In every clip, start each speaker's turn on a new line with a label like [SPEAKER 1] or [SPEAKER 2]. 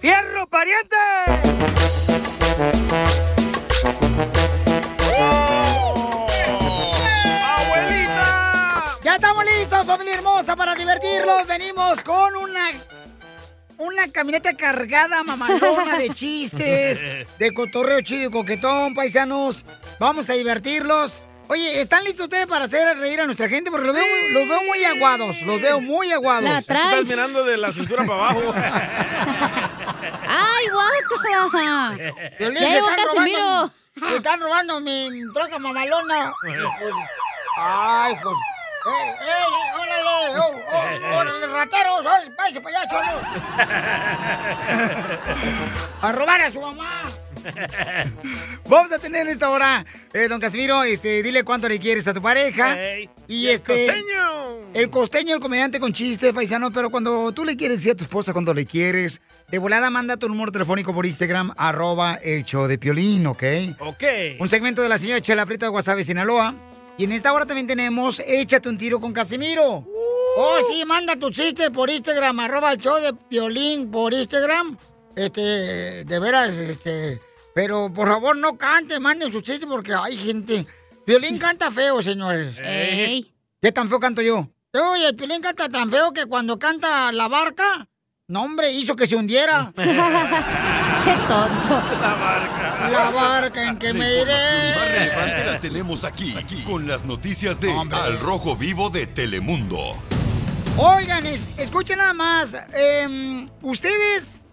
[SPEAKER 1] ¡Fierro, pariente!
[SPEAKER 2] ¡Abuelita!
[SPEAKER 3] Ya estamos listos, familia hermosa, para divertirnos. Venimos con una una camioneta cargada mamalona de chistes, de cotorreo chido y coquetón, paisanos. Vamos a divertirlos. Oye, ¿están listos ustedes para hacer reír a nuestra gente? Porque los veo, muy- los veo muy aguados, los veo muy aguados.
[SPEAKER 4] La traes. Estás
[SPEAKER 5] mirando de la cintura para abajo.
[SPEAKER 4] ¡Ay, guaca!
[SPEAKER 3] Violín,
[SPEAKER 4] ¡Ya
[SPEAKER 3] se
[SPEAKER 4] llegó
[SPEAKER 3] están
[SPEAKER 4] Casimiro!
[SPEAKER 3] robando mi- Se están robando mi troca mamalona. Ay, pues. ¡Ey, ey, ey! ¡Órale! ¡Oh, oh, órale, rateros! ¡Órale, váyanse para allá, cholos! ¡A robar a su mamá! Vamos a tener en esta hora, eh, don Casimiro, este, dile cuánto le quieres a tu pareja.
[SPEAKER 5] Ey.
[SPEAKER 3] Y,
[SPEAKER 5] Y el
[SPEAKER 3] este.
[SPEAKER 5] costeño.
[SPEAKER 3] El costeño, el comediante con chistes, paisanos, pero cuando tú le quieres decir a tu esposa cuando le quieres, de volada manda tu número telefónico por Instagram, arroba el show de piolín, ¿ok?
[SPEAKER 5] Ok.
[SPEAKER 3] Un segmento de la señora Chela Prieto de Guasave, Sinaloa. Y en esta hora también tenemos Échate un tiro con Casimiro. Oh, sí, manda tu chiste por Instagram, arroba el show de Piolín por Instagram. Este, de veras, este... Pero, por favor, no cante, manden su chiste porque hay gente... Piolín canta feo, señores.
[SPEAKER 4] Ey.
[SPEAKER 3] ¿Qué tan feo canto yo? Oye, el Piolín canta tan feo que cuando canta la barca... No, hombre, hizo que se hundiera. ¡Qué tonto!
[SPEAKER 6] La barca.
[SPEAKER 3] La barca en que
[SPEAKER 6] La
[SPEAKER 3] me
[SPEAKER 6] información más
[SPEAKER 3] iré.
[SPEAKER 6] relevante la tenemos aquí, con las noticias de Al Rojo Vivo de Telemundo.
[SPEAKER 3] Oigan, es- escuchen nada más. em, ¿Ustedes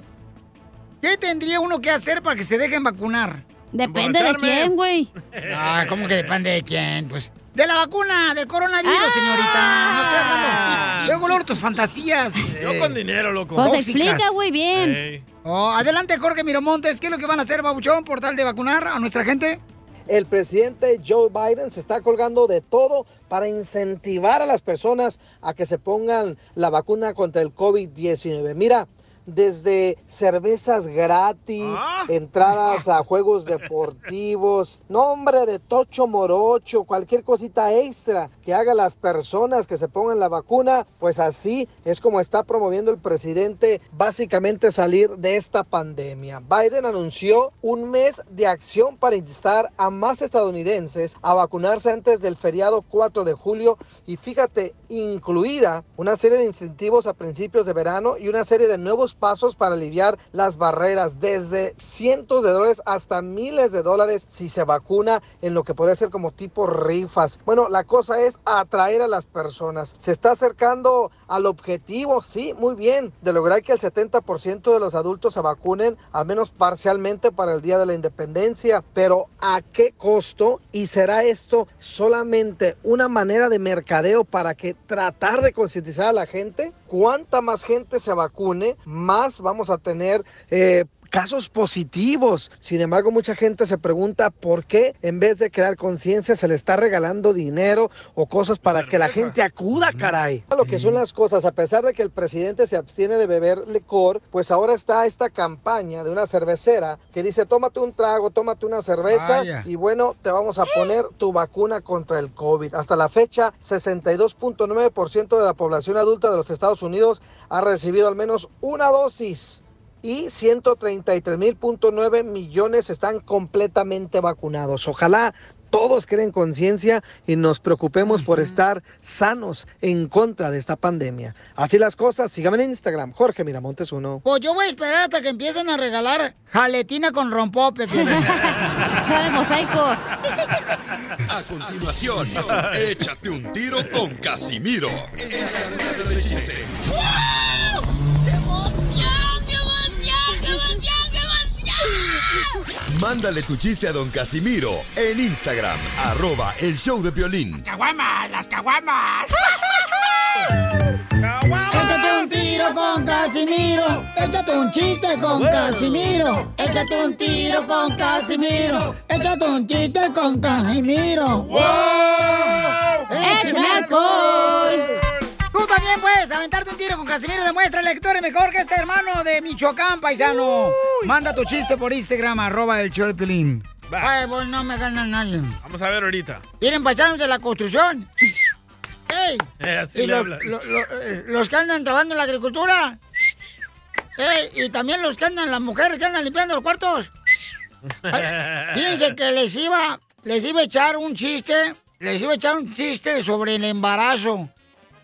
[SPEAKER 3] qué tendría uno que hacer para que se dejen vacunar?
[SPEAKER 4] Depende de quién,
[SPEAKER 3] güey. Ah, ¿cómo que depende de quién? Pues de la vacuna, del coronavirus, señorita. No estoy hablando. Luego, luego, tus fantasías.
[SPEAKER 5] Yo con dinero, loco.
[SPEAKER 3] Pues explica, güey, bien.
[SPEAKER 5] Ey.
[SPEAKER 3] Oh, adelante, Jorge Miramontes. ¿Qué es lo que van a hacer, Babuchón, por tal de vacunar a nuestra gente?
[SPEAKER 7] El presidente Joe Biden se está colgando de todo para incentivar a las personas a que se pongan la vacuna contra el COVID-19. Mira, desde cervezas gratis, entradas a juegos deportivos, nombre de tocho morocho, cualquier cosita extra que haga las personas que se pongan la vacuna, pues así es como está promoviendo el presidente básicamente salir de esta pandemia. Biden anunció un mes de acción para instar a más estadounidenses a vacunarse antes del feriado 4 de julio y fíjate, incluida una serie de incentivos a principios de verano y una serie de nuevos pasos para aliviar las barreras desde cientos de dólares hasta miles de dólares si se vacuna en lo que podría ser como tipo rifas. Bueno, la cosa es atraer a las personas. Se está acercando al objetivo, sí, muy bien, de lograr que el 70% de los adultos se vacunen, al menos parcialmente para el Día de la Independencia. Pero ¿a qué costo? ¿Y será esto solamente una manera de mercadeo para que tratar de concientizar a la gente? Cuanta más gente se vacune, más vamos a tener... eh, casos positivos. Sin embargo, mucha gente se pregunta por qué en vez de crear conciencia se le está regalando dinero o cosas para que la gente
[SPEAKER 5] Ah,
[SPEAKER 7] acuda, caray. A Lo que son las cosas, a pesar de que el presidente se abstiene de beber licor, pues ahora está esta campaña de una cervecera que dice, tómate un trago, tómate una cerveza
[SPEAKER 8] Vaya.
[SPEAKER 7] y bueno, te vamos a poner tu vacuna contra el COVID. Hasta la fecha, 62.9% de la población adulta de los Estados Unidos ha recibido al menos una dosis y 133.9 millones están completamente vacunados. Ojalá todos creen conciencia y nos preocupemos por estar sanos en contra de esta pandemia. Así las cosas, síganme en Instagram, Jorge Miramontes 1.
[SPEAKER 3] Pues yo voy a esperar hasta que empiecen a regalar jaletina con rompope. La de mosaico.
[SPEAKER 6] A continuación, échate un tiro con Casimiro. Mándale tu chiste a don Casimiro en Instagram, arroba el show de violín.
[SPEAKER 2] ¡Caguamas! ¡Las caguamas!
[SPEAKER 3] Échate un tiro con Casimiro. Échate un chiste con Casimiro. Échate un tiro con Casimiro. Échate un chiste con Casimiro. ¡Wow!
[SPEAKER 2] ¡Échame alcohol!
[SPEAKER 3] Tú también puedes aventarte un tiro con Casimiro. Demuéstrale que tú eres mejor que este hermano de Michoacán, paisano. Manda tu chiste por Instagram, arroba el show de Pelín. Ay, vos no me gana nadie.
[SPEAKER 5] Vamos a ver ahorita.
[SPEAKER 3] Miren, paisanos de la construcción. ¡Ey!
[SPEAKER 5] Eh, así
[SPEAKER 3] Y
[SPEAKER 5] le
[SPEAKER 3] lo-
[SPEAKER 5] habla.
[SPEAKER 3] lo- lo- eh, los que andan trabajando en la agricultura. Eh, y también los que andan, las mujeres que andan limpiando los cuartos.
[SPEAKER 5] Eh.
[SPEAKER 3] Ay, Fíjense que les iba, les iba a echar un chiste, les iba a echar un chiste sobre el embarazo,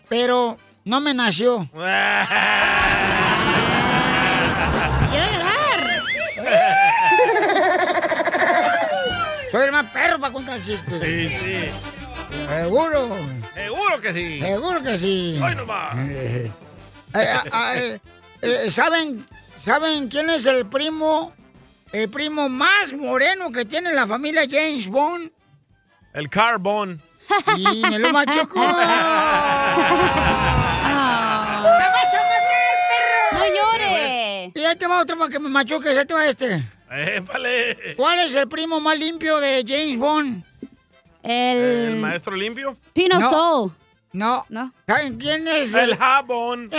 [SPEAKER 3] pero no me nació. Soy el más perro para contar chistes.
[SPEAKER 5] Sí, sí.
[SPEAKER 3] Seguro,
[SPEAKER 5] Seguro que sí.
[SPEAKER 3] seguro que Eh, sí.
[SPEAKER 5] Hoy nomás.
[SPEAKER 3] Eh, eh, eh, eh, ¿saben, ¿Saben quién es el primo? El primo más moreno que tiene la familia James Bond.
[SPEAKER 5] El carbón.
[SPEAKER 3] Y me lo machucó.
[SPEAKER 5] Ah.
[SPEAKER 4] ¡No llore!
[SPEAKER 3] Y ahí te va otro para que me machuques, ahí te va este.
[SPEAKER 5] Épale.
[SPEAKER 3] ¿Cuál es el primo más limpio de James Bond?
[SPEAKER 5] El
[SPEAKER 4] El
[SPEAKER 5] maestro limpio.
[SPEAKER 4] Pino
[SPEAKER 3] No.
[SPEAKER 4] Soul.
[SPEAKER 3] No.
[SPEAKER 4] No.
[SPEAKER 3] ¿Saben quién es
[SPEAKER 5] El jabón.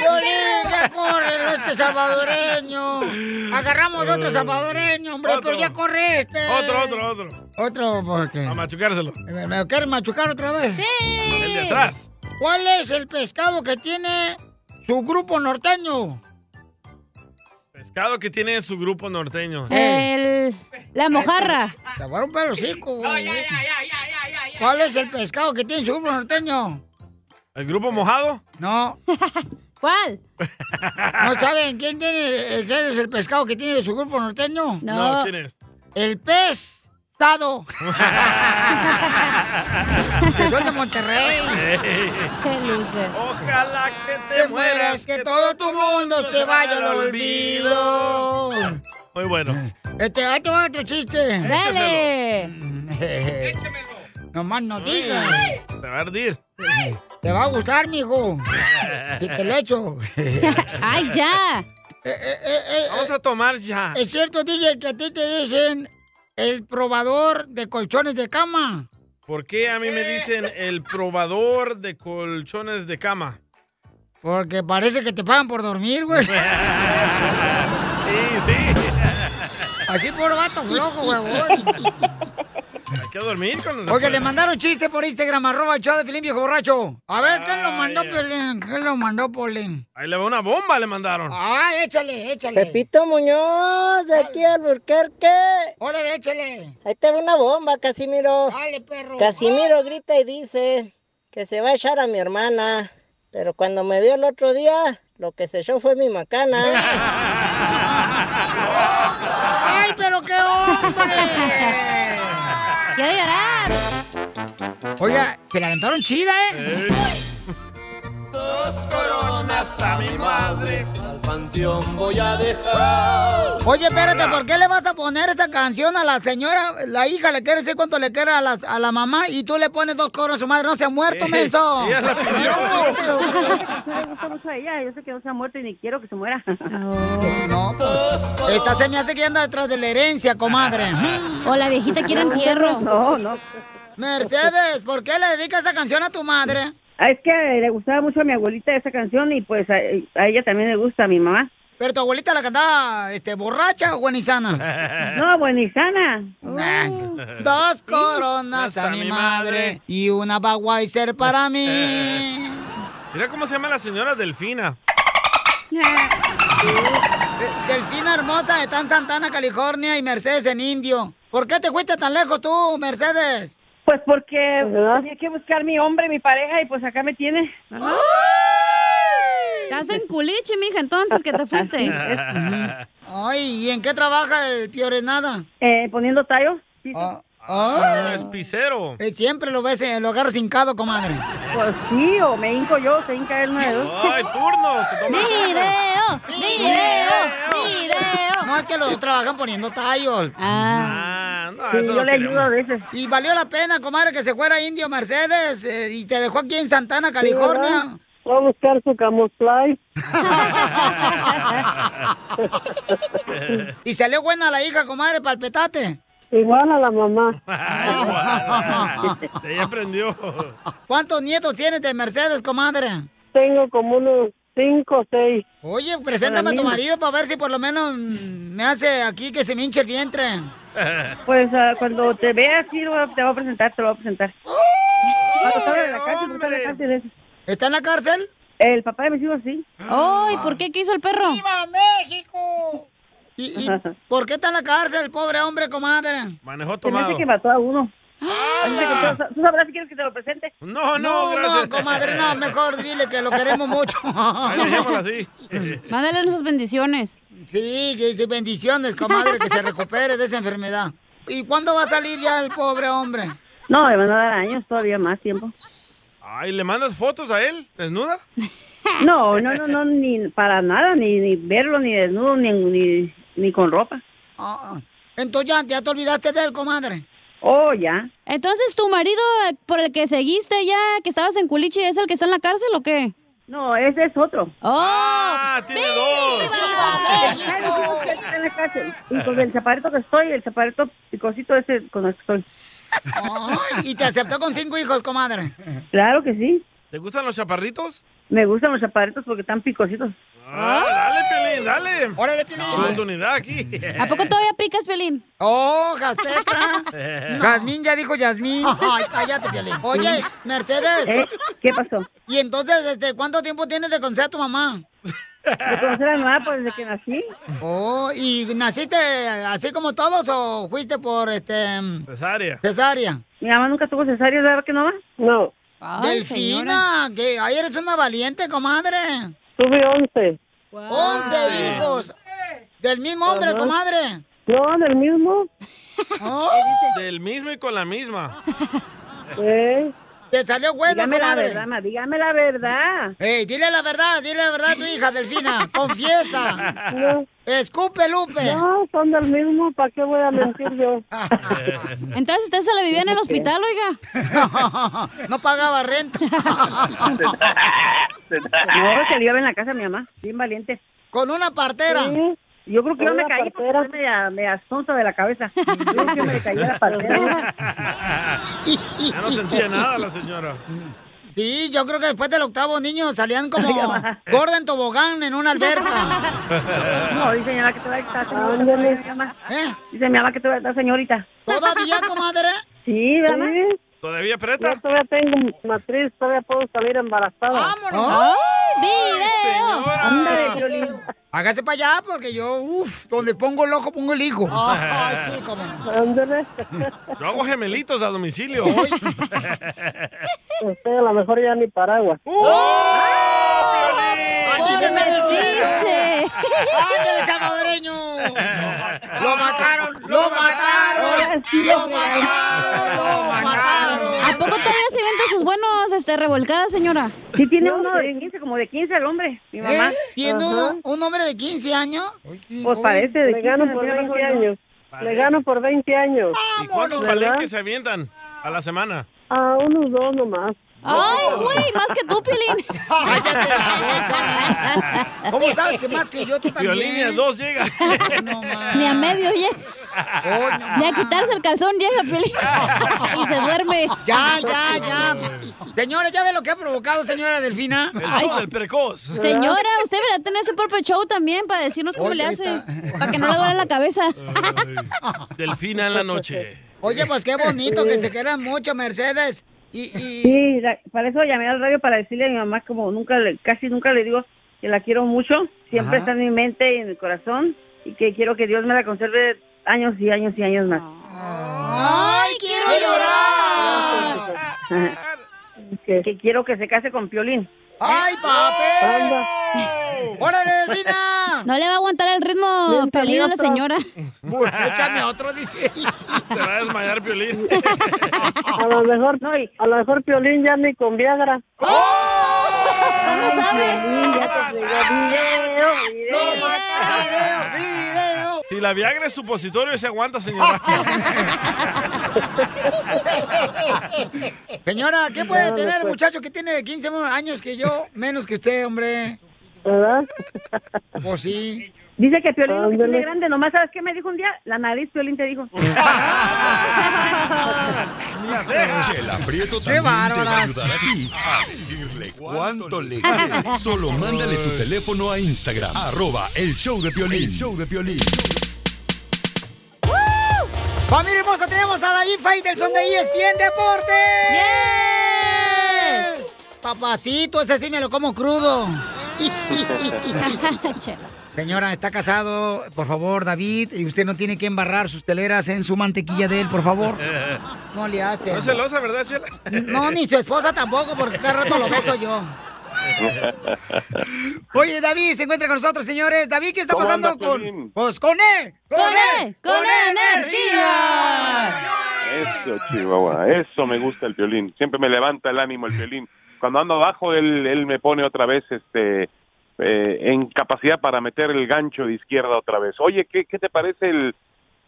[SPEAKER 3] Piolín, ya córrelo este salvadoreño. Agarramos otro salvadoreño, hombre,
[SPEAKER 5] Otro.
[SPEAKER 3] pero ya corre este.
[SPEAKER 5] Otro, otro, otro.
[SPEAKER 3] Otro, porque. Eh,
[SPEAKER 5] A machucárselo.
[SPEAKER 3] ¿Me, me quieren machucar otra vez?
[SPEAKER 5] El de atrás.
[SPEAKER 3] ¿Cuál es el pescado que tiene su grupo norteño?
[SPEAKER 5] Pescado que tiene su grupo norteño.
[SPEAKER 3] Eh,
[SPEAKER 4] El... La mojarra.
[SPEAKER 3] Este. Te voy a romper el hocico, güey. ¿Cuál es el pescado que tiene su grupo norteño?
[SPEAKER 5] El grupo mojado.
[SPEAKER 3] No,
[SPEAKER 4] ¿Cuál?
[SPEAKER 3] no saben quién tiene, eh, quién es el pescado que tiene su grupo norteño.
[SPEAKER 5] No,
[SPEAKER 4] No.
[SPEAKER 5] ¿quién es?
[SPEAKER 3] El pescado. Que son de Monterrey.
[SPEAKER 4] Qué luce.
[SPEAKER 5] Ojalá que
[SPEAKER 3] Te mueras, que todo tu mundo se vaya al olvido.
[SPEAKER 5] Muy bueno.
[SPEAKER 3] Este, ahí te va otro chiste.
[SPEAKER 4] Dale.
[SPEAKER 3] Mm. Nomás no digas.
[SPEAKER 5] Ay, Te va a ardir.
[SPEAKER 3] Te va a gustar, mijo. Y te lo echo.
[SPEAKER 4] Ay, ya.
[SPEAKER 3] Eh, eh, eh, eh,
[SPEAKER 5] Vamos a tomar ya.
[SPEAKER 3] ¿Es cierto, DJ, que a ti te dicen el probador de colchones de cama?
[SPEAKER 5] ¿Por qué a mí me dicen el probador de colchones de cama?
[SPEAKER 3] Porque parece que te pagan por dormir, güey.
[SPEAKER 5] Sí, sí.
[SPEAKER 3] Así por vato flojo, güey.
[SPEAKER 5] Hay que dormir con los.
[SPEAKER 3] Oiga, le mandaron chiste por Instagram, arroba el show de Pilín Viejo Borracho. A ver, ¿qué lo mandó,
[SPEAKER 5] Ay, ay.
[SPEAKER 3] Pelín? ¿Qué lo mandó, Polín?
[SPEAKER 5] Ahí le va una bomba, le mandaron.
[SPEAKER 3] Ah, échale, échale.
[SPEAKER 1] Pepito Muñoz, de aquí al Burquerque.
[SPEAKER 3] Órale, échale.
[SPEAKER 1] Ahí te va una bomba, Casimiro.
[SPEAKER 3] Dale, perro.
[SPEAKER 1] Casimiro grita y dice que se va a echar a mi hermana. Pero cuando me vio el otro día, lo que se echó fue mi macana.
[SPEAKER 3] ¡Ay, pero qué hombre!
[SPEAKER 4] Quiero llorar.
[SPEAKER 3] Oiga, se la aventaron chida, ¿eh? Oye, espérate, ¿por qué le vas a poner esa canción a la señora? La hija le quiere decir cuánto le quiere a, las- a la mamá y tú le pones dos cobras a su madre. No se ha muerto, menso.
[SPEAKER 5] Ella la pidió.
[SPEAKER 8] me gusta mucho a ella. Yo sé que no se ha muerto y ni quiero que se muera.
[SPEAKER 3] No, pues, esta se me hace que anda detrás de la herencia, comadre.
[SPEAKER 4] O la viejita quiere entierro.
[SPEAKER 8] No, no.
[SPEAKER 3] Mercedes, ¿por qué le dedicas esa canción a tu madre?
[SPEAKER 8] Ah, Es que le gustaba mucho a mi abuelita esa canción y pues a, a ella también le gusta a mi mamá.
[SPEAKER 3] Pero tu abuelita la cantaba este, borracha o guanizana.
[SPEAKER 8] No, buenizana.
[SPEAKER 3] Ah. uh, Dos coronas
[SPEAKER 5] pues,
[SPEAKER 3] a mi madre y una Budweiser para mí.
[SPEAKER 5] Mira cómo se llama la señora Delfina.
[SPEAKER 3] De- Delfina hermosa está en Santana, California y Mercedes en Indio. ¿Por qué te fuiste tan lejos tú, Mercedes?
[SPEAKER 8] Pues porque tenía que buscar mi hombre, mi pareja y pues acá me tiene.
[SPEAKER 4] Estás en culiche, mija, entonces que te fuiste.
[SPEAKER 3] Ay, ¿y en qué trabaja el Piorenada?
[SPEAKER 8] Eh, poniendo tallos. Sí,
[SPEAKER 3] Ah,
[SPEAKER 5] Ah,
[SPEAKER 3] ah.
[SPEAKER 5] es picero.
[SPEAKER 3] Eh, siempre lo ves, eh, lo agarras hincado, comadre.
[SPEAKER 8] Pues sí, o me hinco yo, se hinca él, una de dos.
[SPEAKER 5] Ay, turno. Se toma
[SPEAKER 4] Video, video, video.
[SPEAKER 3] No es que los dos trabajan poniendo tallos.
[SPEAKER 4] Ah,
[SPEAKER 5] Ah, no,
[SPEAKER 8] Sí,
[SPEAKER 5] eso
[SPEAKER 8] yo
[SPEAKER 5] no
[SPEAKER 8] le ayudo a
[SPEAKER 5] queremos.
[SPEAKER 8] veces.
[SPEAKER 3] Y valió la pena, comadre, que se fuera indio Mercedes eh, y te dejó aquí en Santana, California.
[SPEAKER 1] Voy a buscar su camuflaje.
[SPEAKER 3] Y salió buena la hija, comadre, palpetate.
[SPEAKER 1] Igual a la mamá.
[SPEAKER 5] Ay, guarda. De ahí aprendió.
[SPEAKER 3] ¿Cuántos nietos tienes de Mercedes, comadre?
[SPEAKER 1] Tengo como unos cinco o seis.
[SPEAKER 3] Oye, preséntame a tu marido para ver si por lo menos mm, me hace aquí que se me hinche el vientre.
[SPEAKER 8] Pues ah, cuando te vea así, lo- te voy a presentar, te lo voy a presentar.
[SPEAKER 4] ¡Oh!
[SPEAKER 8] Estaba en la cárcel, está en la cárcel. ese.
[SPEAKER 3] ¿Está en la cárcel?
[SPEAKER 8] El papá de mis hijos, sí.
[SPEAKER 4] ¡Ay!
[SPEAKER 5] Ah,
[SPEAKER 4] ¿Por qué? ¿Qué hizo el perro?
[SPEAKER 3] ¡Viva México! ¿Y, y por qué está en la cárcel el pobre hombre, comadre?
[SPEAKER 5] Manejó
[SPEAKER 8] Se me
[SPEAKER 5] tomado.
[SPEAKER 8] hace que mató a uno. Así Ah,
[SPEAKER 4] Ah.
[SPEAKER 8] que tú- ¿Tú sabrás si quieres que te lo presente?
[SPEAKER 5] No, no,
[SPEAKER 3] No, no,
[SPEAKER 5] gracias.
[SPEAKER 3] comadre, no, mejor dile que lo queremos mucho.
[SPEAKER 5] Ahí dejémoslo así.
[SPEAKER 4] Mándale sus bendiciones.
[SPEAKER 3] Sí, que dice bendiciones, comadre, que se recupere de esa enfermedad. ¿Y cuándo va a salir ya el pobre hombre?
[SPEAKER 8] No, me van a dar años, todavía más tiempo.
[SPEAKER 5] Ay, ¿le mandas fotos a él? ¿Desnuda?
[SPEAKER 8] No, no, no, no, ni para nada, ni, ni verlo, ni desnudo, ni, ni, ni con ropa.
[SPEAKER 3] Ah, entonces ya, ya te olvidaste de él, comadre.
[SPEAKER 8] Oh, ya.
[SPEAKER 4] Entonces, ¿tu marido eh, por el que seguiste ya, que estabas en culichi, es el que está en la cárcel o qué?
[SPEAKER 8] No, ese es otro.
[SPEAKER 4] ¡Oh!
[SPEAKER 5] Ah, tiene dos.
[SPEAKER 8] Ay, los hijos que están en la cárcel. Y con el chaparrito que estoy, el chaparrito picosito ese con el que estoy.
[SPEAKER 3] Ay, y te aceptó con cinco hijos, comadre.
[SPEAKER 8] Claro que sí.
[SPEAKER 5] ¿Te gustan los chaparritos?
[SPEAKER 8] Me gustan los chaparritos porque están picositos.
[SPEAKER 5] Ah, dale, Pelín, dale.
[SPEAKER 3] Órale, Piolín.
[SPEAKER 5] Oportunidad aquí.
[SPEAKER 4] ¿A poco todavía picas, Pelín?
[SPEAKER 3] Oh, Jaspetra. Jazmín ya dijo Jazmín. Ay, cállate, Piolín. Oye,
[SPEAKER 8] ¿Eh?
[SPEAKER 3] Mercedes,
[SPEAKER 8] ¿Qué pasó?
[SPEAKER 3] ¿y entonces desde cuánto tiempo tienes de conocer a tu mamá?
[SPEAKER 8] ¿De conocer a mi mamá pues, desde que nací?
[SPEAKER 3] Oh, ¿y naciste así como todos o fuiste por este
[SPEAKER 5] Cesárea.
[SPEAKER 3] cesárea?
[SPEAKER 8] ¿Mi mamá nunca tuvo cesárea, verdad que no va? No.
[SPEAKER 4] Ay, señora.
[SPEAKER 3] Delfina, que ahí eres una valiente, comadre.
[SPEAKER 8] Tuve 11.
[SPEAKER 3] Once hijos. Del mismo hombre,
[SPEAKER 8] Ajá.
[SPEAKER 3] comadre.
[SPEAKER 8] ¿No, del mismo?
[SPEAKER 3] Oh,
[SPEAKER 5] Del mismo y con la misma.
[SPEAKER 8] ¿Eh?
[SPEAKER 3] te salió bueno,
[SPEAKER 8] Dígame la
[SPEAKER 3] comadre.
[SPEAKER 8] verdad, ma, dígame la verdad.
[SPEAKER 3] Ey, dile la verdad, dile la verdad a tu hija, Delfina. Confiesa.
[SPEAKER 8] No,
[SPEAKER 3] Escupe, Lupe. Ah.
[SPEAKER 8] son del mismo, ¿para qué voy a mentir yo?
[SPEAKER 4] Entonces, ¿usted se la vivía en el hospital, oiga?
[SPEAKER 3] no pagaba renta.
[SPEAKER 8] No, se le iba en la casa a mi mamá, bien valiente.
[SPEAKER 3] Con una partera.
[SPEAKER 8] Yo creo que yo me caí porque yo me, me asonza de la cabeza. Yo creo que me caí de la partera.
[SPEAKER 5] Ya no sentía nada la señora.
[SPEAKER 3] Sí, yo creo que después del octavo niño salían como gorda en tobogán en una alberca.
[SPEAKER 8] No, dice mi mamá que todavía está señorita.
[SPEAKER 3] ¿Eh?
[SPEAKER 8] Dice mi mamá que todavía está señorita.
[SPEAKER 3] ¿Todavía, comadre?
[SPEAKER 8] Sí, ¿verdad? ma?
[SPEAKER 5] ¿Todavía preta?
[SPEAKER 8] todavía tengo matriz, todavía puedo salir embarazada.
[SPEAKER 3] ¡Vámonos!
[SPEAKER 4] ¡Video!
[SPEAKER 5] Señora.
[SPEAKER 3] Hágase para allá porque yo, uff, donde pongo el ojo, pongo el hijo. Ay, sí, cómo no.
[SPEAKER 8] Ándale,
[SPEAKER 5] Yo hago gemelitos a domicilio.
[SPEAKER 8] usted Este, a lo mejor ya ni paraguas.
[SPEAKER 3] ¡Oh!
[SPEAKER 4] ¡Oh!
[SPEAKER 3] Así que me decís.
[SPEAKER 4] ¡Che!
[SPEAKER 3] ¡Ándale, salvadoreño! ¡Lo mataron! ¡Lo mataron! ¡Lo mataron! ¡Lo mataron!
[SPEAKER 4] ¿A poco todavía se inventa sus buenos este, revolcadas, señora?
[SPEAKER 8] Sí, tiene uno de 15, como de 15 el hombre, mi mamá.
[SPEAKER 3] ¿Eh? ¿Tiene un, un hombre de 15 años?
[SPEAKER 8] Pues parece de 15 gano por 20 años.
[SPEAKER 5] Le gano
[SPEAKER 8] por 20 años.
[SPEAKER 5] ¿Y cuántos palenques se avientan a la semana?
[SPEAKER 8] A unos dos nomás.
[SPEAKER 4] ¡Ay, güey! Más que tú, Pelín.
[SPEAKER 3] ¡Cállate la boca! ¿Cómo sabes que más que yo tú también?
[SPEAKER 5] Violín y a dos llega.
[SPEAKER 3] No, ma.
[SPEAKER 4] Ni a medio llega.
[SPEAKER 3] Ay, no,
[SPEAKER 4] Ni a
[SPEAKER 3] ma.
[SPEAKER 4] quitarse el calzón llega, Pelín. Y se duerme.
[SPEAKER 3] Ya, ya, ya. Señora, ¿ya ve lo que ha provocado, señora Delfina?
[SPEAKER 5] El show del precoz.
[SPEAKER 4] Señora, usted deberá tener su propio show también para decirnos cómo
[SPEAKER 3] Oye,
[SPEAKER 4] le hace.
[SPEAKER 3] está.
[SPEAKER 4] Para que no le duele la cabeza.
[SPEAKER 5] Delfina en la noche.
[SPEAKER 3] Oye, pues qué bonito que se quieran mucho, Mercedes. Y, y...
[SPEAKER 8] Sí, la- para eso llamé al radio para decirle a mi mamá, como nunca, le- casi nunca le digo que la quiero mucho,
[SPEAKER 3] Ajá.
[SPEAKER 8] siempre está en mi mente y en mi corazón, y que quiero que Dios me la conserve años y años y años más.
[SPEAKER 3] ¡Ay, quiero llorar!
[SPEAKER 8] Que, que quiero que se case con Piolín.
[SPEAKER 3] ¡Ay, papel! ¡Órale, Delfina!
[SPEAKER 4] No le va a aguantar el ritmo, Pelín, a la señora.
[SPEAKER 3] Échame otro, dice.
[SPEAKER 5] Te va a desmayar, Violín.
[SPEAKER 8] A lo mejor, no, y- a lo mejor Piolín ya ni con Viagra.
[SPEAKER 4] ¡Oh!
[SPEAKER 3] ¡Oh!
[SPEAKER 4] ¿Cómo sabe?
[SPEAKER 8] Piolín, ya te fregó. Video, video.
[SPEAKER 3] ¡Video, video!
[SPEAKER 5] Si la Viagra es supositorio, se aguanta, señora.
[SPEAKER 3] Señora, ¿qué puede tener el muchacho que tiene de 15 años que yo? Menos que usted, hombre.
[SPEAKER 8] ¿Verdad? Pues
[SPEAKER 3] Pues sí.
[SPEAKER 8] Dice que Piolín lo que tiene grande, nomás sabes qué me dijo un día, la nariz Piolín te dijo.
[SPEAKER 5] La ceja.
[SPEAKER 6] Chela Prieto también te va a
[SPEAKER 3] bárbaras.
[SPEAKER 6] ayudar a ti a decirle cuánto le quieres. Solo mándale tu teléfono a Instagram, arroba el show de Piolín. show de Piolín.
[SPEAKER 3] E Familia hermosa, tenemos a David Faitelson de ESPN Deportes. Papacito, ese sí me lo como crudo. Señora, está casado, por favor, David, y usted no tiene que embarrar sus teleras en su mantequilla de él, por favor. No le hace.
[SPEAKER 5] No es celosa, ¿verdad, Chela?
[SPEAKER 3] No, ni su esposa tampoco, porque cada rato lo beso yo. Oye, David, se encuentra con nosotros, señores. David, ¿qué está
[SPEAKER 9] ¿Cómo
[SPEAKER 3] pasando
[SPEAKER 9] anda,
[SPEAKER 3] con...
[SPEAKER 9] Piolín?
[SPEAKER 3] Pues con él.
[SPEAKER 9] Con él, con E
[SPEAKER 3] energía.
[SPEAKER 9] Eso, Chihuahua, eso me gusta el violín. Siempre me levanta el ánimo el violín. Cuando ando abajo, él, él me pone otra vez este, eh, en capacidad para meter el gancho de izquierda otra vez. Oye, ¿qué, qué te parece el,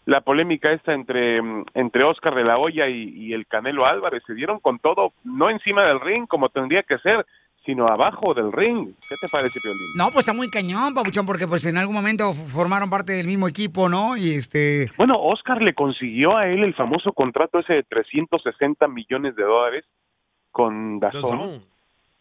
[SPEAKER 9] la polémica esta entre, mm, entre Oscar de la Hoya y, y el Canelo Álvarez? Se dieron con todo, no encima del ring como tendría que ser, sino abajo del ring. ¿Qué te parece, violín?
[SPEAKER 3] No, pues está muy cañón, Papuchón, porque pues en algún momento f- formaron parte del mismo equipo, ¿no? Y este...
[SPEAKER 9] Bueno, Oscar le consiguió a él el famoso contrato ese de 360 millones de dólares con Dazón.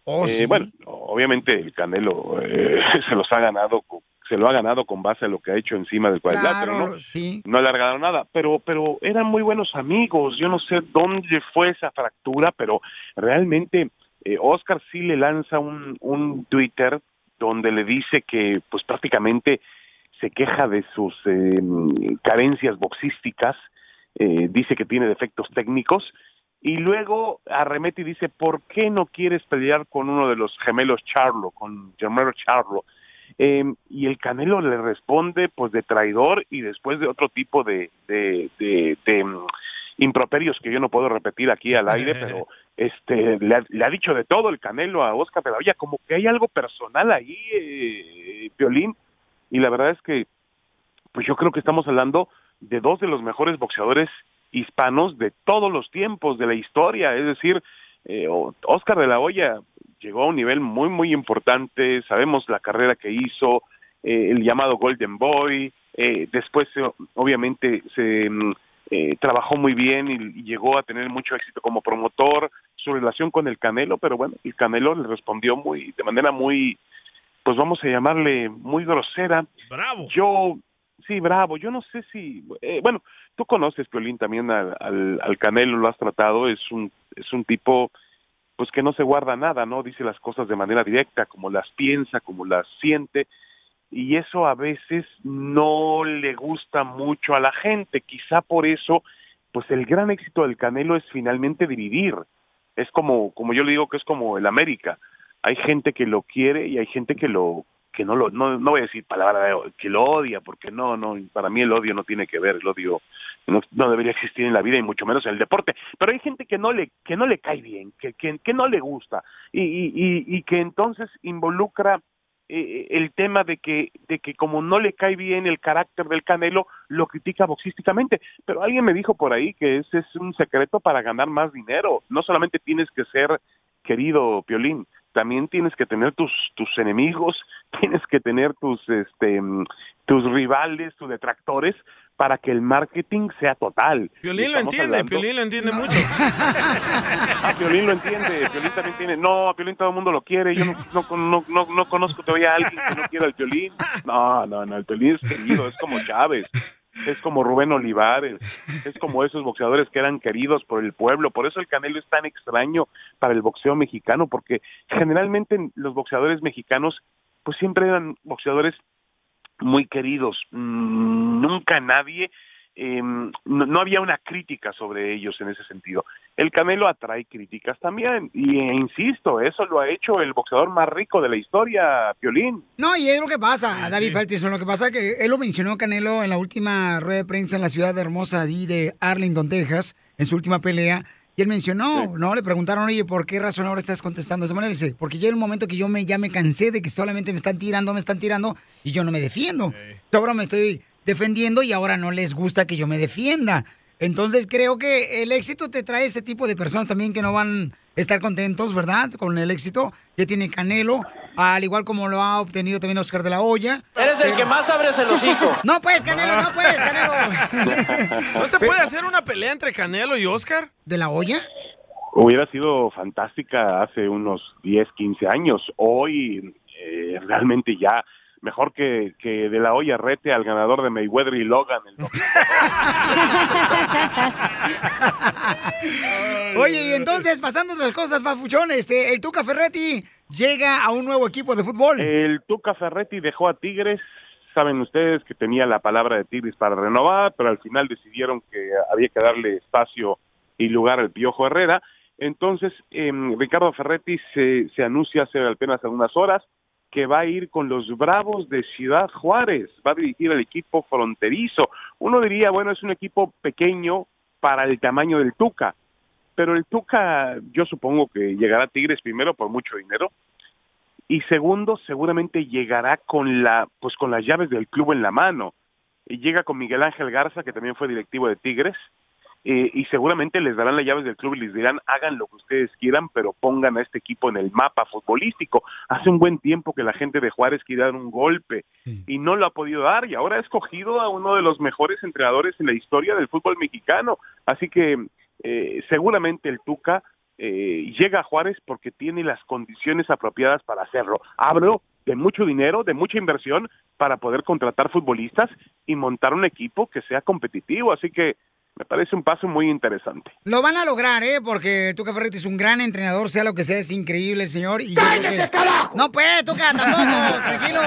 [SPEAKER 3] Oh,
[SPEAKER 9] Eh,
[SPEAKER 3] sí.
[SPEAKER 9] Bueno, obviamente el Canelo eh, se los ha ganado, co- se lo ha ganado con base a lo que ha hecho encima del cuadrilátero,
[SPEAKER 3] Claro,
[SPEAKER 9] Pues, ¿no?
[SPEAKER 3] sí.
[SPEAKER 9] No le ha regalado nada, pero, pero eran muy buenos amigos. Yo no sé dónde fue esa fractura, pero realmente eh, Oscar sí le lanza un, un Twitter donde le dice que, pues prácticamente se queja de sus eh, carencias boxísticas, eh, dice que tiene defectos técnicos y luego arremete y dice, ¿por qué no quieres pelear con uno de los gemelos Charlo, con Germano Charlo? Eh, y el Canelo le responde pues de traidor y después de otro tipo de, de, de- de, mm, improperios que yo no puedo repetir aquí al aire, pero este le ha, le ha dicho de todo el Canelo a Oscar de la Hoya, como que hay algo personal ahí, eh, Violín, y la verdad es que pues yo creo que estamos hablando de dos de los mejores boxeadores hispanos de todos los tiempos de la historia, es decir, eh, o- Oscar de la Hoya llegó a un nivel muy muy importante, sabemos la carrera que hizo, eh, el llamado Golden Boy, eh, después eh, obviamente se mm, eh, trabajó muy bien y, y llegó a tener mucho éxito como promotor, su relación con el Canelo, pero bueno, el Canelo le respondió muy de manera muy pues vamos a llamarle muy grosera.
[SPEAKER 5] Bravo.
[SPEAKER 9] Yo, sí, bravo. Yo no sé si, eh, bueno, tú conoces, Piolín, también al, al, al Canelo, lo has tratado, es un, es un tipo, pues que no se guarda nada, ¿no? Dice las cosas de manera directa, como las piensa, como las siente, y eso a veces no le gusta mucho a la gente. Quizá por eso, pues el gran éxito del Canelo es finalmente dividir. Es como, como yo le digo que es como el América. Hay gente que lo quiere y hay gente que lo que no lo no, no voy a decir palabra de- que lo odia porque no no para mí el odio no tiene que ver el odio no, no debería existir en la vida y mucho menos en el deporte pero hay gente que no le que no le cae bien que que, que no le gusta y, y, y, y que entonces involucra eh, el tema de que de que como no le cae bien el carácter del Canelo lo critica boxísticamente pero alguien me dijo por ahí que ese es un secreto para ganar más dinero no solamente tienes que ser querido Piolín, también tienes que tener tus tus enemigos, tienes que tener tus este mm, tus rivales, tus detractores para que el marketing sea total.
[SPEAKER 5] Piolín lo
[SPEAKER 9] Estamos
[SPEAKER 5] entiende,
[SPEAKER 9] hablando-
[SPEAKER 5] Piolín lo entiende mucho.
[SPEAKER 9] Ah, Piolín lo entiende, Piolín también tiene, no, a Piolín todo el mundo lo quiere, yo no, no, no, no, no conozco todavía a alguien que no quiera al Piolín. No, no, no, el Piolín es querido, es como Chávez, es como Rubén Olivares, es como esos boxeadores que eran queridos por el pueblo, por eso el Canelo es tan extraño para el boxeo mexicano, porque generalmente los boxeadores mexicanos pues siempre eran boxeadores muy queridos, Mm, nunca nadie eh, no, no había una crítica sobre ellos en ese sentido. El Canelo atrae críticas también, y eh, insisto, eso lo ha hecho el boxeador más rico de la historia, Piolín.
[SPEAKER 3] No, y es lo que pasa, David Faitelson, Lo que pasa es que él lo mencionó Canelo en la última rueda de prensa en la ciudad hermosa allí de Arlington, Texas, en su última pelea. Y él mencionó, ¿no? Le preguntaron, oye, ¿por qué razón ahora estás contestando de esa manera? Y dice, porque llega un momento que yo me, ya me cansé de que solamente me están tirando, me están tirando y yo no me defiendo. Yo ahora me estoy defendiendo y ahora no les gusta que yo me defienda. Entonces creo que el éxito te trae este tipo de personas también que no van a estar contentos, ¿verdad? Con el éxito que tiene Canelo, al igual como lo ha obtenido también Oscar de la Hoya.
[SPEAKER 10] Eres el que más abres el hocico.
[SPEAKER 3] No puedes, Canelo, no puedes, Canelo.
[SPEAKER 5] ¿No se puede hacer una pelea entre Canelo y Oscar?
[SPEAKER 3] ¿De la olla?
[SPEAKER 9] Hubiera sido fantástica hace unos 10, 15 años. Hoy eh, realmente ya mejor que, que de la olla rete al ganador de Mayweather y Logan. el domingo.
[SPEAKER 3] Oye, y entonces, pasando a otras cosas, Papuchón, este, el Tuca Ferretti llega a un nuevo equipo de fútbol.
[SPEAKER 9] El Tuca Ferretti dejó a Tigres. Saben ustedes que tenía la palabra de Tigres para renovar, pero al final decidieron que había que darle espacio y lugar al Piojo Herrera. Entonces, em, Ricardo Ferretti se, se anuncia hace apenas algunas horas que va a ir con los Bravos de Ciudad Juárez, va a dirigir el equipo fronterizo. Uno diría, bueno, es un equipo pequeño para el tamaño del Tuca, pero el Tuca yo supongo que llegará a Tigres primero por mucho dinero y segundo seguramente llegará con la pues con las llaves del club en la mano. Y llega con Miguel Ángel Garza que también fue directivo de Tigres eh, y seguramente les darán las llaves del club y les dirán hagan lo que ustedes quieran, pero pongan a este equipo en el mapa futbolístico. Hace un buen tiempo que la gente de Juárez quiere dar un golpe y no lo ha podido dar y ahora ha escogido a uno de los mejores entrenadores en la historia del fútbol mexicano. Así que eh, seguramente el Tuca eh, llega a Juárez porque tiene las condiciones apropiadas para hacerlo. Hablo de mucho dinero, de mucha inversión para poder contratar futbolistas y montar un equipo que sea competitivo. Así que me parece un paso muy interesante.
[SPEAKER 3] Lo van a lograr, ¿eh? Porque Tuca Ferretti es un gran entrenador, sea lo que sea, es increíble el señor. Y ¡Cállese, carajo! No, pues, Tuca, tampoco, tranquilo.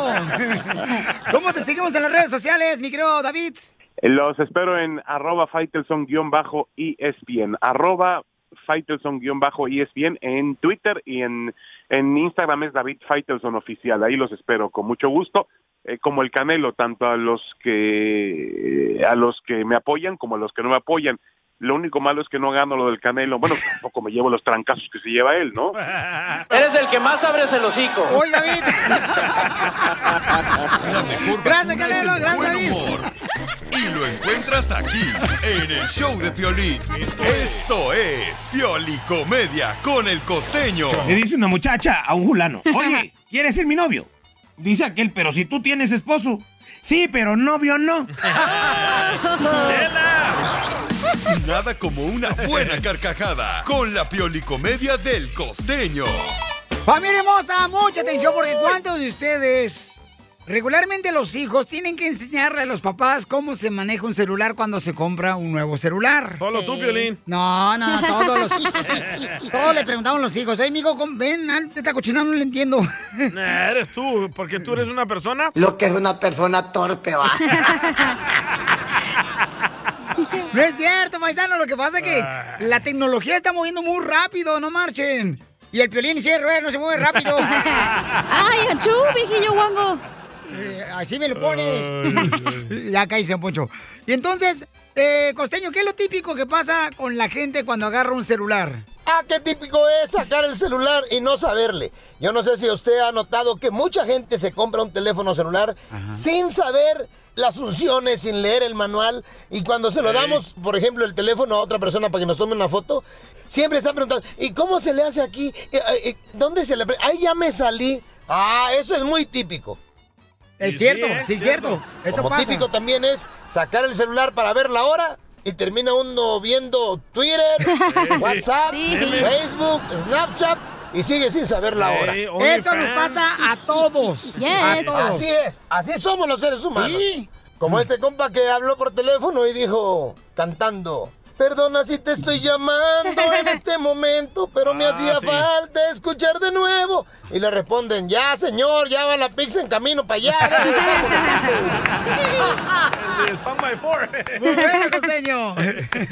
[SPEAKER 3] ¿Cómo te seguimos en las redes sociales, mi querido David?
[SPEAKER 9] Los espero en arroba Faitelson-ESPN, arroba Faitelson-ESPN en Twitter y en, en Instagram es David Faitelson Oficial. Ahí los espero con mucho gusto, eh, como el Canelo, tanto a los que a los que me apoyan como a los que no me apoyan. Lo único malo es que no gano lo del Canelo. Bueno, tampoco me llevo los trancazos que se lleva él, ¿no?
[SPEAKER 10] Eres el que más abres el hocico.
[SPEAKER 3] Hoy, David.
[SPEAKER 6] Gracias, Canelo. Gracias, Y lo encuentras aquí, en el show de Piolín. Esto es Pioli Comedia con el costeño.
[SPEAKER 11] Le dice una muchacha a un fulano, oye, ¿quieres ser mi novio? Dice aquel, pero si tú tienes esposo. Sí, pero novio no.
[SPEAKER 6] Nada como una buena carcajada con la Pioli Comedia del costeño.
[SPEAKER 3] Familia hermosa, mucha atención porque ¿cuántos de ustedes? Regularmente los hijos tienen que enseñarle a los papás cómo se maneja un celular cuando se compra un nuevo celular.
[SPEAKER 5] Solo tú, Piolín.
[SPEAKER 3] No, no, no, todos los hijos. Todos le preguntamos a los hijos, oye, amigo, com- ven, ah, al- esta cochina no le entiendo.
[SPEAKER 5] Nah, eres tú, porque tú eres una persona.
[SPEAKER 3] Lo que es una persona torpe, va. No es cierto, paisano. Lo que pasa es que la tecnología está moviendo muy rápido, no marchen. Y el piolín dice, "Rueda, no se mueve rápido. ¡Ay, achú, viejillo guango! Eh, así me lo pones. ya caí, San Poncho. Y entonces, eh, Costeño, ¿qué es lo típico que pasa con la gente cuando agarra un celular?
[SPEAKER 12] Ah, qué típico es sacar el celular y no saberle. Yo no sé si usted ha notado que mucha gente se compra un teléfono celular sin saber las funciones, sin leer el manual. Y cuando se lo damos, por ejemplo, el teléfono a otra persona para que nos tome una foto, siempre están preguntando, ¿y cómo se le hace aquí? Eh, eh, eh, ¿Dónde se le... pre- Ahí ya me salí. Ah, eso es muy típico.
[SPEAKER 3] Es Sí, cierto, sí, es sí, cierto. cierto. Eso
[SPEAKER 12] Como
[SPEAKER 3] pasa.
[SPEAKER 12] típico también es sacar el celular para ver la hora y termina uno viendo Twitter, WhatsApp,
[SPEAKER 3] Sí.
[SPEAKER 12] Facebook, Snapchat y sigue sin saber la hora.
[SPEAKER 3] Eso nos pasa a todos. A todos.
[SPEAKER 12] Así es, así somos los seres humanos. Como este compa que habló por teléfono y dijo, cantando, perdona si te estoy llamando en este momento, pero me hacía
[SPEAKER 13] sí.
[SPEAKER 12] falta escuchar de nuevo. Y le responden, ya señor, ya va la pizza en camino para allá. ahora le estamos
[SPEAKER 5] El de Song by Eh, Four.
[SPEAKER 12] Muy bueno,
[SPEAKER 3] costeño.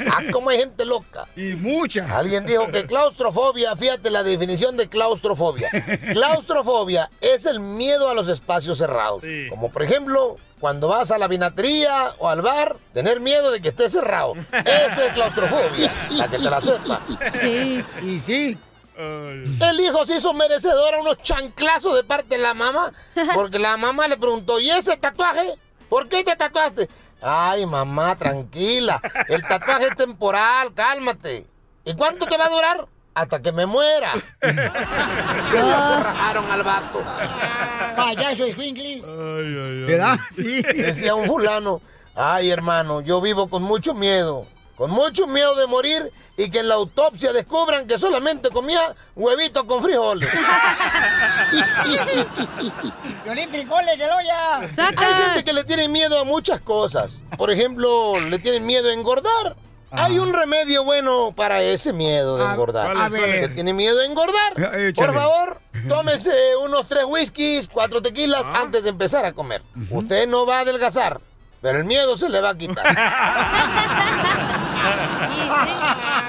[SPEAKER 12] Ah, cómo hay gente loca.
[SPEAKER 3] Y mucha.
[SPEAKER 12] Alguien dijo que claustrofobia, fíjate la definición de claustrofobia. Claustrofobia es el miedo a los espacios cerrados. Como por ejemplo, cuando vas a la vinatería o al bar, tener miedo de que esté cerrado. Eso es claustrofobia, para que te la sepa.
[SPEAKER 3] Sí. Y sí.
[SPEAKER 12] El hijo se hizo merecedor a unos chanclazos de parte de la mamá, porque la mamá le preguntó, ¿y ese tatuaje? ¿Por qué te tatuaste? Ay, mamá, tranquila, el tatuaje es temporal, cálmate. ¿Y cuánto te va a durar? Hasta que me muera. Se lo cerrajaron al vato. Ah.
[SPEAKER 3] Payaso Squinkly. ¿Verdad? Sí.
[SPEAKER 12] Decía un fulano, ay hermano, yo vivo con mucho miedo, con mucho miedo de morir y que en la autopsia descubran que solamente comía huevitos con frijoles.
[SPEAKER 3] Violín frijoles, ya lo ya.
[SPEAKER 12] Hay gente que le tiene miedo a muchas cosas. Por ejemplo, le tienen miedo a engordar. Hay un remedio bueno para ese miedo de engordar.
[SPEAKER 2] ¿cuál es, cuál es?
[SPEAKER 12] Que tiene miedo a engordar.
[SPEAKER 2] Eh, eh,
[SPEAKER 12] Por
[SPEAKER 2] échale.
[SPEAKER 12] favor, tómese unos tres whiskies, cuatro tequilas
[SPEAKER 2] Ah.
[SPEAKER 12] antes de empezar a comer. Usted no va a adelgazar, pero el miedo se le va a quitar.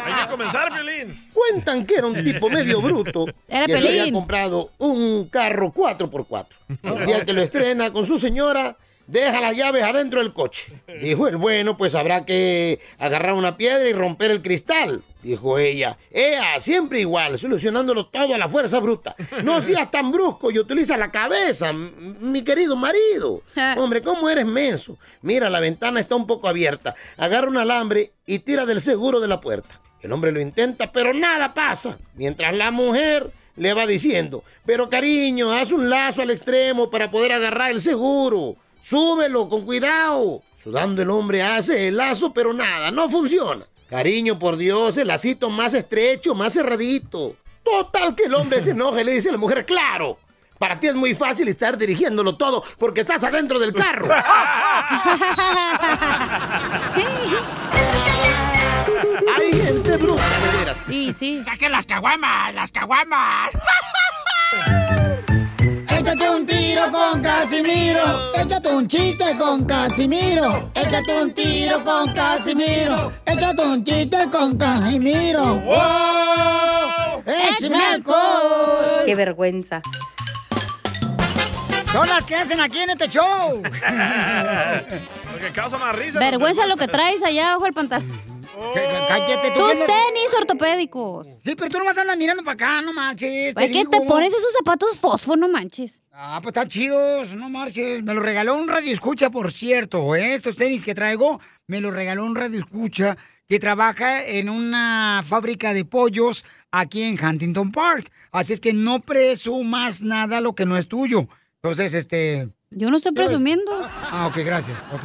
[SPEAKER 5] Hay que comenzar, Violín.
[SPEAKER 12] Cuentan que era un tipo medio bruto
[SPEAKER 5] Era
[SPEAKER 12] que se había
[SPEAKER 5] Pelín.
[SPEAKER 12] comprado un carro 4x4. El día que lo estrena con su señora, deja las llaves adentro del coche. Dijo el bueno, pues habrá que agarrar una piedra y romper el cristal. Dijo ella, ea, siempre igual, solucionándolo todo a la fuerza bruta. No seas tan brusco y utiliza la cabeza, m- mi querido marido. Hombre, ¿cómo eres menso? Mira, la ventana está un poco abierta. Agarra un alambre y tira del seguro de la puerta. El hombre lo intenta, pero nada pasa. Mientras la mujer le va diciendo, pero cariño, haz un lazo al extremo para poder agarrar el seguro. Súbelo con cuidado. Sudando el hombre hace el lazo, pero nada, no funciona. Cariño, por Dios, el lacito más estrecho, más cerradito. Total que el hombre se enoja y le dice a la mujer, claro, para ti es muy fácil estar dirigiéndolo todo porque estás adentro del carro. Hay gente bruta, de veras.
[SPEAKER 4] Sí, sí.
[SPEAKER 2] Saquen las caguamas, las caguamas.
[SPEAKER 3] Échate un tiro con Casimiro. Échate un chiste con Casimiro. Échate un tiro con Casimiro. Échate un chiste con Casimiro. ¡Wow! ¡Échame alcohol!
[SPEAKER 13] ¡Qué vergüenza!
[SPEAKER 3] Son las que hacen aquí en este show.
[SPEAKER 5] Lo que causa más risa.
[SPEAKER 4] Vergüenza lo que traes allá abajo el pantalón.
[SPEAKER 3] Cállate tú.
[SPEAKER 4] Tus
[SPEAKER 3] vienes-
[SPEAKER 4] tenis ortopédicos.
[SPEAKER 3] Sí, pero tú nomás andas mirando para acá, no manches.
[SPEAKER 4] ¿Por qué te
[SPEAKER 3] digo.
[SPEAKER 4] pones esos zapatos fósforo, no manches?
[SPEAKER 3] Ah, pues están chidos, no marches. Me lo regaló un radio escucha, por cierto. ¿eh? Estos tenis que traigo, me los regaló un radio escucha que trabaja en una fábrica de pollos aquí en Huntington Park. Así es que no presumas nada lo que no es tuyo. Entonces, este.
[SPEAKER 4] Yo no estoy presumiendo.
[SPEAKER 3] Ah, ok, gracias. Ok.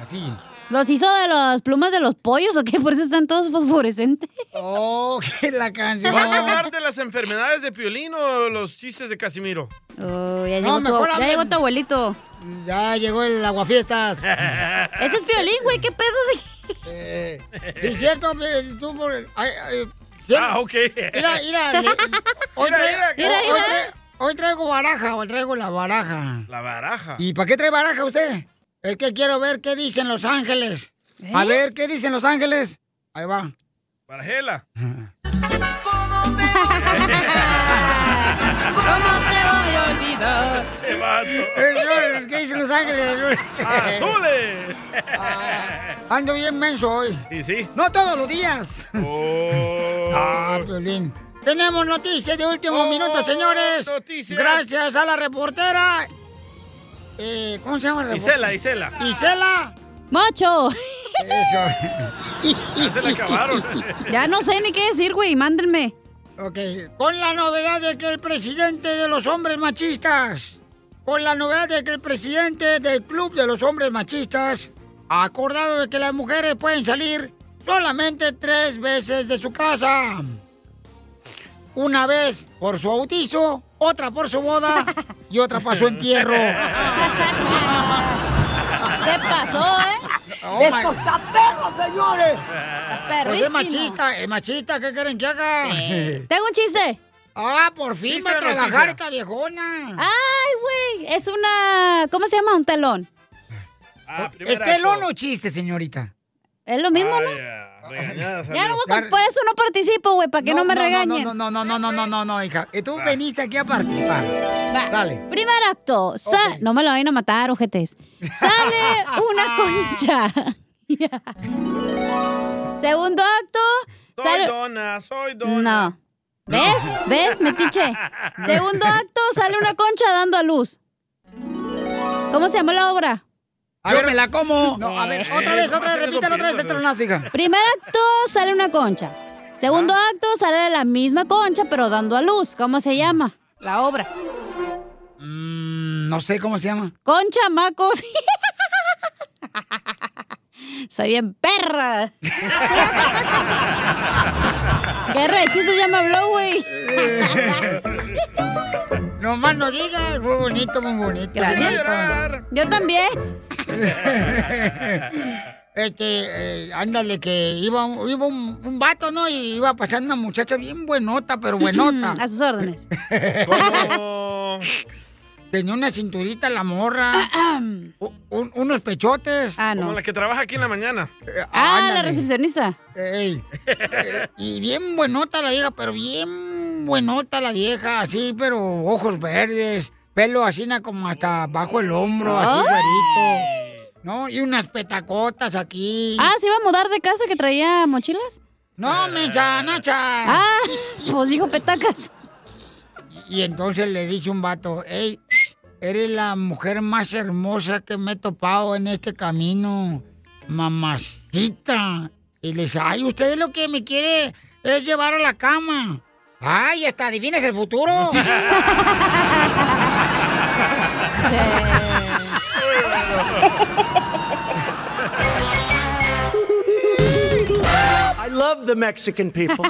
[SPEAKER 3] Así.
[SPEAKER 4] ¿Los hizo de las plumas de los pollos o qué? Por eso están todos fosforescentes.
[SPEAKER 3] Oh, que la canción.
[SPEAKER 5] ¿Vas a hablar de las enfermedades de Piolín o los chistes de Casimiro?
[SPEAKER 4] Oh, ya, llegó
[SPEAKER 5] No,
[SPEAKER 4] tu,
[SPEAKER 5] mejor
[SPEAKER 4] ya
[SPEAKER 5] hablen.
[SPEAKER 4] llegó tu abuelito.
[SPEAKER 3] Ya llegó el aguafiestas.
[SPEAKER 4] Ese es Piolín, güey, qué pedo
[SPEAKER 3] de... Eh, Sí, es cierto, eh, tú por... ay, ay, ¿sí?
[SPEAKER 5] Ah, ok.
[SPEAKER 3] Mira, mira. le- Hoy,
[SPEAKER 2] Mira,
[SPEAKER 3] tra- hoy-
[SPEAKER 2] mira, mira.
[SPEAKER 3] hoy tra- hoy traigo baraja, hoy traigo la baraja.
[SPEAKER 5] La baraja.
[SPEAKER 3] ¿Y para qué trae baraja usted? Es que quiero ver qué dicen los ángeles. A
[SPEAKER 5] ¿Eh?
[SPEAKER 3] ver, ¿qué dicen los ángeles? Ahí va.
[SPEAKER 5] Barajela. Qué vato.
[SPEAKER 3] ¿Qué dicen los ángeles?
[SPEAKER 5] ¡Azules!
[SPEAKER 3] Ando bien menso hoy.
[SPEAKER 5] ¿Y sí? Oh.
[SPEAKER 3] No todos los días. Ah, Piolín. Tenemos noticias de último minuto, señores.
[SPEAKER 5] noticias.
[SPEAKER 3] Gracias a la reportera. Eh, ¿Cómo se llama la
[SPEAKER 5] Isela,
[SPEAKER 3] reportera?
[SPEAKER 5] Isela.
[SPEAKER 3] Isela.
[SPEAKER 4] ¡Mocho!
[SPEAKER 3] Eso.
[SPEAKER 5] Ya se la acabaron.
[SPEAKER 4] Ya no sé ni qué decir, güey, mándenme.
[SPEAKER 3] Ok, con la novedad de que el presidente de los hombres machistas, con la novedad de que el presidente del Club de los Hombres Machistas ha acordado de que las mujeres pueden salir solamente tres veces de su casa. Una vez por su bautizo, otra por su boda y otra para su entierro.
[SPEAKER 4] ¿Qué pasó, eh?
[SPEAKER 5] Oh,
[SPEAKER 2] Esto
[SPEAKER 3] está perro, señores. Oh Pues
[SPEAKER 4] perrísimo.
[SPEAKER 3] es machista, es machista, ¿qué quieren que haga?
[SPEAKER 4] Sí. Tengo un chiste.
[SPEAKER 3] Ah, por fin
[SPEAKER 4] Chiste
[SPEAKER 3] va a
[SPEAKER 4] de
[SPEAKER 3] trabajar
[SPEAKER 4] noticia.
[SPEAKER 3] esta viejona.
[SPEAKER 4] Ay, güey, es una... ¿Cómo se llama? Un talón.
[SPEAKER 10] Ah,
[SPEAKER 5] Ah,
[SPEAKER 3] ¿Es telón o chiste, señorita?
[SPEAKER 4] Es lo mismo, ¿no? Ya no voy a... Por eso no participo, güey, para que no, me regañen.
[SPEAKER 3] No, no, no, no, no, no, no, no, hija. Eh, Tú veniste aquí a participar.
[SPEAKER 4] Va.
[SPEAKER 3] Dale.
[SPEAKER 4] Primer acto. sa- No me lo vayan a matar, ojetes. Sale una concha. Segundo acto.
[SPEAKER 5] Soy
[SPEAKER 4] sale-
[SPEAKER 5] dona, soy dona.
[SPEAKER 4] No. ¿Ves? ¿Ves, metiche? Segundo acto, sale una concha dando a luz. ¿Cómo se llama la obra?
[SPEAKER 3] A ver, me la como. No, a ver,
[SPEAKER 4] Eh,
[SPEAKER 3] otra vez,
[SPEAKER 4] ¿cómo
[SPEAKER 3] otra
[SPEAKER 4] hacen
[SPEAKER 3] vez,
[SPEAKER 4] esos
[SPEAKER 3] repítalo otra vez el tronazo, hija. Ah.
[SPEAKER 4] Primer acto, sale una concha. Segundo acto, sale la misma concha, pero dando a luz. ¿Cómo se llama la obra?
[SPEAKER 3] Mm, No sé cómo se llama.
[SPEAKER 4] Concha Macos. Soy bien perra. Qué rechizo ya me habló, güey.
[SPEAKER 3] No más Eh, no digas. Muy bonito, muy bonito.
[SPEAKER 4] Gracias. Yo también.
[SPEAKER 3] Este, eh, ándale, que iba, un- iba un, un vato, ¿no? Y iba pasando una muchacha bien buenota, pero buenota.
[SPEAKER 4] A sus órdenes.
[SPEAKER 3] Tenía una cinturita la morra. u- un- unos pechotes. Ah,
[SPEAKER 5] Como la que trabaja aquí en la mañana.
[SPEAKER 3] Eh,
[SPEAKER 4] Ah, la recepcionista.
[SPEAKER 3] Ey. Y bien buenota la vieja, pero bien buenota la vieja, así, pero ojos verdes, pelo así na, como hasta bajo el hombro,
[SPEAKER 4] ¿Oh? ¿Ah?
[SPEAKER 3] así güerito. ¿No? Y unas petacotas aquí.
[SPEAKER 4] Ah, ¿se iba a mudar de casa que traía mochilas?
[SPEAKER 3] No, mensa, nacha.
[SPEAKER 4] Ah, pues dijo petacas.
[SPEAKER 3] Y entonces le dice un vato, hey, eres la mujer más hermosa que me he topado en este camino, mamacita. Y le dice, ay, usted lo que me quiere es llevar a la cama. Ay, hasta adivines el futuro.
[SPEAKER 13] I love the Mexican people.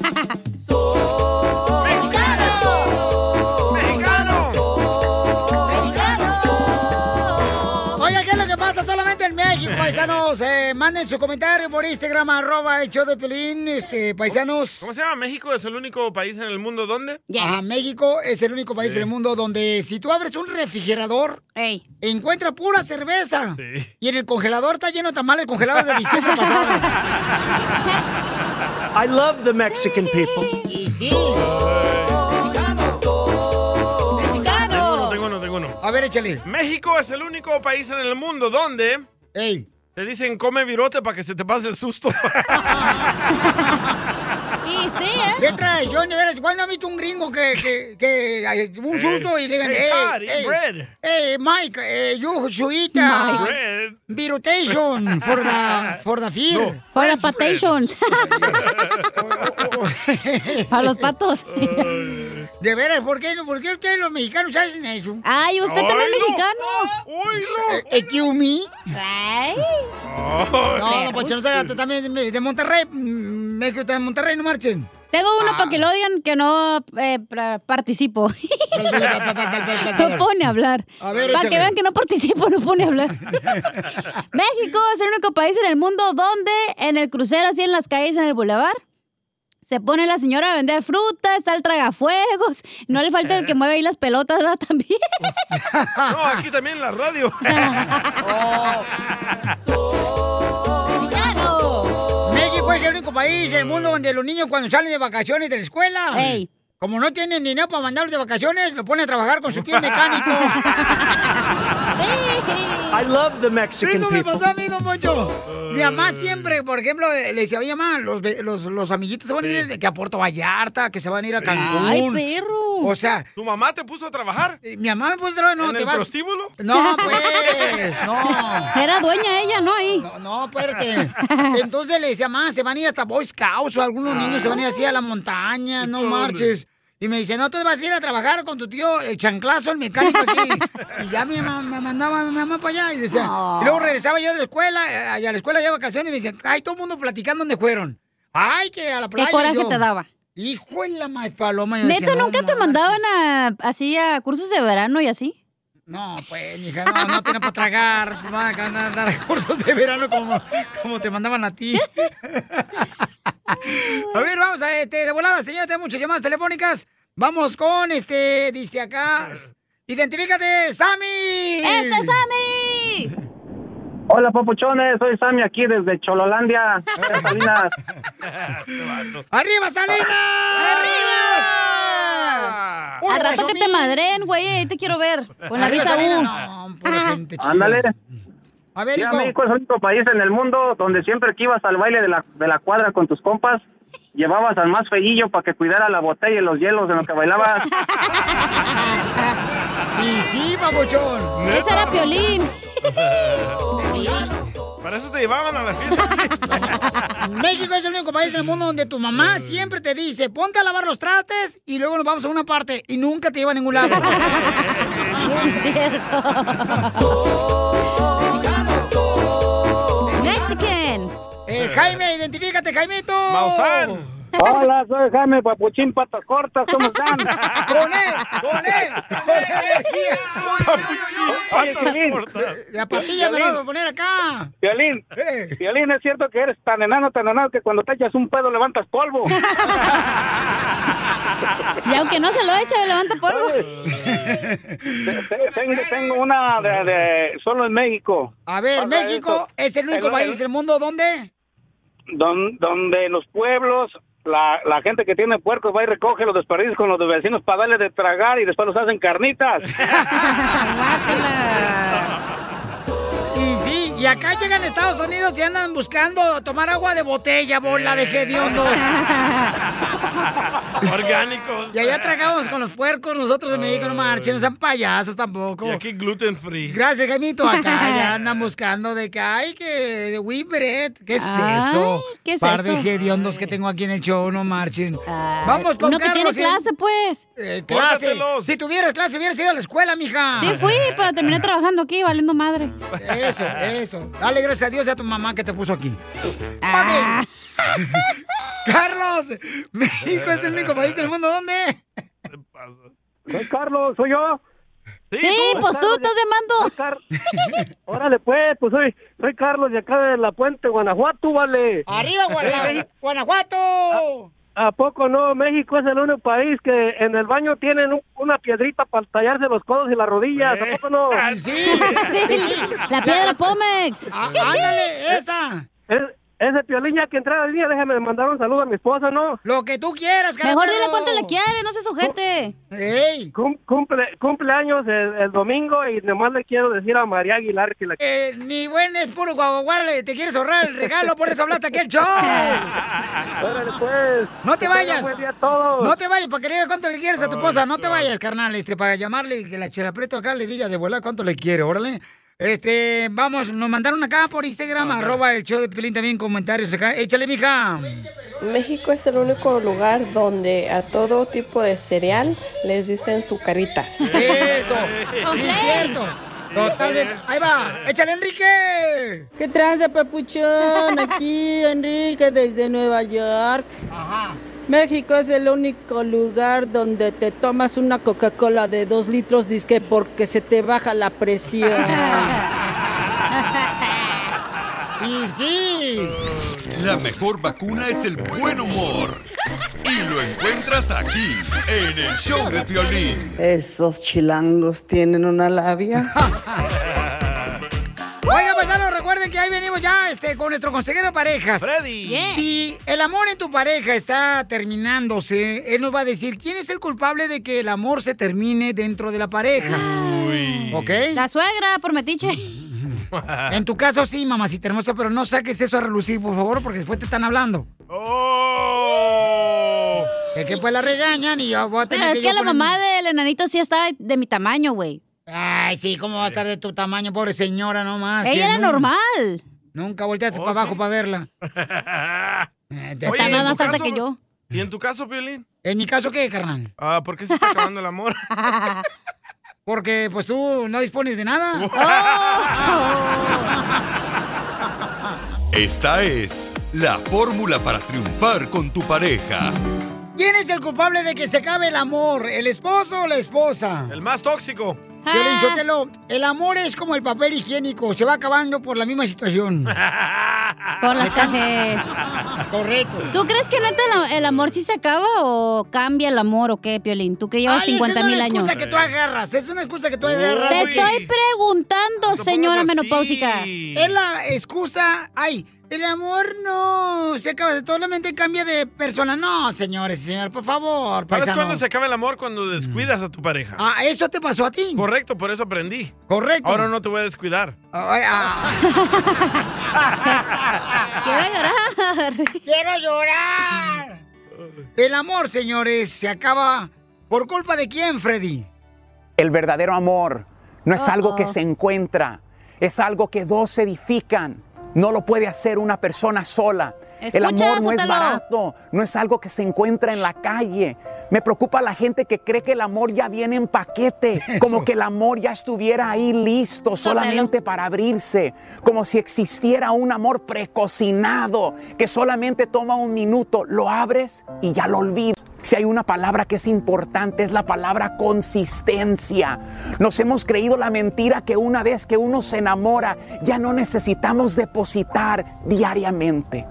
[SPEAKER 3] Oiga, ¿qué es lo que pasa solamente en México, paisanos? Eh, manden su comentario por Instagram, arroba el show de Pelín, este, paisanos.
[SPEAKER 5] ¿Cómo se llama? México es el único país en el mundo donde.
[SPEAKER 3] Ajá, México es el único país
[SPEAKER 5] Sí.
[SPEAKER 3] del mundo donde si tú abres un refrigerador, encuentra pura cerveza. Y en el congelador está lleno de tamales congelados de diciembre pasado.
[SPEAKER 13] I love the Mexican people.
[SPEAKER 5] Tengo uno, tengo uno, tengo uno.
[SPEAKER 3] A ver, échale.
[SPEAKER 5] México es el único país en el mundo donde.
[SPEAKER 3] ¡Ey!
[SPEAKER 5] Te dicen come virote para que se te pase el susto.
[SPEAKER 4] Y sí, ¿eh?
[SPEAKER 3] ¿Qué traes, John? De veras, ¿cuándo has visto un gringo que, que, que ay, un susto y le digan,
[SPEAKER 2] Eh. Hey,
[SPEAKER 3] "Ey,
[SPEAKER 2] Todd, eat
[SPEAKER 3] ey,
[SPEAKER 2] bread."
[SPEAKER 3] ey, Mike, eh, you should eat
[SPEAKER 2] Mike.
[SPEAKER 3] uh,
[SPEAKER 2] Bread.
[SPEAKER 3] virutation for the, for the fear.
[SPEAKER 2] No,
[SPEAKER 4] For the patations. A los patos.
[SPEAKER 3] De veras, ¿por qué, no? ¿por qué ustedes los mexicanos hacen eso?
[SPEAKER 4] Ay, usted también es mexicano.
[SPEAKER 2] Ah,
[SPEAKER 3] Eh, excuse me.
[SPEAKER 4] Ay.
[SPEAKER 5] Oh,
[SPEAKER 3] No, no, Pacho, no se haga, tú también es de- de Monterrey. Mm, México está en Monterrey, no marchen.
[SPEAKER 4] Tengo uno para que lo digan que no eh, pra- participo. no pone a hablar.
[SPEAKER 3] A ver,
[SPEAKER 4] para que
[SPEAKER 3] échale.
[SPEAKER 4] vean que no participo, no pone a hablar. México es el único país en el mundo donde en el crucero, así en las calles, en el bulevar, se pone la señora a vender fruta, está el tragafuegos, no le falta el que mueve ahí las pelotas, ¿verdad? También.
[SPEAKER 5] no, aquí también en la radio.
[SPEAKER 3] Ah. México es el único país en el mundo donde los niños cuando salen de vacaciones de la escuela, como no tienen dinero para mandarlos de vacaciones, lo ponen a trabajar con su tío mecánico.
[SPEAKER 13] I love the Mexican
[SPEAKER 3] Eso me
[SPEAKER 13] people.
[SPEAKER 3] pasó a mí, don Poncho. Mi mamá siempre, por ejemplo, le decía, oye, mamá, los, ve- los, los amiguitos se van a ir de que a Puerto Vallarta, que se van a ir a Cancún.
[SPEAKER 4] perro!
[SPEAKER 3] O sea...
[SPEAKER 5] ¿Tu mamá te puso a trabajar?
[SPEAKER 3] Eh, Mi mamá me puso a trabajar, no,
[SPEAKER 5] ¿En
[SPEAKER 3] te
[SPEAKER 5] el
[SPEAKER 3] vas...
[SPEAKER 5] prostíbulo?
[SPEAKER 3] No, pues, no.
[SPEAKER 4] Era dueña ella, ¿no? Ahí.
[SPEAKER 3] No, no, espérate. Entonces le decía, mamá, se van a ir hasta Boy Scouts o algunos niños se van a ir así a la montaña, no
[SPEAKER 2] dónde?
[SPEAKER 3] marches. Y me dice, no, tú vas a ir a trabajar con tu tío, el chanclazo, el mecánico aquí. Y ya mi mamá me mandaba mi mamá para allá. Y decía, y
[SPEAKER 4] Ah.
[SPEAKER 3] luego regresaba yo de la escuela, eh, a la escuela de vacaciones, y me decía, ay, todo el mundo platicando dónde fueron. Ay, que a la playa. y
[SPEAKER 4] coraje
[SPEAKER 3] yo,
[SPEAKER 4] te daba?
[SPEAKER 3] Hijo de la más paloma. yo decía,
[SPEAKER 4] Neta,
[SPEAKER 3] "No,
[SPEAKER 4] nunca te mandaban a, así a cursos de verano y así.
[SPEAKER 3] No, pues, hija, no, no tiene para tragar. Van a ganar- dar a cursos de verano como, como te mandaban a ti. A ver, vamos a este, de volada, señora, tengo muchas llamadas telefónicas. Vamos con este, dice acá. Identifícate, Sammy.
[SPEAKER 4] ¡Ese es Sammy!
[SPEAKER 14] Hola, papuchones. Soy Sammy aquí desde Chololandia, Salinas.
[SPEAKER 3] ¡Arriba, Salinas!
[SPEAKER 4] ¡Arriba!
[SPEAKER 3] Uy,
[SPEAKER 4] Al rato
[SPEAKER 3] guasón,
[SPEAKER 4] que te madren, güey, ahí te quiero ver. Con la Ah.
[SPEAKER 3] Arriba,
[SPEAKER 4] visa
[SPEAKER 3] Salinas,
[SPEAKER 4] U.
[SPEAKER 3] no,
[SPEAKER 14] Ándale.
[SPEAKER 3] A ver,
[SPEAKER 14] Mira,
[SPEAKER 3] hijo.
[SPEAKER 14] México es el único país en el mundo donde siempre que ibas al baile de la, de la cuadra con tus compas, llevabas al más feillo para que cuidara la botella y los hielos en lo que bailabas.
[SPEAKER 3] Y sí, papuchón.
[SPEAKER 4] Ese era Piolín.
[SPEAKER 5] Para eso te llevaban a la fiesta.
[SPEAKER 3] México es el único país del mundo donde tu mamá siempre te dice, ponte a lavar los trastes y luego nos vamos a una parte y nunca te lleva a ningún lado.
[SPEAKER 4] Sí, es cierto. Mexican.
[SPEAKER 3] Eh, Jaime, identifícate, Jaimito.
[SPEAKER 5] Maussan.
[SPEAKER 15] Hola, soy Jaime Papuchín Patas Cortas, ¿cómo están?
[SPEAKER 3] ¡Con él! ¡Con él!
[SPEAKER 15] Oye, Piolín.
[SPEAKER 3] La patilla me la vas a
[SPEAKER 15] Piolín,
[SPEAKER 3] poner acá.
[SPEAKER 15] Piolín,
[SPEAKER 3] Eh.
[SPEAKER 15] Piolín, es cierto que eres tan enano, tan enano que cuando te echas un pedo levantas polvo.
[SPEAKER 4] Y aunque no se lo eche, levanta polvo.
[SPEAKER 15] Te- te- Tengo, tengo una de, de- solo en México.
[SPEAKER 3] A ver,
[SPEAKER 15] Pasa
[SPEAKER 3] México
[SPEAKER 15] esto.
[SPEAKER 3] es el único
[SPEAKER 15] El-
[SPEAKER 3] país del mundo donde.
[SPEAKER 15] Don- donde en los pueblos la, la gente que tiene puercos va y recoge los desperdicios con los de vecinos para darles de tragar y después los hacen carnitas.
[SPEAKER 3] Y sí, y acá llegan a Estados Unidos y andan buscando tomar agua de botella, bola de hediondos.
[SPEAKER 5] Orgánicos.
[SPEAKER 3] Y allá tragamos con los puercos nosotros en México, no marchen, no sean payasos tampoco.
[SPEAKER 5] Y aquí gluten free.
[SPEAKER 3] Gracias, Jaimito. Acá ya andan buscando de que, ay, que Wibret. ¿Qué es
[SPEAKER 4] Ay,
[SPEAKER 3] eso?
[SPEAKER 4] ¿qué es
[SPEAKER 3] Par
[SPEAKER 4] eso?
[SPEAKER 3] de hediondos que tengo aquí en el show, no marchen. Vamos con
[SPEAKER 4] uno que tiene
[SPEAKER 3] Carlos, ¿eh?
[SPEAKER 4] clase, pues.
[SPEAKER 3] Eh, clase.
[SPEAKER 4] Córtatelos.
[SPEAKER 3] Si tuvieras clase, hubieras ido a la escuela, mija.
[SPEAKER 4] Sí, fui, pero terminé trabajando aquí, valiendo madre.
[SPEAKER 3] Eso, eso. Dale gracias a Dios y a tu mamá que te puso aquí.
[SPEAKER 4] Ah.
[SPEAKER 3] Carlos, México es el único país del mundo donde.
[SPEAKER 15] Soy Carlos, soy yo.
[SPEAKER 5] Sí,
[SPEAKER 4] pues tú estás llamando.
[SPEAKER 15] Órale, pues, pues soy, soy Carlos de acá de La Puente, Guanajuato, vale.
[SPEAKER 3] ¡Arriba, Guana- Guanajuato!
[SPEAKER 15] ¿A poco no? México es el único país que en el baño tienen un- una piedrita para tallarse los codos y las rodillas. ¿A poco no?
[SPEAKER 3] sí.
[SPEAKER 4] La piedra Pómex.
[SPEAKER 3] Ah, ándale, esa.
[SPEAKER 15] ese piolín ya que entrara al día, déjame mandar un saludo a mi esposa, ¿no?
[SPEAKER 3] Lo que tú quieras,
[SPEAKER 4] Mejor dile cuánto le quieres, no seas ojete.
[SPEAKER 3] ¡Ey!
[SPEAKER 15] Cum- cumple, cumpleaños el, el domingo y nomás le quiero decir a María Aguilar que la...
[SPEAKER 3] Eh, mi buen es puro guaguaguarle, te quieres ahorrar el regalo, por eso hablaste aquí el show.
[SPEAKER 15] Órale, pues.
[SPEAKER 3] No te
[SPEAKER 15] Que tengan
[SPEAKER 3] vayas.
[SPEAKER 15] buen día a todos.
[SPEAKER 3] No te vayas, para que le diga cuánto le quieres a tu esposa. No te vayas, carnal. Este, para llamarle y que la cherapreto acá le diga de volar cuánto le quiere, órale. Este, vamos, nos mandaron acá por Instagram, arroba el show de Pelín también comentarios acá. Échale, mija.
[SPEAKER 16] México es el único lugar donde a todo tipo de cereal les dicen sucaritas.
[SPEAKER 3] Eso. Sí, es cierto. Totalmente. Ahí va. Échale, Enrique.
[SPEAKER 17] ¿Qué tranza, papuchón? Aquí Enrique desde Nueva York. México es el único lugar donde te tomas una Coca-Cola de dos litros, disque porque se te baja la presión.
[SPEAKER 3] Y sí.
[SPEAKER 6] La mejor vacuna es el buen humor. Y lo encuentras aquí, en el show de Piolín.
[SPEAKER 17] Esos chilangos tienen una labia.
[SPEAKER 3] Oiga, paisanos, recuerden que ahí venimos ya este, con nuestro consejero de parejas.
[SPEAKER 5] Freddy. Yes.
[SPEAKER 3] Si el amor en tu pareja está terminándose, él nos va a decir quién es el culpable de que el amor se termine dentro de la pareja. ¿Ok?
[SPEAKER 4] La suegra, por metiche.
[SPEAKER 3] En tu caso sí, mamacita hermosa, pero no saques eso a relucir, por favor, porque después te están hablando. Es que pues la regañan y yo voy a tener
[SPEAKER 4] Pero es que
[SPEAKER 3] yo
[SPEAKER 4] la
[SPEAKER 3] poner-
[SPEAKER 4] mamá del enanito sí estaba de mi tamaño, güey.
[SPEAKER 3] Ay, sí, ¿cómo va a estar de tu tamaño, pobre señora, no más?
[SPEAKER 4] Ella
[SPEAKER 3] que
[SPEAKER 4] era
[SPEAKER 3] nunca-
[SPEAKER 4] normal.
[SPEAKER 3] Nunca volteaste para abajo para verla.
[SPEAKER 5] Está
[SPEAKER 3] Está más alta que
[SPEAKER 4] yo.
[SPEAKER 5] ¿Y en tu caso, Piolín?
[SPEAKER 3] ¿En mi caso qué, carnal?
[SPEAKER 5] Ah, ¿por qué se está acabando el amor?
[SPEAKER 3] Porque pues tú no dispones de nada.
[SPEAKER 5] Oh.
[SPEAKER 6] Esta es la fórmula para triunfar con tu pareja.
[SPEAKER 3] ¿Quién es el culpable de que se acabe el amor? ¿El esposo o la esposa?
[SPEAKER 5] El más tóxico.
[SPEAKER 3] Piolín Sotelo, el amor es como el papel higiénico, se va acabando por la misma situación.
[SPEAKER 4] Por las cajas.
[SPEAKER 3] Correcto.
[SPEAKER 4] ¿Tú crees que neta la- el amor sí se acaba o cambia el amor o qué, Piolín? Tú que llevas
[SPEAKER 3] Ay,
[SPEAKER 4] 50 mil
[SPEAKER 3] Esa es una
[SPEAKER 4] años.
[SPEAKER 3] excusa que tú agarras, es una excusa que tú agarras.
[SPEAKER 4] Te estoy preguntando, señora menopáusica.
[SPEAKER 3] Es la excusa, ay, el amor no se acaba, solamente cambia de persona. No, señores y señores, por favor,
[SPEAKER 5] ¿Sabes
[SPEAKER 3] paisanos.
[SPEAKER 5] cuándo se acaba el amor? Cuando descuidas a tu pareja.
[SPEAKER 3] Mm. Ah, ¿eso te pasó a ti?
[SPEAKER 5] Correcto, por eso aprendí.
[SPEAKER 3] Correcto.
[SPEAKER 5] Ahora no te voy a descuidar.
[SPEAKER 3] Ay, ah.
[SPEAKER 4] Quiero llorar.
[SPEAKER 3] Quiero llorar. El amor, señores, se acaba por culpa de quién, Freddy.
[SPEAKER 18] El verdadero amor no es algo que
[SPEAKER 3] Uh-oh.
[SPEAKER 18] se encuentra, es algo que dos edifican. No lo puede hacer una persona sola. el
[SPEAKER 4] Escucha,
[SPEAKER 18] amor no es
[SPEAKER 4] Sotelo.
[SPEAKER 18] barato, no es algo que se encuentra en la calle. Me preocupa la gente que cree que el amor ya viene en paquete, como que el amor ya estuviera ahí listo solamente para abrirse, como si existiera un amor precocinado que solamente toma un minuto, lo abres y ya lo olvidas. Si hay una palabra que es importante, es la palabra consistencia. Nos hemos creído la mentira que una vez que uno se enamora, ya no necesitamos depositar diariamente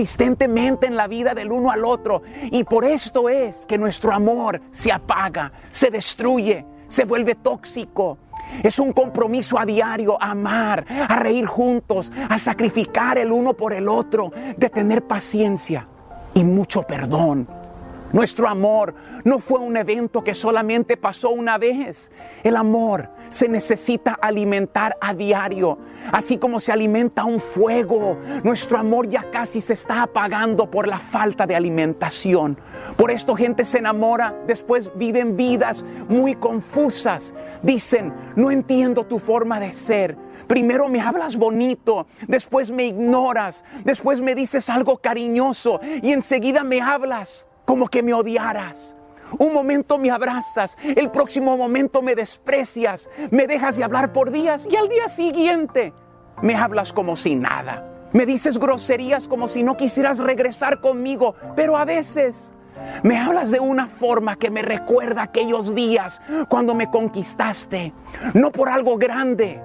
[SPEAKER 18] consistentemente en la vida del uno al otro. Y por esto es que nuestro amor se apaga, se destruye, se vuelve tóxico. Es un compromiso a diario, a amar, a reír juntos, a sacrificar el uno por el otro, de tener paciencia y mucho perdón. Nuestro amor no fue un evento que solamente pasó una vez. El amor se necesita alimentar a diario, así como se alimenta un fuego. Nuestro amor ya casi se está apagando por la falta de alimentación. Por esto gente se enamora, después viven vidas muy confusas. Dicen, no entiendo tu forma de ser. Primero me hablas bonito, después me ignoras, después me dices algo cariñoso y enseguida me hablas como que me odiaras. Un momento me abrazas, el próximo momento me desprecias, me dejas de hablar por días y al día siguiente me hablas como si nada. Me dices groserías como si no quisieras regresar conmigo, pero a veces me hablas de una forma que me recuerda aquellos días cuando me conquistaste, no por algo grande,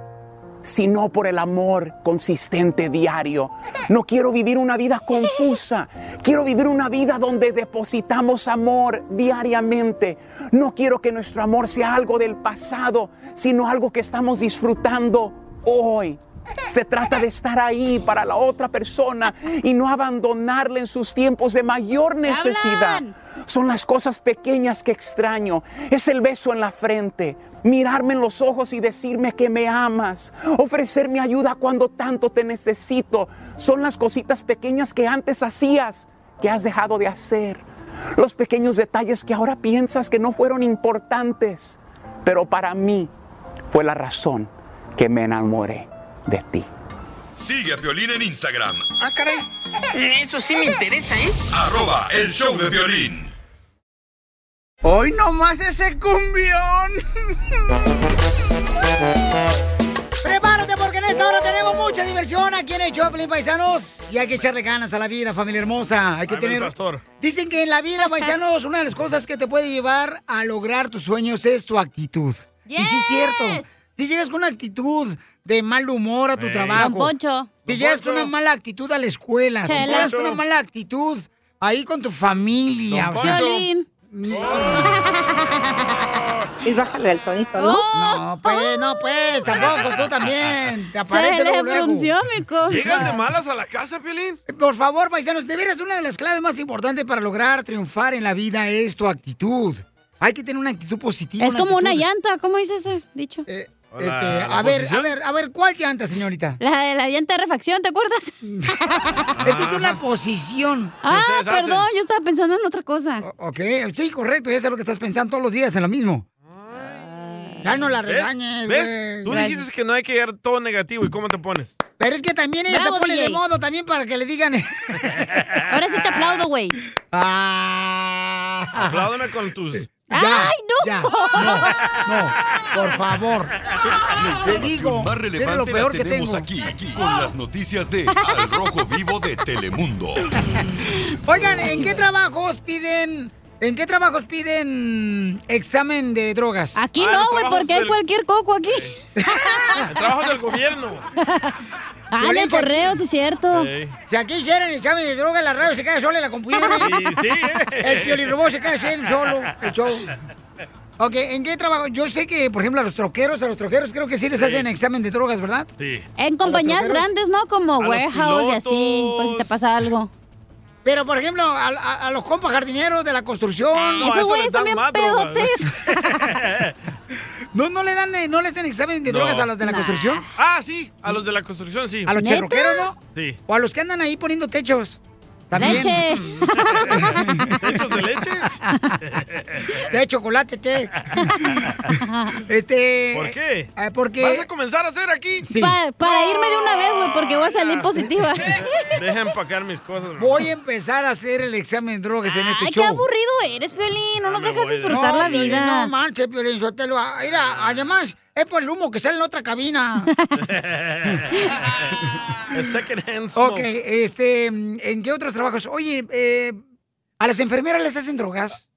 [SPEAKER 18] sino por el amor consistente diario. No quiero vivir una vida confusa, quiero vivir una vida donde depositamos amor diariamente. No quiero que nuestro amor sea algo del pasado, sino algo que estamos disfrutando hoy. Se trata de estar ahí para la otra persona y no abandonarle en sus tiempos de mayor necesidad. Son las cosas pequeñas que extraño. Es el beso en la frente, mirarme en los ojos y decirme que me amas, ofrecerme ayuda cuando tanto te necesito. Son las cositas pequeñas que antes hacías, que has dejado de hacer. Los pequeños detalles que ahora piensas que no fueron importantes, pero para mí fue la razón que me enamoré de ti.
[SPEAKER 6] Sigue a Violín en Instagram.
[SPEAKER 10] Ah, caray. Eso sí me interesa, ¿eh?
[SPEAKER 6] Arroba el show de violín.
[SPEAKER 10] Hoy nomás ese cumbión.
[SPEAKER 3] Prepárate porque en esta hora tenemos mucha diversión aquí en el Choplin Paisanos. Y hay que echarle ganas a la vida, familia hermosa. Hay que
[SPEAKER 5] Ahí va el
[SPEAKER 3] tener.
[SPEAKER 5] pastor.
[SPEAKER 3] Dicen que en la vida, paisanos, una de las cosas que te puede llevar a lograr tus sueños es tu actitud. Y sí es cierto. Si llegas con una actitud de mal humor a tu
[SPEAKER 10] Ey.
[SPEAKER 3] trabajo.
[SPEAKER 10] Don Poncho.
[SPEAKER 3] Si
[SPEAKER 10] Don
[SPEAKER 3] llegas
[SPEAKER 10] Poncho.
[SPEAKER 3] con una mala actitud a la escuela. Si
[SPEAKER 10] Chela.
[SPEAKER 3] llegas con
[SPEAKER 10] Poncho.
[SPEAKER 3] una mala actitud ahí con tu familia.
[SPEAKER 10] Don
[SPEAKER 3] o sea,
[SPEAKER 10] Poncho.
[SPEAKER 3] Y bájale el tonito, ¿no? No, pues, no, pues, tampoco, tú también. Te aparece
[SPEAKER 4] Se le
[SPEAKER 3] luego, luego.
[SPEAKER 4] frunció mi cosa.
[SPEAKER 5] ¿Llegas de malas a la casa, Piolín?
[SPEAKER 3] Por favor, paisanos, de veras una de las claves más importantes para lograr triunfar en la vida es tu actitud. Hay que tener una actitud positiva.
[SPEAKER 4] Es como una
[SPEAKER 3] actitud-
[SPEAKER 4] llanta, ¿cómo dice ese dicho?
[SPEAKER 3] Este, a ver, a ver, a ver, ¿cuál llanta, señorita?
[SPEAKER 4] La de la llanta de refacción, ¿te acuerdas?
[SPEAKER 5] Ah.
[SPEAKER 3] Esa es una posición.
[SPEAKER 4] Ah, perdón, yo estaba pensando en otra cosa.
[SPEAKER 3] Ok, sí, correcto, ya sé lo que estás pensando todos los días en lo mismo. Ya no la
[SPEAKER 5] ¿Ves?
[SPEAKER 3] regañes,
[SPEAKER 5] ¿Ves?
[SPEAKER 3] güey.
[SPEAKER 5] Tú dijiste que no hay que llegar todo negativo. ¿Y cómo te pones?
[SPEAKER 3] Pero es que también ella
[SPEAKER 4] Bravo,
[SPEAKER 3] se pone de
[SPEAKER 4] DJ.
[SPEAKER 3] modo también para que le digan.
[SPEAKER 4] Ahora sí te aplaudo, güey.
[SPEAKER 5] Apláudame con tus...
[SPEAKER 3] Ah,
[SPEAKER 4] ¡Ay, no!
[SPEAKER 3] No, por favor.
[SPEAKER 6] La
[SPEAKER 3] Ah, Te
[SPEAKER 6] información
[SPEAKER 3] digo,
[SPEAKER 6] más
[SPEAKER 3] eres
[SPEAKER 6] relevante
[SPEAKER 3] lo peor
[SPEAKER 6] la
[SPEAKER 3] que
[SPEAKER 6] tenemos
[SPEAKER 3] tengo.
[SPEAKER 6] aquí, con las noticias de Al Rojo Vivo de Telemundo.
[SPEAKER 3] Oigan, ¿en qué trabajos piden, en qué trabajos piden examen de drogas?
[SPEAKER 4] Aquí no, güey, porque hay cualquier coco aquí.
[SPEAKER 5] El trabajo del gobierno.
[SPEAKER 4] Ah, en el correo, sí es cierto.
[SPEAKER 3] Si aquí hicieran el examen de drogas, la radio se cae sola en la computadora.
[SPEAKER 10] Sí, eh. sí.
[SPEAKER 3] El piolirrobó se cae sola en solo, el show. Ok, ¿en qué trabajo? Yo sé que, por ejemplo, a los troqueros, a los troqueros creo que sí les
[SPEAKER 4] Sí.
[SPEAKER 3] hacen examen de drogas, ¿verdad?
[SPEAKER 5] Sí.
[SPEAKER 4] En compañías
[SPEAKER 3] troqueros.
[SPEAKER 4] grandes, ¿no? Como
[SPEAKER 3] A los
[SPEAKER 4] warehouse y así, por si te
[SPEAKER 3] pilotos.
[SPEAKER 4] pasa algo.
[SPEAKER 3] Pero, por ejemplo, a, a- a los compas jardineros de la construcción.
[SPEAKER 5] Ah,
[SPEAKER 4] No, Esos a eso güeyes les dan son bien más drogas.
[SPEAKER 3] no, no le dan, eh, no le hacen examen de
[SPEAKER 5] No.
[SPEAKER 3] drogas a los de la
[SPEAKER 5] Nah.
[SPEAKER 3] construcción.
[SPEAKER 5] Ah, sí. A los de la construcción, sí.
[SPEAKER 3] A los ¿Neta? cherroqueros, ¿no?
[SPEAKER 5] Sí.
[SPEAKER 3] O a los que andan ahí poniendo techos. También.
[SPEAKER 4] Leche.
[SPEAKER 5] ¿Techos de leche?
[SPEAKER 3] De chocolate, té. Este.
[SPEAKER 5] ¿Por qué?
[SPEAKER 3] Ah, porque.
[SPEAKER 5] ¿Vas a comenzar a hacer aquí?
[SPEAKER 3] Sí.
[SPEAKER 4] Pa- para irme de una vez, güey, porque voy a salir positiva.
[SPEAKER 5] Deja empacar mis cosas. man.
[SPEAKER 3] Voy a empezar a hacer el examen de drogas en este
[SPEAKER 4] Ay, qué
[SPEAKER 3] show.
[SPEAKER 4] aburrido eres, Piolín. No nos dejas
[SPEAKER 3] voy de-
[SPEAKER 4] disfrutar
[SPEAKER 3] No,
[SPEAKER 4] la
[SPEAKER 3] Piolín,
[SPEAKER 4] vida.
[SPEAKER 3] No manches, Piolín Sotelo. Ah, Mira, además, es por el humo que sale en la otra cabina.
[SPEAKER 5] El second hand smoke.
[SPEAKER 3] ok, este, ¿en qué otros trabajos? Oye, eh, ¿a las enfermeras les hacen drogas?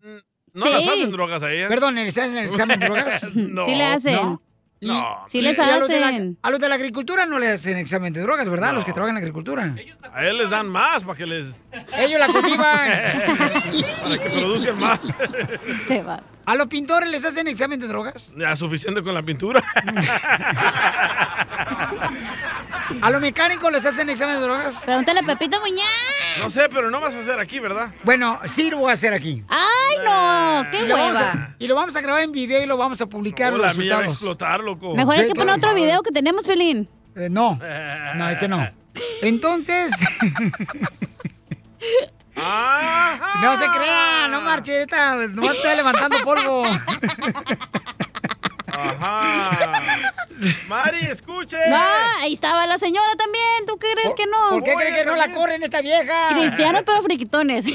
[SPEAKER 5] ¿No las hacen drogas a ellas?
[SPEAKER 3] Perdón, ¿les hacen el examen de drogas?
[SPEAKER 5] No.
[SPEAKER 4] Sí le hacen.
[SPEAKER 3] ¿No? Y-
[SPEAKER 5] No.
[SPEAKER 4] Sí les
[SPEAKER 3] y A los, de la,
[SPEAKER 4] hacen.
[SPEAKER 3] a los de la agricultura no les hacen examen de drogas, ¿verdad? Los que trabajan en la agricultura.
[SPEAKER 5] A él les dan más para que les...
[SPEAKER 3] Ellos la cultivan.
[SPEAKER 5] para que produzcan más.
[SPEAKER 4] Este
[SPEAKER 3] ¿A los pintores les hacen examen de drogas?
[SPEAKER 5] Ya, suficiente con la pintura.
[SPEAKER 3] ¿A los mecánicos les hacen examen de drogas?
[SPEAKER 4] Pregúntale a Pepito Muñoz.
[SPEAKER 5] No sé, pero no vas a hacer aquí, ¿verdad?
[SPEAKER 3] Bueno, sí lo voy a hacer aquí.
[SPEAKER 4] ¡Ay, no! ¡Qué
[SPEAKER 3] Y lo vamos
[SPEAKER 4] hueva!
[SPEAKER 3] a- y lo vamos a grabar en video y lo vamos a publicar
[SPEAKER 5] Oh,
[SPEAKER 3] los
[SPEAKER 5] la mía va a
[SPEAKER 3] resultados.
[SPEAKER 5] explotar,
[SPEAKER 3] Oh.
[SPEAKER 5] loco.
[SPEAKER 4] Mejor hay que poner otro video que tenemos, Piolín.
[SPEAKER 3] Eh, no, no, este no. Entonces... no se crean, no marche, ahorita nomás está levantando polvo.
[SPEAKER 5] Ajá. Mari, escuche.
[SPEAKER 4] No, ahí estaba la señora también. ¿Tú qué crees que no?
[SPEAKER 3] ¿Por qué creen que no la corren esta vieja?
[SPEAKER 4] Cristiano, pero friquitones.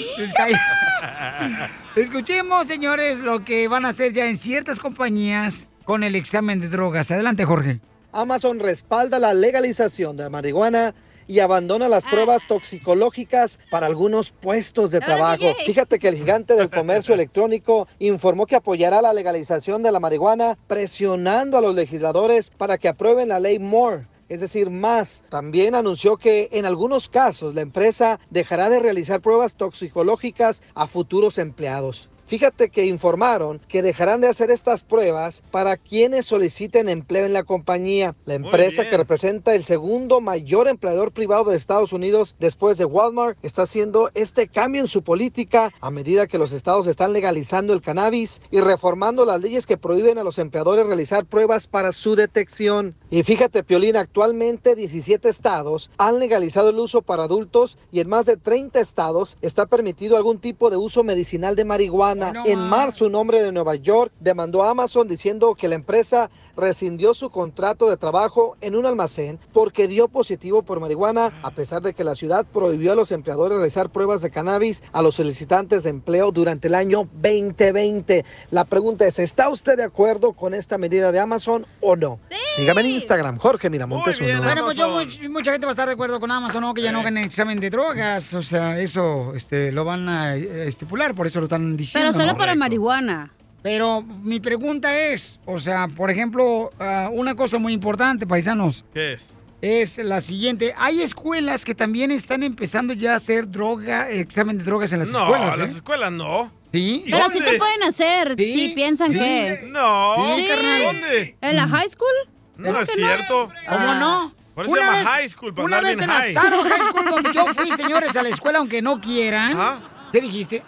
[SPEAKER 3] Escuchemos, señores, lo que van a hacer ya en ciertas compañías con el examen de drogas. Adelante, Jorge.
[SPEAKER 7] Amazon respalda la legalización de la marihuana y abandona las pruebas toxicológicas para algunos puestos de trabajo. Fíjate que el gigante del comercio electrónico informó que apoyará la legalización de la marihuana presionando a los legisladores para que aprueben la ley Moore. Es decir, más. También anunció que en algunos casos la empresa dejará de realizar pruebas toxicológicas a futuros empleados. Fíjate que informaron que dejarán de hacer estas pruebas para quienes soliciten empleo en la compañía. La empresa que representa el segundo mayor empleador privado de Estados Unidos después de Walmart está haciendo este cambio en su política a medida que los estados están legalizando el cannabis y reformando las leyes que prohíben a los empleadores realizar pruebas para su detección. Y fíjate, Piolín, actualmente 17 estados han legalizado el uso para adultos y en más de 30 estados está permitido algún tipo de uso medicinal de marihuana. en marzo, un hombre de Nueva York demandó a Amazon diciendo que la empresa rescindió su contrato de trabajo en un almacén porque dio positivo por marihuana, a pesar de que la ciudad prohibió a los empleadores realizar pruebas de cannabis a los solicitantes de empleo durante el año 2020. La pregunta es, ¿está usted de acuerdo con esta medida de Amazon o no? Sígame en Instagram, Jorge Miramontes. uno.
[SPEAKER 3] Bueno, pues yo, much- mucha gente va a estar de acuerdo con Amazon, ¿no? Que
[SPEAKER 5] Eh.
[SPEAKER 3] ya no hagan el examen de drogas. O sea, eso este, lo van a eh, estipular, por eso lo están diciendo.
[SPEAKER 4] Pero solo
[SPEAKER 3] ¿no?
[SPEAKER 4] para marihuana.
[SPEAKER 3] Pero mi pregunta es, o sea, por ejemplo, ah, una cosa muy importante, paisanos,
[SPEAKER 5] ¿Qué es?
[SPEAKER 3] es la siguiente. Hay escuelas que también están empezando ya a hacer droga, examen de drogas en las
[SPEAKER 5] no,
[SPEAKER 3] escuelas. ¿eh?
[SPEAKER 5] las escuelas no.
[SPEAKER 3] ¿Sí?
[SPEAKER 4] Pero sí
[SPEAKER 5] ¿Dónde?
[SPEAKER 4] te pueden hacer,
[SPEAKER 3] Sí,
[SPEAKER 4] si piensan
[SPEAKER 5] sí.
[SPEAKER 4] que.
[SPEAKER 5] No,
[SPEAKER 4] Sí.
[SPEAKER 5] carnal, ¿dónde?
[SPEAKER 4] ¿En la high school?
[SPEAKER 5] No, es cierto.
[SPEAKER 3] ¿Cómo no?
[SPEAKER 5] Por eso se llama high school, para
[SPEAKER 3] una
[SPEAKER 5] andar
[SPEAKER 3] vez
[SPEAKER 5] bien
[SPEAKER 3] en
[SPEAKER 5] high.
[SPEAKER 3] Azaro High School, donde yo fui, señores, a la escuela, aunque no quieran. ¿Ah? ¿Qué dijiste?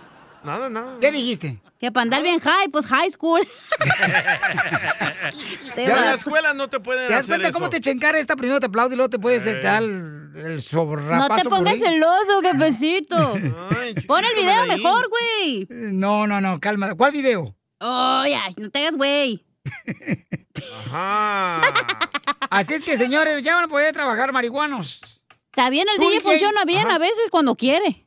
[SPEAKER 5] Nada, nada.
[SPEAKER 3] ¿Qué dijiste?
[SPEAKER 4] Que para andar bien high, pues high school.
[SPEAKER 5] en la escuela no te pueden
[SPEAKER 3] ¿Te das
[SPEAKER 5] hacer
[SPEAKER 3] cuenta
[SPEAKER 5] eso.
[SPEAKER 3] cómo te chencara esta? Primero te aplaude y luego te puedes
[SPEAKER 5] Eh.
[SPEAKER 3] dar el, el
[SPEAKER 4] No
[SPEAKER 3] sobrapazo
[SPEAKER 4] te
[SPEAKER 3] por
[SPEAKER 4] pongas
[SPEAKER 3] ahí.
[SPEAKER 4] celoso, jefecito. Pon el video
[SPEAKER 3] Manaín.
[SPEAKER 4] mejor, güey.
[SPEAKER 3] No, no, no, calma. ¿Cuál video?
[SPEAKER 4] Oh, ya, no te hagas, güey. Ah.
[SPEAKER 3] Así es que, señores, ya van a poder trabajar marihuanos.
[SPEAKER 4] Está bien, el
[SPEAKER 3] Tú,
[SPEAKER 4] DJ
[SPEAKER 3] DJ.
[SPEAKER 4] funciona bien
[SPEAKER 3] Ajá.
[SPEAKER 4] a veces cuando quiere.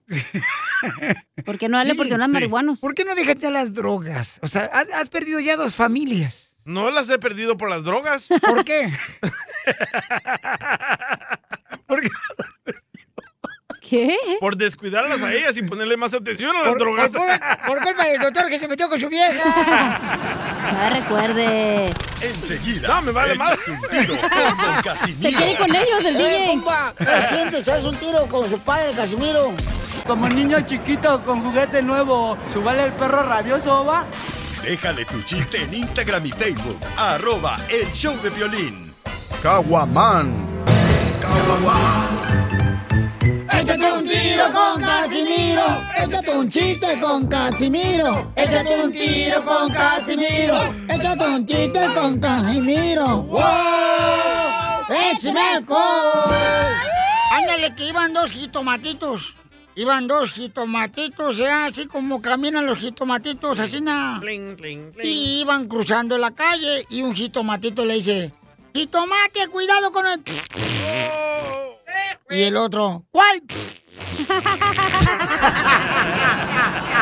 [SPEAKER 4] Porque no darle
[SPEAKER 3] Sí,
[SPEAKER 4] porque no
[SPEAKER 3] sí.
[SPEAKER 4] marihuanos.
[SPEAKER 3] ¿Por qué no dejas ya las drogas? O sea, has, has perdido ya dos familias.
[SPEAKER 5] No las he perdido por las drogas.
[SPEAKER 3] ¿Por qué?
[SPEAKER 4] ¿Qué?
[SPEAKER 5] Por descuidarlas a ellas y ponerle más atención a las
[SPEAKER 3] Por-
[SPEAKER 5] drogas.
[SPEAKER 3] Por, culpa- por culpa del doctor que se metió con su vieja.
[SPEAKER 4] No recuerde.
[SPEAKER 6] Enseguida.
[SPEAKER 5] No, me vale mal.
[SPEAKER 6] Don
[SPEAKER 4] Se
[SPEAKER 6] Casimiro.
[SPEAKER 4] quiere con ellos el
[SPEAKER 3] Eh,
[SPEAKER 4] DJ.
[SPEAKER 3] compa, ¿qué sientes? ¿Haz un tiro con su padre, Casimiro?
[SPEAKER 19] Como niño chiquito con juguete nuevo, ¿subale el perro rabioso, va?
[SPEAKER 6] Déjale tu chiste en Instagram y Facebook. Arroba el show de violín.
[SPEAKER 20] Caguaman.
[SPEAKER 3] Échate un tiro con Casimiro. Échate un chiste con Casimiro. Échate un tiro con Casimiro. Échate un chiste con Casimiro. ¡Wow! ¡Échame alcohol! Ándale, que iban dos jitomatitos. Iban dos jitomatitos, ¿eh? así como caminan los jitomatitos, así nada. Y iban cruzando la calle y un jitomatito le dice, jitomate, cuidado con el... Y el otro, ¿cuál?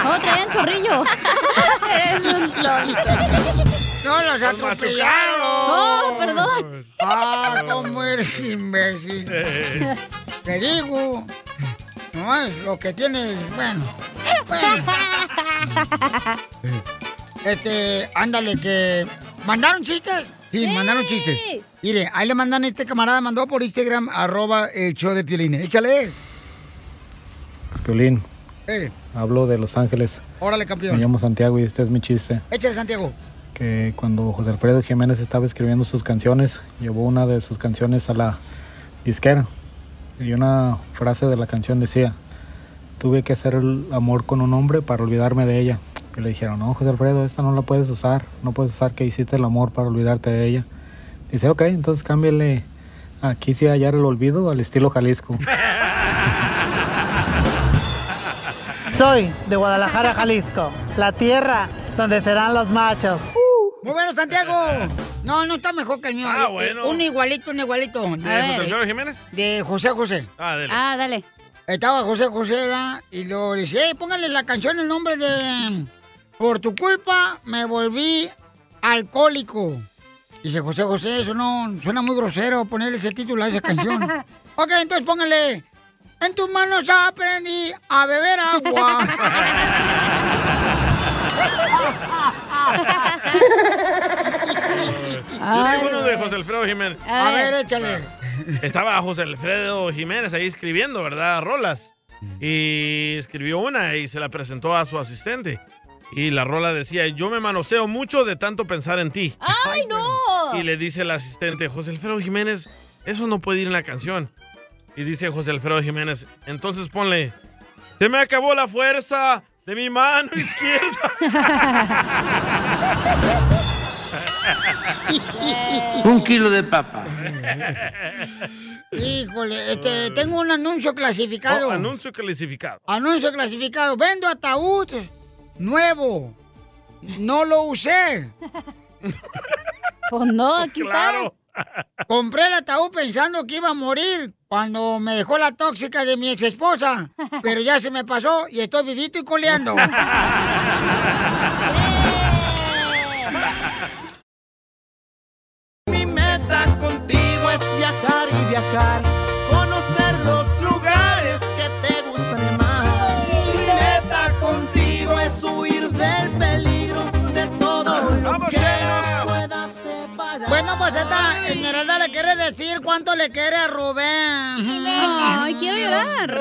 [SPEAKER 4] ¡Oh, traían chorrillo!
[SPEAKER 3] Eres un ¡No los atropellaron!
[SPEAKER 4] ¡Oh, perdón!
[SPEAKER 3] ¡Ah, cómo eres imbécil! Te digo, no es lo que tienes, bueno. bueno. Este, ándale, que... ¿Mandaron chistes? Sí, mandaron chistes. Mire, ahí le mandan este camarada, mandó por Instagram, arroba el show de Piolín. Échale.
[SPEAKER 21] Piolín,
[SPEAKER 3] Eh,
[SPEAKER 21] hablo de Los Ángeles.
[SPEAKER 3] órale,
[SPEAKER 21] Me
[SPEAKER 3] campeón.
[SPEAKER 21] llamo Santiago y este es mi chiste.
[SPEAKER 3] Échale, Santiago.
[SPEAKER 21] Que cuando José Alfredo Jiménez estaba escribiendo sus canciones, llevó una de sus canciones a la disquera. Y una frase de la canción decía, tuve que hacer el amor con un hombre para olvidarme de ella. Y le dijeron, no, José Alfredo, esta no la puedes usar. No puedes usar que hiciste el amor para olvidarte de ella. Dice, ok, entonces cámbiale aquí sí hallar el olvido al estilo Jalisco.
[SPEAKER 22] Soy de Guadalajara, Jalisco, la tierra donde serán los machos.
[SPEAKER 3] Muy bueno, Santiago. No, no está mejor que el mío.
[SPEAKER 5] Ah,
[SPEAKER 3] Eh,
[SPEAKER 5] bueno.
[SPEAKER 3] Un igualito, un igualito. A
[SPEAKER 5] ¿De
[SPEAKER 3] ver,
[SPEAKER 5] José Alfredo Jiménez?
[SPEAKER 3] De José José.
[SPEAKER 5] Ah, dele.
[SPEAKER 4] Ah, dale.
[SPEAKER 3] Estaba José José ¿verdad? y luego le dice, "Ey, póngale la canción el nombre de Por tu culpa me volví alcohólico. Dice José José, eso no suena muy grosero ponerle ese título a esa canción. ok, entonces póngale. En tus manos aprendí a beber agua.
[SPEAKER 4] Ah.
[SPEAKER 5] Yo tengo uno de José Alfredo Jiménez.
[SPEAKER 3] A ver, échale.
[SPEAKER 5] Estaba José Alfredo Jiménez ahí escribiendo, ¿verdad? Rolas. Y escribió una y se la presentó a su asistente. Y la rola decía, yo me manoseo mucho de tanto pensar en ti.
[SPEAKER 4] ¡Ay, no!
[SPEAKER 5] Y le dice el asistente, José Alfredo Jiménez, eso no puede ir en la canción. Y dice José Alfredo Jiménez, entonces ponle, se me acabó la fuerza de mi mano izquierda.
[SPEAKER 23] Un kilo de papa.
[SPEAKER 3] Híjole, este, tengo un anuncio clasificado.
[SPEAKER 5] Oh, anuncio clasificado.
[SPEAKER 3] Anuncio clasificado. Vendo ataúd nuevo. No lo usé.
[SPEAKER 4] Pues no, aquí
[SPEAKER 3] está. Compré el ataúd pensando que iba a morir cuando me dejó la tóxica de mi ex esposa. Pero ya se me pasó y estoy vivito y coleando.
[SPEAKER 10] Mi meta contigo es viajar y viajar, conocer los lugares que te gustan más. Mi meta contigo es huir del peligro de todo lo que nos pueda separar.
[SPEAKER 3] Bueno, pues esta Esmeralda le quiere decir cuánto le quiere a Rubén.
[SPEAKER 4] Ay, quiero llorar.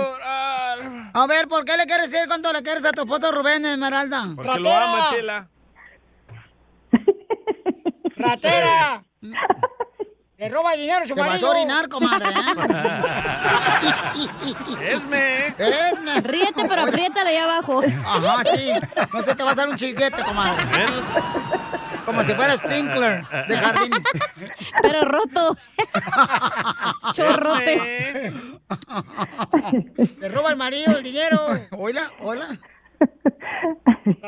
[SPEAKER 3] A ver, ¿por qué le quieres decir cuánto le quieres a tu esposo Rubén, Esmeralda?
[SPEAKER 5] Porque lo ama, Chela.
[SPEAKER 3] ¡Ratera! Le roba dinero a su
[SPEAKER 10] Te vas
[SPEAKER 3] marido.
[SPEAKER 10] a
[SPEAKER 3] orinar, comadre. ¿eh?
[SPEAKER 5] ¡Esme!
[SPEAKER 3] ¡Esme!
[SPEAKER 4] Ríete, pero apriétale ahí abajo.
[SPEAKER 3] ¿Eh? Ajá, sí. No se te va a hacer un chiquete, comadre. Como si fuera sprinkler de jardín.
[SPEAKER 4] Pero roto. Chorrote.
[SPEAKER 3] Le roba al marido el dinero. Hola, hola.
[SPEAKER 5] Le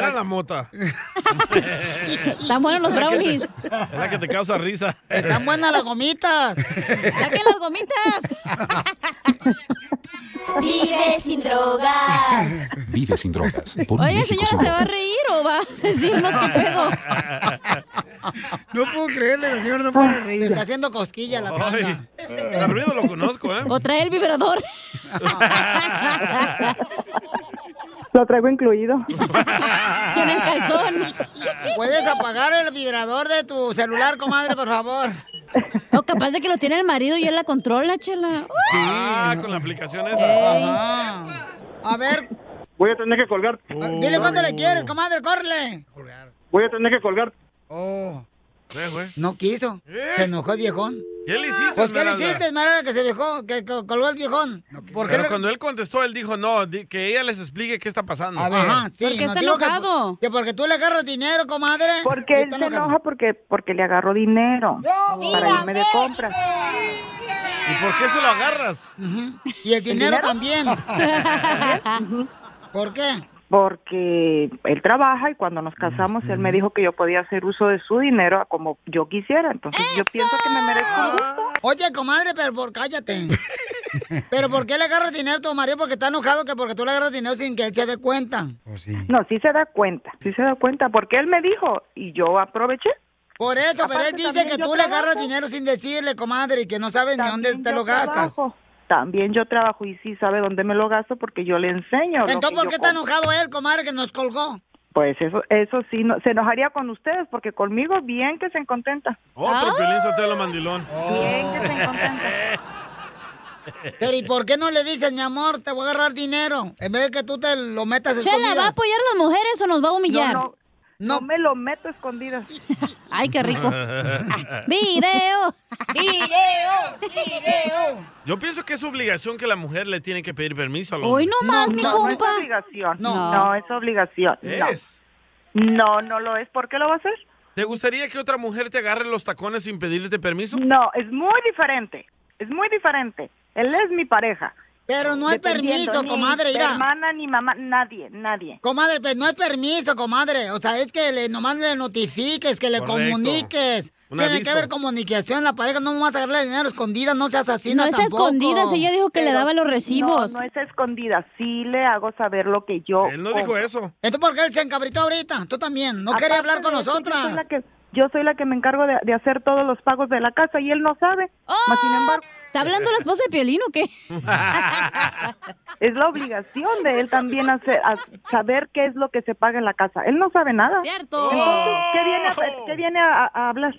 [SPEAKER 5] da la mota.
[SPEAKER 4] Están buenos los brownies.
[SPEAKER 5] Es la que te causa risa.
[SPEAKER 3] Están buenas las gomitas.
[SPEAKER 4] ¡Saquen las gomitas!
[SPEAKER 10] Vive sin drogas.
[SPEAKER 24] Vive sin drogas. Por un
[SPEAKER 4] Oye,
[SPEAKER 24] México sin
[SPEAKER 4] señora, ¿se va a
[SPEAKER 24] drogas.
[SPEAKER 4] reír o va a decirnos qué pedo?
[SPEAKER 3] No puedo creerle, la señora no puede reír. está haciendo cosquilla la tanga.
[SPEAKER 5] El ruido lo conozco, ¿eh?
[SPEAKER 4] O trae el vibrador.
[SPEAKER 22] Lo traigo incluido.
[SPEAKER 4] Con el calzón.
[SPEAKER 3] ¿Puedes apagar el vibrador de tu celular, comadre, por favor?
[SPEAKER 4] O capaz de que lo tiene el marido y él la controla, chela.
[SPEAKER 5] Ah, con la aplicación esa.
[SPEAKER 4] Ey.
[SPEAKER 3] A ver,
[SPEAKER 15] Voy a tener que colgar.
[SPEAKER 3] Ah, dile cuánto le
[SPEAKER 15] Oh.
[SPEAKER 3] quieres, comadre, córrele.
[SPEAKER 15] Voy a tener que colgar.
[SPEAKER 3] Oh.
[SPEAKER 5] Sí, güey.
[SPEAKER 3] No quiso. Se enojó el viejón.
[SPEAKER 5] ¿Qué le hiciste,
[SPEAKER 3] Pues, ¿qué le
[SPEAKER 5] Esmeralda?
[SPEAKER 3] hiciste, Esmeralda, que se viejó, que co- colgó el viejón? ¿Por qué
[SPEAKER 5] Pero
[SPEAKER 3] le-
[SPEAKER 5] cuando él contestó, él dijo, no, di- que ella les explique qué está pasando.
[SPEAKER 3] A ver, sí, no digo que- Que, porque tú le agarras dinero, comadre.
[SPEAKER 22] Porque él se enoja porque, porque le agarró dinero para irme de compras.
[SPEAKER 5] ¿Y por qué se lo agarras?
[SPEAKER 3] Y el dinero,
[SPEAKER 5] dinero?
[SPEAKER 3] también. ¿Por qué?
[SPEAKER 1] Porque él trabaja y cuando nos casamos él me dijo que yo podía hacer uso de su dinero a como yo quisiera. Entonces yo pienso que me merezco un gusto.
[SPEAKER 3] Oye, comadre, pero por cállate. ¿Pero por qué le agarras dinero a tu marido? Porque está enojado que porque tú le agarras dinero sin que él se dé cuenta.
[SPEAKER 1] No, sí se da cuenta, sí se da cuenta porque él me dijo y yo aproveché.
[SPEAKER 3] Por eso, pero
[SPEAKER 1] Aparte,
[SPEAKER 3] él dice
[SPEAKER 1] también
[SPEAKER 3] que
[SPEAKER 1] yo
[SPEAKER 3] tú le
[SPEAKER 1] trabajo.
[SPEAKER 3] agarras dinero sin decirle, comadre, y que no sabes ni dónde te
[SPEAKER 1] yo
[SPEAKER 3] lo gastas.
[SPEAKER 1] trabajo. También yo trabajo y sí sabe dónde me lo gasto porque yo le enseño. lo que
[SPEAKER 3] Entonces, ¿por
[SPEAKER 1] yo
[SPEAKER 3] qué está
[SPEAKER 1] compro.
[SPEAKER 3] enojado él, comadre, que nos colgó?
[SPEAKER 1] Pues eso, eso sí, no- se enojaría con ustedes porque conmigo bien que se contenta.
[SPEAKER 5] Otro Piolín Sotelo mandilón.
[SPEAKER 3] Pero ¿y por qué no le dices, mi amor, te voy a agarrar dinero? En vez de que tú te lo metas
[SPEAKER 4] Chela, ¿va a apoyar a las mujeres o nos va a humillar?
[SPEAKER 3] No,
[SPEAKER 1] no me lo meto escondidas.
[SPEAKER 4] Ay, qué rico. ¡Video!
[SPEAKER 3] ¡Video! ¡Video!
[SPEAKER 5] Yo pienso que es obligación que la mujer le tiene que pedir permiso al hombre.
[SPEAKER 1] Hoy No, es obligación.
[SPEAKER 5] No.
[SPEAKER 1] No, es obligación. no.
[SPEAKER 5] Es.
[SPEAKER 1] No. no, lo es. ¿Por qué lo va a hacer?
[SPEAKER 5] ¿Te gustaría que otra mujer te agarre los tacones sin pedirte permiso?
[SPEAKER 1] No, es muy diferente. Es muy diferente. Él es mi pareja.
[SPEAKER 3] Pero no hay
[SPEAKER 1] Dependiendo,
[SPEAKER 3] permiso,
[SPEAKER 1] ni
[SPEAKER 3] comadre, mira.
[SPEAKER 1] hermana, ni mamá, nadie, nadie.
[SPEAKER 3] Comadre, pues no es permiso, comadre. O sea, es que le, nomás le notifiques, que le
[SPEAKER 1] Correcto.
[SPEAKER 3] comuniques.
[SPEAKER 1] Un
[SPEAKER 3] Tiene que
[SPEAKER 1] aviso.
[SPEAKER 3] haber comunicación la pareja. No vas a agarrarle dinero escondida, no seas asesina
[SPEAKER 1] No es
[SPEAKER 3] tampoco.
[SPEAKER 1] escondidas, ella
[SPEAKER 4] dijo que le daba los recibos.
[SPEAKER 1] No, no es escondida. Sí le hago saber lo que yo. compro.
[SPEAKER 3] Entonces, ¿por qué Oh. él se encabritó ahorita? Tú también. No quería
[SPEAKER 1] Aparte
[SPEAKER 3] hablar con
[SPEAKER 1] de eso, Yo soy,
[SPEAKER 3] nosotras.
[SPEAKER 1] la que, yo soy la que me encargo de, de hacer todos los pagos de la casa y él no sabe. Mas, sin embargo,
[SPEAKER 4] ¡Oh! ¿Está hablando la esposa de Piolín o qué?
[SPEAKER 1] es la obligación de él también hacer, a saber qué es lo que se paga en la casa. Él no sabe nada.
[SPEAKER 4] Cierto.
[SPEAKER 1] Entonces, ¿qué viene a
[SPEAKER 3] Oh.
[SPEAKER 5] Oh.
[SPEAKER 1] hacer? ¿Qué viene a, a hablar?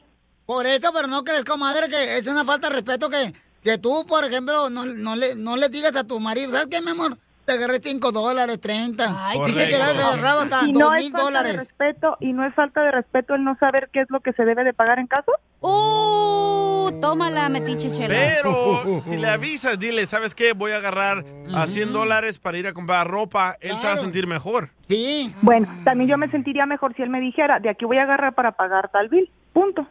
[SPEAKER 3] Por eso, pero no crees, comadre, que es una falta de respeto que, que tú, por ejemplo, no, no le, no le digas a tu marido, ¿sabes qué, mi amor? Te agarré 5 dólares, 30. Dice que le has
[SPEAKER 1] pues,
[SPEAKER 3] agarrado hasta
[SPEAKER 1] Y
[SPEAKER 3] 2
[SPEAKER 1] no es
[SPEAKER 3] mil
[SPEAKER 1] falta de
[SPEAKER 3] dólares.
[SPEAKER 1] respeto y no es falta de respeto el no saber qué es lo que se debe de pagar en casa.
[SPEAKER 4] ¡Uh! Tómala, metiche chela.
[SPEAKER 5] Pero si le avisas, dile, ¿sabes qué? Voy a agarrar a 100 dólares para ir a comprar ropa. Él se va a sentir mejor.
[SPEAKER 3] Sí.
[SPEAKER 1] Bueno, también yo me sentiría mejor si él me dijera, de aquí voy a agarrar para pagar tal bill. Punto.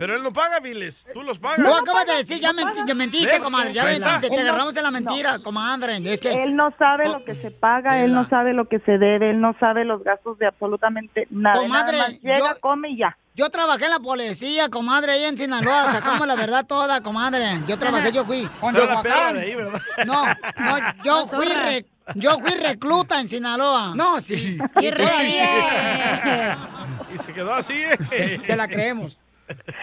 [SPEAKER 5] Pero él no paga biles, tú los pagas.
[SPEAKER 3] No, acabas de decir, ya, menti- ya mentiste,
[SPEAKER 5] ¿Ves?
[SPEAKER 3] comadre, ya
[SPEAKER 5] Ahí está.
[SPEAKER 3] mentiste, te
[SPEAKER 1] Él no-
[SPEAKER 3] agarramos en la mentira, comadre. Es que,
[SPEAKER 1] Él no sabe lo que se paga, él no sabe lo que se debe, él no sabe los gastos de absolutamente nada.
[SPEAKER 3] Comadre,
[SPEAKER 1] Nada más llega,
[SPEAKER 3] yo-
[SPEAKER 1] come y ya.
[SPEAKER 3] yo trabajé en la policía, comadre, ahí en Sinaloa, sacamos la verdad toda, comadre. Yo trabajé, yo fui.
[SPEAKER 5] Pero la perra de ahí, ¿verdad?
[SPEAKER 3] No, no, yo fui, re- yo fui recluta en Sinaloa. No, sí.
[SPEAKER 5] Y re- Y se quedó así, ¿eh?
[SPEAKER 3] Te la creemos.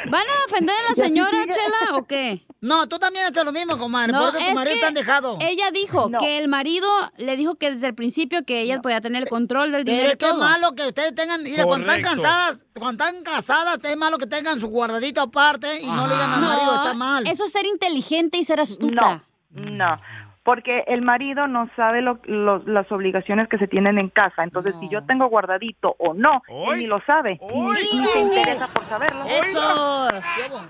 [SPEAKER 4] ¿Van a ofender a la señora, Chela, o qué?
[SPEAKER 3] No, tú también haces lo mismo, comadre.
[SPEAKER 4] No,
[SPEAKER 3] por eso tu
[SPEAKER 4] es
[SPEAKER 3] marido
[SPEAKER 4] que
[SPEAKER 3] te han dejado.
[SPEAKER 4] Ella dijo
[SPEAKER 3] No.
[SPEAKER 4] que el marido le dijo que desde el principio que ella podía tener el control del dinero.
[SPEAKER 3] Pero es
[SPEAKER 4] y
[SPEAKER 3] que es
[SPEAKER 4] todo.
[SPEAKER 3] malo que ustedes tengan, mira, cuando están
[SPEAKER 4] Correcto.
[SPEAKER 3] cansadas, cuando están casadas, es malo que tengan su guardadito aparte y no le digan al
[SPEAKER 4] No,
[SPEAKER 3] marido, está mal.
[SPEAKER 4] Eso es ser inteligente y ser
[SPEAKER 1] astuta. No, porque el marido no sabe lo- lo- las obligaciones que se tienen en casa. Entonces, si yo tengo guardadito o no, él ni lo sabe. Ni se interesa por saberlo.
[SPEAKER 3] Eso.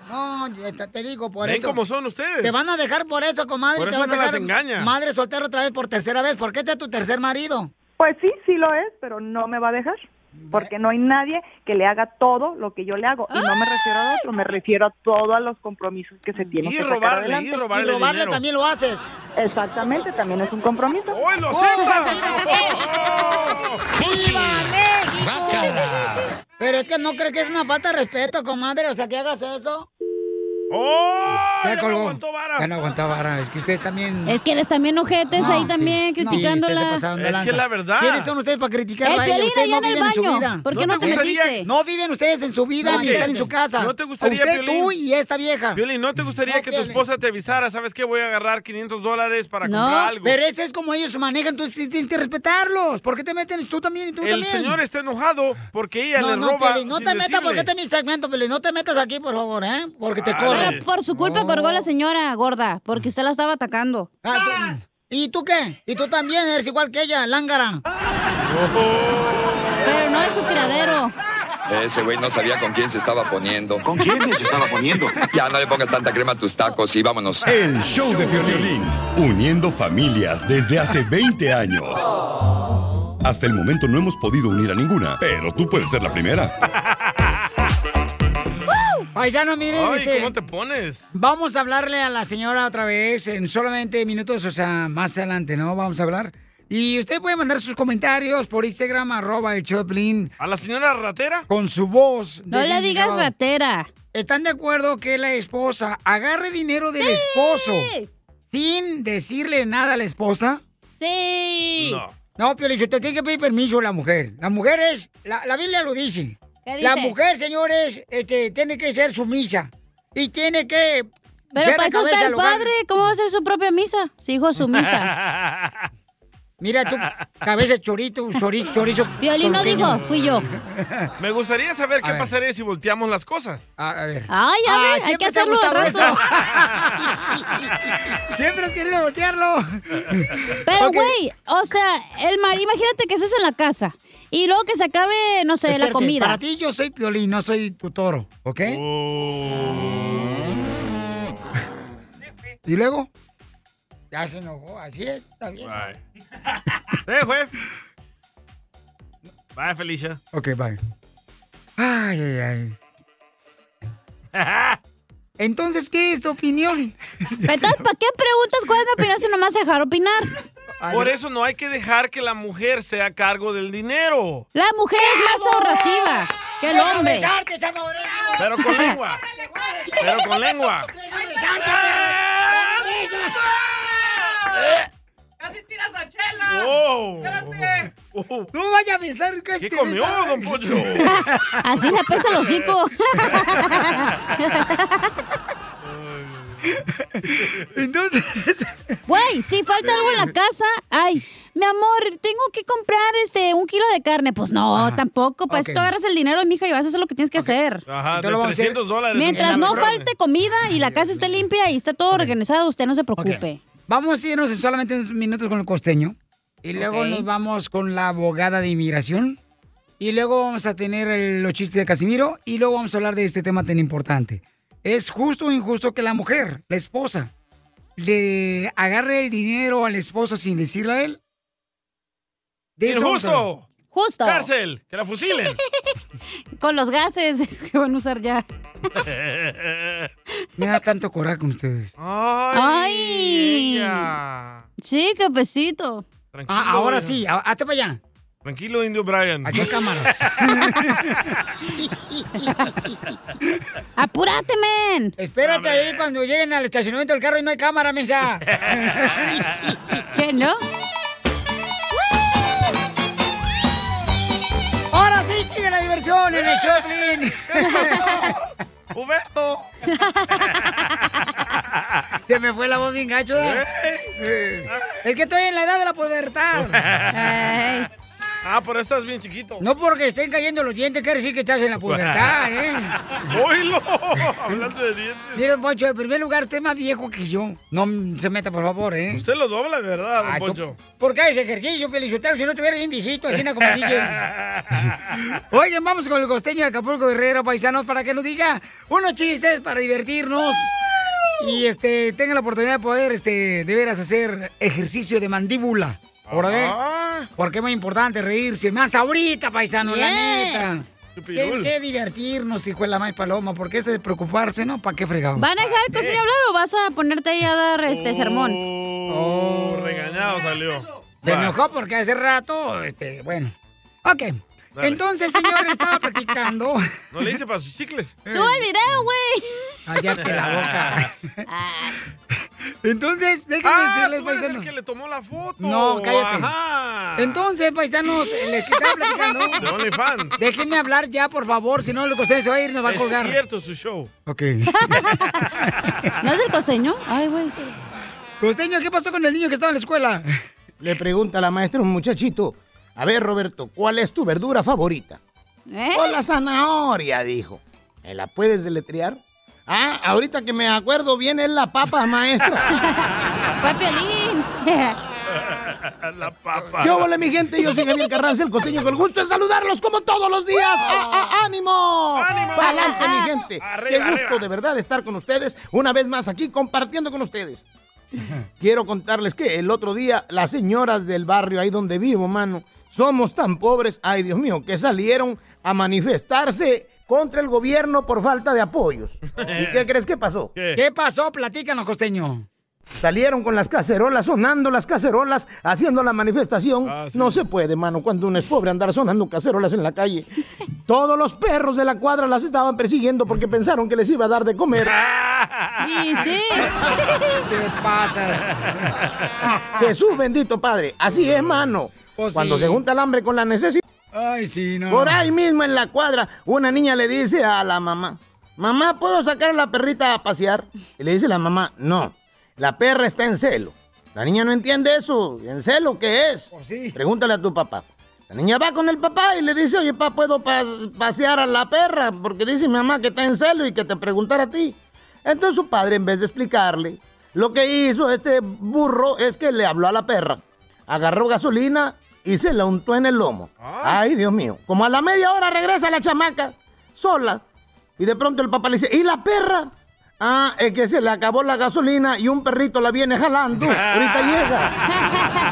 [SPEAKER 3] No, ya te- te digo por
[SPEAKER 5] Ven
[SPEAKER 3] eso.
[SPEAKER 5] cómo son ustedes.
[SPEAKER 3] Te van a dejar por eso, comadre.
[SPEAKER 5] Por
[SPEAKER 3] te
[SPEAKER 5] eso
[SPEAKER 3] van a
[SPEAKER 5] se las
[SPEAKER 3] dejar
[SPEAKER 5] engaña.
[SPEAKER 3] Madre soltera otra vez por tercera vez. ¿Por qué este es tu tercer marido?
[SPEAKER 1] Pues sí, sí lo es, pero no me va a dejar. Porque no hay nadie que le haga todo lo que yo le hago. Y no me refiero a otro, me refiero a todos los compromisos que se tienen
[SPEAKER 3] Y
[SPEAKER 1] que sacar
[SPEAKER 3] robarle,
[SPEAKER 1] adelante.
[SPEAKER 3] y robarle Y robarle dinero. también lo haces.
[SPEAKER 1] Exactamente, también es un compromiso.
[SPEAKER 5] ¡Hoy lo
[SPEAKER 3] Pero es que no cree que es una falta de respeto, comadre. O sea, que hagas eso.
[SPEAKER 5] ¡Oh!
[SPEAKER 3] Ya colgó. Ya no aguantó vara. Es que ustedes también.
[SPEAKER 4] Es que les también ojetes
[SPEAKER 3] No,
[SPEAKER 4] ahí
[SPEAKER 3] sí.
[SPEAKER 4] también
[SPEAKER 3] No,
[SPEAKER 4] criticándola.
[SPEAKER 3] ustedes se pasaron de lanza. ¿Quiénes son ustedes para
[SPEAKER 4] El
[SPEAKER 3] criticarla a ella?
[SPEAKER 4] Eh, Piolín
[SPEAKER 3] Ustedes
[SPEAKER 4] allá
[SPEAKER 3] no
[SPEAKER 4] en el
[SPEAKER 3] viven en su
[SPEAKER 4] baño.
[SPEAKER 3] vida.
[SPEAKER 4] ¿Por qué no te metiste?
[SPEAKER 3] No viven ustedes en su vida
[SPEAKER 5] No
[SPEAKER 3] ni
[SPEAKER 5] te-
[SPEAKER 3] están en su casa.
[SPEAKER 5] ¿No te gustaría,
[SPEAKER 3] Usted,
[SPEAKER 5] Piolín?
[SPEAKER 3] tú y esta vieja.
[SPEAKER 5] Violín, ¿no te gustaría que tu esposa te avisara? ¿Sabes qué? Voy a agarrar 500 dólares para comprar algo.
[SPEAKER 3] pero ese es como ellos manejan, entonces sí tienes que respetarlos. ¿Por qué te meten tú también y tú
[SPEAKER 5] El
[SPEAKER 3] también?
[SPEAKER 5] señor está enojado porque ella
[SPEAKER 3] no,
[SPEAKER 5] le
[SPEAKER 3] no,
[SPEAKER 5] roba.
[SPEAKER 3] Piolín, no
[SPEAKER 5] sin
[SPEAKER 3] te metas
[SPEAKER 5] decirle.
[SPEAKER 3] porque este es mi segmento, Piolín. No te metas aquí, por favor, ¿eh? Porque te
[SPEAKER 5] Vale.
[SPEAKER 3] corro.
[SPEAKER 5] Pero
[SPEAKER 4] Por su culpa colgó la señora gorda, porque usted la estaba atacando.
[SPEAKER 3] Ah, tú- ¿Y tú qué? ¿Y tú también eres igual que ella, lángara?
[SPEAKER 4] Pero no es su
[SPEAKER 3] Ah,
[SPEAKER 4] criadero.
[SPEAKER 8] Ese güey no sabía con quién se estaba poniendo. ¿Con quién se estaba poniendo? Ya no le pongas tanta crema a tus tacos y vámonos.
[SPEAKER 6] El show de violín, uniendo familias desde hace 20 años. Hasta el momento no hemos podido unir a ninguna, pero tú puedes ser la primera.
[SPEAKER 3] Paisano, miren.
[SPEAKER 5] Ay,
[SPEAKER 3] este,
[SPEAKER 5] ¿cómo te pones?
[SPEAKER 3] Vamos a hablarle a la señora otra vez en solamente minutos, o sea, más adelante, ¿no? Vamos a hablar. Y usted puede mandar sus comentarios por Instagram, arroba el Choplin.
[SPEAKER 5] ¿A la señora ratera?
[SPEAKER 3] Con su voz.
[SPEAKER 4] No
[SPEAKER 3] de
[SPEAKER 4] le
[SPEAKER 3] bien
[SPEAKER 4] digas
[SPEAKER 3] grabado.
[SPEAKER 4] ratera.
[SPEAKER 3] ¿Están de acuerdo que la esposa agarre dinero del esposo sin decirle nada a la esposa?
[SPEAKER 4] Sí.
[SPEAKER 3] No, pero usted tiene que pedir permiso a la mujer. Las mujeres, la, la Biblia lo dice.
[SPEAKER 4] ¿Qué
[SPEAKER 3] La
[SPEAKER 4] dice?
[SPEAKER 3] mujer, señores, este, tiene que ser sumisa. Y tiene que.
[SPEAKER 4] Pero
[SPEAKER 3] ser
[SPEAKER 4] para
[SPEAKER 3] la
[SPEAKER 4] eso está
[SPEAKER 3] cabeza
[SPEAKER 4] el
[SPEAKER 3] del hogar.
[SPEAKER 4] padre. ¿Cómo va a hacer su propia misa? Si hijo su misa.
[SPEAKER 3] Mira tu cabeza de chorito, chorizo, chorizo.
[SPEAKER 4] Violín no
[SPEAKER 3] toluqueño.
[SPEAKER 4] dijo, fui yo.
[SPEAKER 5] Me gustaría saber
[SPEAKER 3] A
[SPEAKER 5] qué
[SPEAKER 3] ver.
[SPEAKER 5] pasaría si volteamos las cosas.
[SPEAKER 3] A, ver. Ah,
[SPEAKER 4] Ay, a ver, hay que
[SPEAKER 3] siempre te ha
[SPEAKER 4] hacerlo al
[SPEAKER 3] gustado
[SPEAKER 4] rato.
[SPEAKER 3] Siempre has querido voltearlo.
[SPEAKER 4] Pero,
[SPEAKER 3] Ok.
[SPEAKER 4] güey, o sea, el marido, imagínate que estés en la casa y luego que se acabe, no sé, la
[SPEAKER 3] Espérate,
[SPEAKER 4] comida.
[SPEAKER 3] Para ti yo soy Piolín, no soy tu toro, ¿ok? ¿Y luego? Ya se enojó, así es, está bien.
[SPEAKER 5] Bye. Sí, juez. Bye, Felicia.
[SPEAKER 3] Ok, bye. Ay, ay, ay. Entonces, ¿qué es tu opinión?
[SPEAKER 4] Entonces, ¿para qué preguntas cuál es mi opinión si nomás dejar opinar?
[SPEAKER 5] Por eso no hay que dejar que la mujer sea a cargo del dinero.
[SPEAKER 4] La mujer es más ahorrativa que el
[SPEAKER 3] Déjame
[SPEAKER 4] hombre.
[SPEAKER 3] besarte, salvadoreño.
[SPEAKER 5] Pero con lengua. Pero con lengua.
[SPEAKER 3] Déjame besarte, perro. Déjame besarte.
[SPEAKER 10] ¡Casi tiras a Chela!
[SPEAKER 5] ¡Wow!
[SPEAKER 10] ¡Espérate!
[SPEAKER 5] Uh.
[SPEAKER 3] No vaya a pensar que este
[SPEAKER 5] ¿Qué comió,
[SPEAKER 3] besa-
[SPEAKER 5] don Poncho?
[SPEAKER 4] Así le apesta el hocico.
[SPEAKER 3] Entonces.
[SPEAKER 4] Güey, si falta algo en la casa, ay, mi amor, tengo que comprar este un kilo de carne. Pues no, tampoco. Pues
[SPEAKER 5] Ok.
[SPEAKER 4] tú agarras el dinero, mija, y vas a hacer lo que tienes que hacer.
[SPEAKER 5] Ajá,
[SPEAKER 3] Entonces
[SPEAKER 5] de
[SPEAKER 3] lo vamos a hacer
[SPEAKER 5] 300 dólares.
[SPEAKER 4] Mientras
[SPEAKER 5] En la
[SPEAKER 4] no
[SPEAKER 5] carne.
[SPEAKER 4] falte comida y la casa esté limpia y está todo organizado, usted no se preocupe.
[SPEAKER 3] Vamos a irnos en solamente unos minutos con el costeño. Y luego
[SPEAKER 4] Ok.
[SPEAKER 3] nos vamos con la abogada de inmigración. Y luego vamos a tener el- los chistes de Casimiro. Y luego vamos a hablar de este tema tan importante. ¿Es justo o injusto que la mujer, la esposa, le agarre el dinero al esposo sin decirle a él? eso vamos a hablar.
[SPEAKER 5] ¡Injusto!
[SPEAKER 4] Justo.
[SPEAKER 5] ¡Cárcel! ¡Que la fusilen!
[SPEAKER 4] Con los gases que van a usar ya.
[SPEAKER 3] Me da tanto coraje con ustedes.
[SPEAKER 4] Ay.
[SPEAKER 5] ella.
[SPEAKER 4] Sí, qué pesito.
[SPEAKER 5] Tranquilo,
[SPEAKER 3] Ah, ahora
[SPEAKER 5] hija.
[SPEAKER 3] sí, a- hazte para allá.
[SPEAKER 5] Tranquilo, Indio Brian.
[SPEAKER 3] Aquí hay cámaras.
[SPEAKER 4] ¡Apúrate, men!
[SPEAKER 3] Espérate ahí cuando lleguen al estacionamiento del carro y no hay cámara, mensa.
[SPEAKER 4] ¿Qué no?
[SPEAKER 3] Ahora sí sigue la diversión en el Choplin.
[SPEAKER 5] ¡Huberto!
[SPEAKER 3] Se me fue la voz bien gacho. ¿eh? Eh, Es que estoy en la edad de la pubertad.
[SPEAKER 5] Ah, pero estás bien chiquito.
[SPEAKER 3] No porque estén cayendo los dientes quiere decir que estás en la pubertad, ¿eh?
[SPEAKER 5] ¡Oílo! Hablando de dientes.
[SPEAKER 3] Mira, Poncho, en primer lugar, usted es más viejo que yo. No mm, se meta, por favor, ¿eh?
[SPEAKER 5] Usted lo dobla, ¿verdad, don
[SPEAKER 3] Ah, tú-
[SPEAKER 5] Poncho?
[SPEAKER 3] ¿Por qué haces ejercicio, Pelizotero? Si no estuviera bien viejito, así no como DJ. Oigan, vamos con el costeño de Acapulco Guerrero, paisanos, para que nos diga unos chistes para divertirnos. Y este, tengan la oportunidad de poder, este, de veras hacer ejercicio de mandíbula. Órale.
[SPEAKER 5] Ah.
[SPEAKER 3] Porque es muy importante reírse. Más ahorita, paisano, la
[SPEAKER 4] Yes.
[SPEAKER 3] neta. Hay que divertirnos, hijo de la más paloma, porque eso de preocuparse, ¿no? ¿Para qué fregamos?
[SPEAKER 4] ¿Van a dejar que sin hablar o vas a ponerte ahí a dar este sermón?
[SPEAKER 5] Oh, regañado salió.
[SPEAKER 3] Se
[SPEAKER 5] Va.
[SPEAKER 3] enojó porque hace rato, este, bueno. Ok.
[SPEAKER 5] Dale.
[SPEAKER 3] Entonces, señor, estaba platicando.
[SPEAKER 5] No le hice para sus chicles.
[SPEAKER 4] ¡Sube el video, güey!
[SPEAKER 3] Cállate la boca. Entonces, déjenme
[SPEAKER 5] Ah,
[SPEAKER 3] decirles,
[SPEAKER 5] tú eres el
[SPEAKER 3] paisanos.
[SPEAKER 5] que le tomó la foto.
[SPEAKER 3] No, cállate.
[SPEAKER 5] Ajá.
[SPEAKER 3] Entonces, paisanos, les estaba
[SPEAKER 5] De
[SPEAKER 3] platicando.
[SPEAKER 5] OnlyFans.
[SPEAKER 3] Déjenme hablar ya, por favor, si no, el costeño se va a ir y nos va a
[SPEAKER 5] Es
[SPEAKER 3] colgar.
[SPEAKER 5] cierto, su show.
[SPEAKER 3] Ok.
[SPEAKER 4] ¿No es el costeño? Ay, güey.
[SPEAKER 3] Costeño, ¿qué pasó con el niño que estaba en la escuela?
[SPEAKER 12] Le pregunta la maestra a un muchachito. A ver, Roberto, ¿cuál es tu verdura favorita?
[SPEAKER 4] ¿Eh?
[SPEAKER 12] Con la zanahoria, dijo. ¿Me la puedes deletrear? Ah, ahorita que me acuerdo bien es la papa, maestra.
[SPEAKER 4] ¡Fue Piolín!
[SPEAKER 5] La papa.
[SPEAKER 12] ¿Qué hola, mi gente? Yo soy Javier Carranza, el costeño, con el gusto de saludarlos como todos los días. ¡Ah, ah, ánimo
[SPEAKER 5] ¡Ánimo!
[SPEAKER 12] ¡Pa'lante, mi gente! ¡Qué
[SPEAKER 5] Arriba,
[SPEAKER 12] gusto
[SPEAKER 5] arriba.
[SPEAKER 12] de verdad estar con ustedes una vez más aquí compartiendo con ustedes! Quiero contarles que el otro día las señoras del barrio ahí donde vivo, mano, somos tan pobres, ay Dios mío, que salieron a manifestarse contra el gobierno por falta de apoyos. ¿Y qué crees que pasó?
[SPEAKER 3] Eh. ¿Qué?
[SPEAKER 12] pasó? Platícanos, costeño. Salieron con las cacerolas, sonando las cacerolas, haciendo la manifestación.
[SPEAKER 3] Ah,
[SPEAKER 12] No se puede, mano, cuando uno es pobre andar sonando cacerolas en la calle. Todos los perros de la cuadra las estaban persiguiendo porque pensaron que les iba a dar de comer.
[SPEAKER 4] Y sí.
[SPEAKER 3] Te pasas.
[SPEAKER 12] Jesús bendito Padre, así es, mano.
[SPEAKER 3] Pues sí.
[SPEAKER 12] Cuando se junta el hambre con la necesidad.
[SPEAKER 3] Ay, sí, no.
[SPEAKER 12] Por ahí mismo en la cuadra, una niña le dice a la mamá, mamá, ¿puedo sacar a la perrita a pasear? Y le dice la mamá, no, la perra está en celo. La niña no entiende eso, ¿en celo qué es?
[SPEAKER 3] Oh,
[SPEAKER 12] Pregúntale a tu papá. La niña va con el papá y le dice, oye, papá, ¿puedo pas- pasear a la perra? Porque dice mi mamá que está en celo y que te preguntara a ti. Entonces su padre, en vez de explicarle, lo que hizo este burro es que le habló a la perra. Agarró gasolina y se la untó en el lomo. Ay, Dios mío. Como a la media hora regresa la chamaca, sola. Y de pronto el papá le dice, ¿y la perra? Ah, es que se le acabó la gasolina y un perrito la viene jalando. Ahorita llega.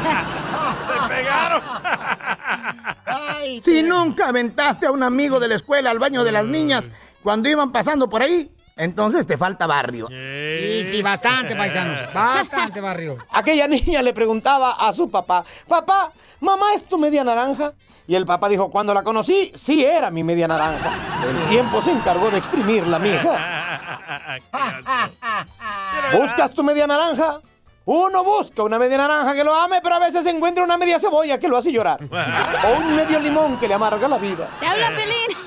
[SPEAKER 12] Si nunca aventaste a un amigo de la escuela al baño de las niñas cuando iban pasando por ahí, entonces te falta barrio.
[SPEAKER 3] Y sí, bastante, paisanos. Bastante, barrio.
[SPEAKER 12] Aquella niña le preguntaba a su papá, papá, mamá es tu media naranja. Y el papá dijo, cuando la conocí, sí era mi media naranja. El tiempo se encargó de exprimirla, mija. ¿Buscas tu media naranja? Uno busca una media naranja que lo ame, pero a veces encuentra una media cebolla que lo hace llorar. O un medio limón que le amarga la vida.
[SPEAKER 4] ¡Te habla, Pelín!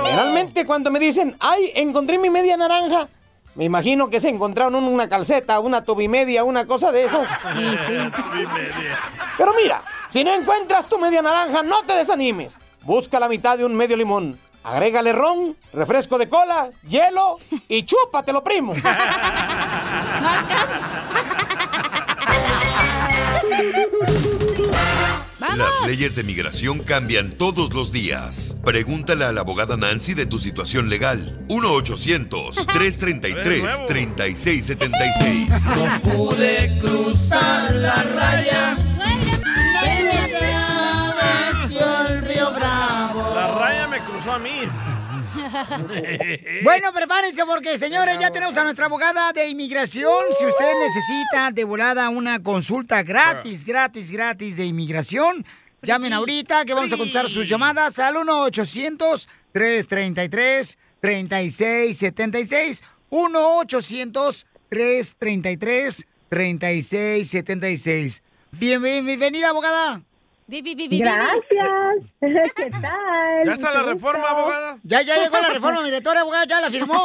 [SPEAKER 12] Generalmente cuando me dicen, ay, encontré mi media naranja, me imagino que se encontraron un- una calceta, una tobimedia, una cosa de esas. Pero mira, si no encuentras tu media naranja, no te desanimes. Busca la mitad de un medio limón. Agrégale ron, refresco de cola, hielo y chúpatelo, primo.
[SPEAKER 4] No alcanza.
[SPEAKER 6] Las leyes de migración cambian todos los días. Pregúntale a la abogada Nancy de tu situación legal. 1-800-333-3676.
[SPEAKER 10] Pude cruzar la raya. Se me atravesió el río Bravo.
[SPEAKER 5] La raya me cruzó a mí.
[SPEAKER 3] Bueno, prepárense porque, señores, ya tenemos a nuestra abogada de inmigración. Si usted necesita de volada una consulta gratis, gratis, gratis de inmigración, llamen ahorita que vamos a contestar sus llamadas al 1-800-333-3676. 1-800-333-3676. Bien- bien- Bienvenida, abogada.
[SPEAKER 9] Gracias. ¿Qué tal?
[SPEAKER 3] ¿Ya está la
[SPEAKER 9] Mucho
[SPEAKER 3] reforma,
[SPEAKER 9] gusto.
[SPEAKER 3] abogada? Ya- ya llegó la reforma migratoria, abogada, ya la firmó.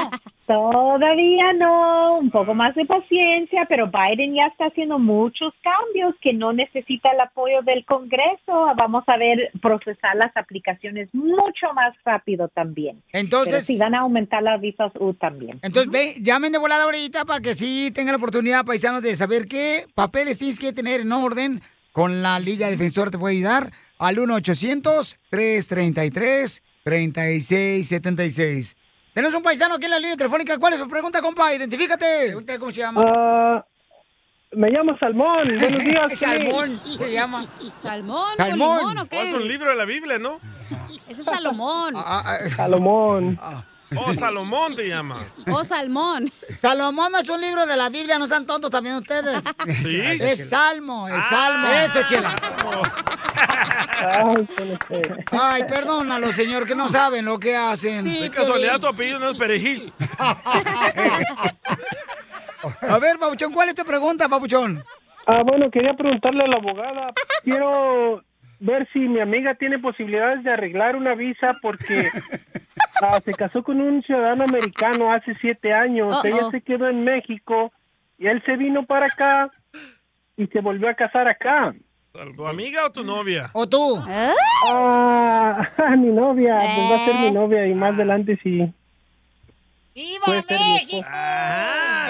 [SPEAKER 9] Todavía no, un poco más de paciencia, pero Biden ya está haciendo muchos cambios que no necesita el apoyo del Congreso. Vamos a ver procesar las aplicaciones mucho más rápido también.
[SPEAKER 3] Entonces-
[SPEAKER 9] Pero sí van a aumentar las visas U también.
[SPEAKER 3] Entonces, ve, llamen de volada ahorita para que sí tengan la oportunidad, paisanos, de saber qué papeles tienes que tener en orden con la Liga Defensora. Te puede ayudar al 1-800-333-3676. Tenemos un paisano aquí en la línea telefónica. ¿Cuál es su pregunta, compa? Identifícate. Pregúntale ¿Cómo se llama?
[SPEAKER 11] Ah, me llamo Salmón. Buenos días. Piolín.
[SPEAKER 3] Salmón, se llama.
[SPEAKER 4] Salmón, con
[SPEAKER 11] Salmón.
[SPEAKER 4] limón o qué?
[SPEAKER 5] Es un libro de la Biblia, ¿no?
[SPEAKER 4] Ese es Salomón.
[SPEAKER 3] Ah,
[SPEAKER 11] Salomón.
[SPEAKER 5] Oh, Salomón te llama.
[SPEAKER 4] O Salmón.
[SPEAKER 3] Salomón no es un libro de la Biblia, no sean tontos también ustedes.
[SPEAKER 5] ¿Sí?
[SPEAKER 3] Es Salmo, es Salmo. Eso, chela. Ay, perdónalo, señor, que no saben lo que hacen.
[SPEAKER 5] De casualidad tu apellido no es Perejil.
[SPEAKER 3] A ver, Papuchón, ¿cuál es tu pregunta, Papuchón?
[SPEAKER 11] Ah, bueno, quería preguntarle a la abogada. Quiero ver si mi amiga tiene posibilidades de arreglar una visa porque ah, se casó con un ciudadano americano hace siete años.
[SPEAKER 9] Uh-oh.
[SPEAKER 11] Ella se quedó en México y él se vino para acá y se volvió a casar acá.
[SPEAKER 5] ¿Tu amiga o tu novia?
[SPEAKER 3] ¿O tú?
[SPEAKER 11] Ah, mi novia, pues va a ser mi novia y más adelante sí.
[SPEAKER 3] ¡Viva
[SPEAKER 11] Puede ser mi
[SPEAKER 3] México!
[SPEAKER 10] Ah,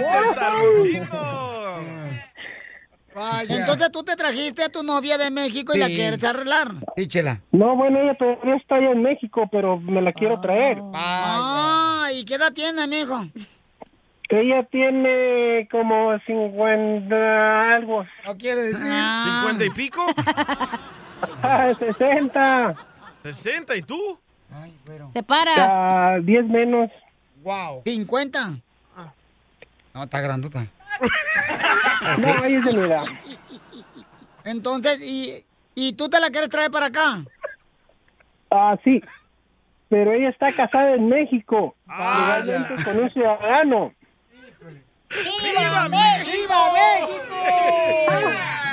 [SPEAKER 3] Entonces tú te trajiste a tu novia de México y la
[SPEAKER 11] Sí.
[SPEAKER 3] quieres arreglar. Sí, chela.
[SPEAKER 11] No, bueno, ella todavía está allá en México, pero me la quiero traer.
[SPEAKER 3] Ay, ¿qué edad tiene, mijo?
[SPEAKER 11] Ella tiene como 50 algo.
[SPEAKER 3] No quiere decir.
[SPEAKER 5] ¿Cincuenta y pico?
[SPEAKER 11] Ah, 60.
[SPEAKER 5] ¿60 y tú?
[SPEAKER 25] Se para.
[SPEAKER 11] Ah, 10 menos.
[SPEAKER 3] Wow. 50. No, está grandota.
[SPEAKER 11] No, ahí es de mi edad.
[SPEAKER 3] Entonces, ¿y, ¿y tú te la quieres traer para acá?
[SPEAKER 11] Ah, sí. Pero ella está casada en México.
[SPEAKER 3] Ah,
[SPEAKER 11] legalmente con un ciudadano.
[SPEAKER 3] ¡Viva México!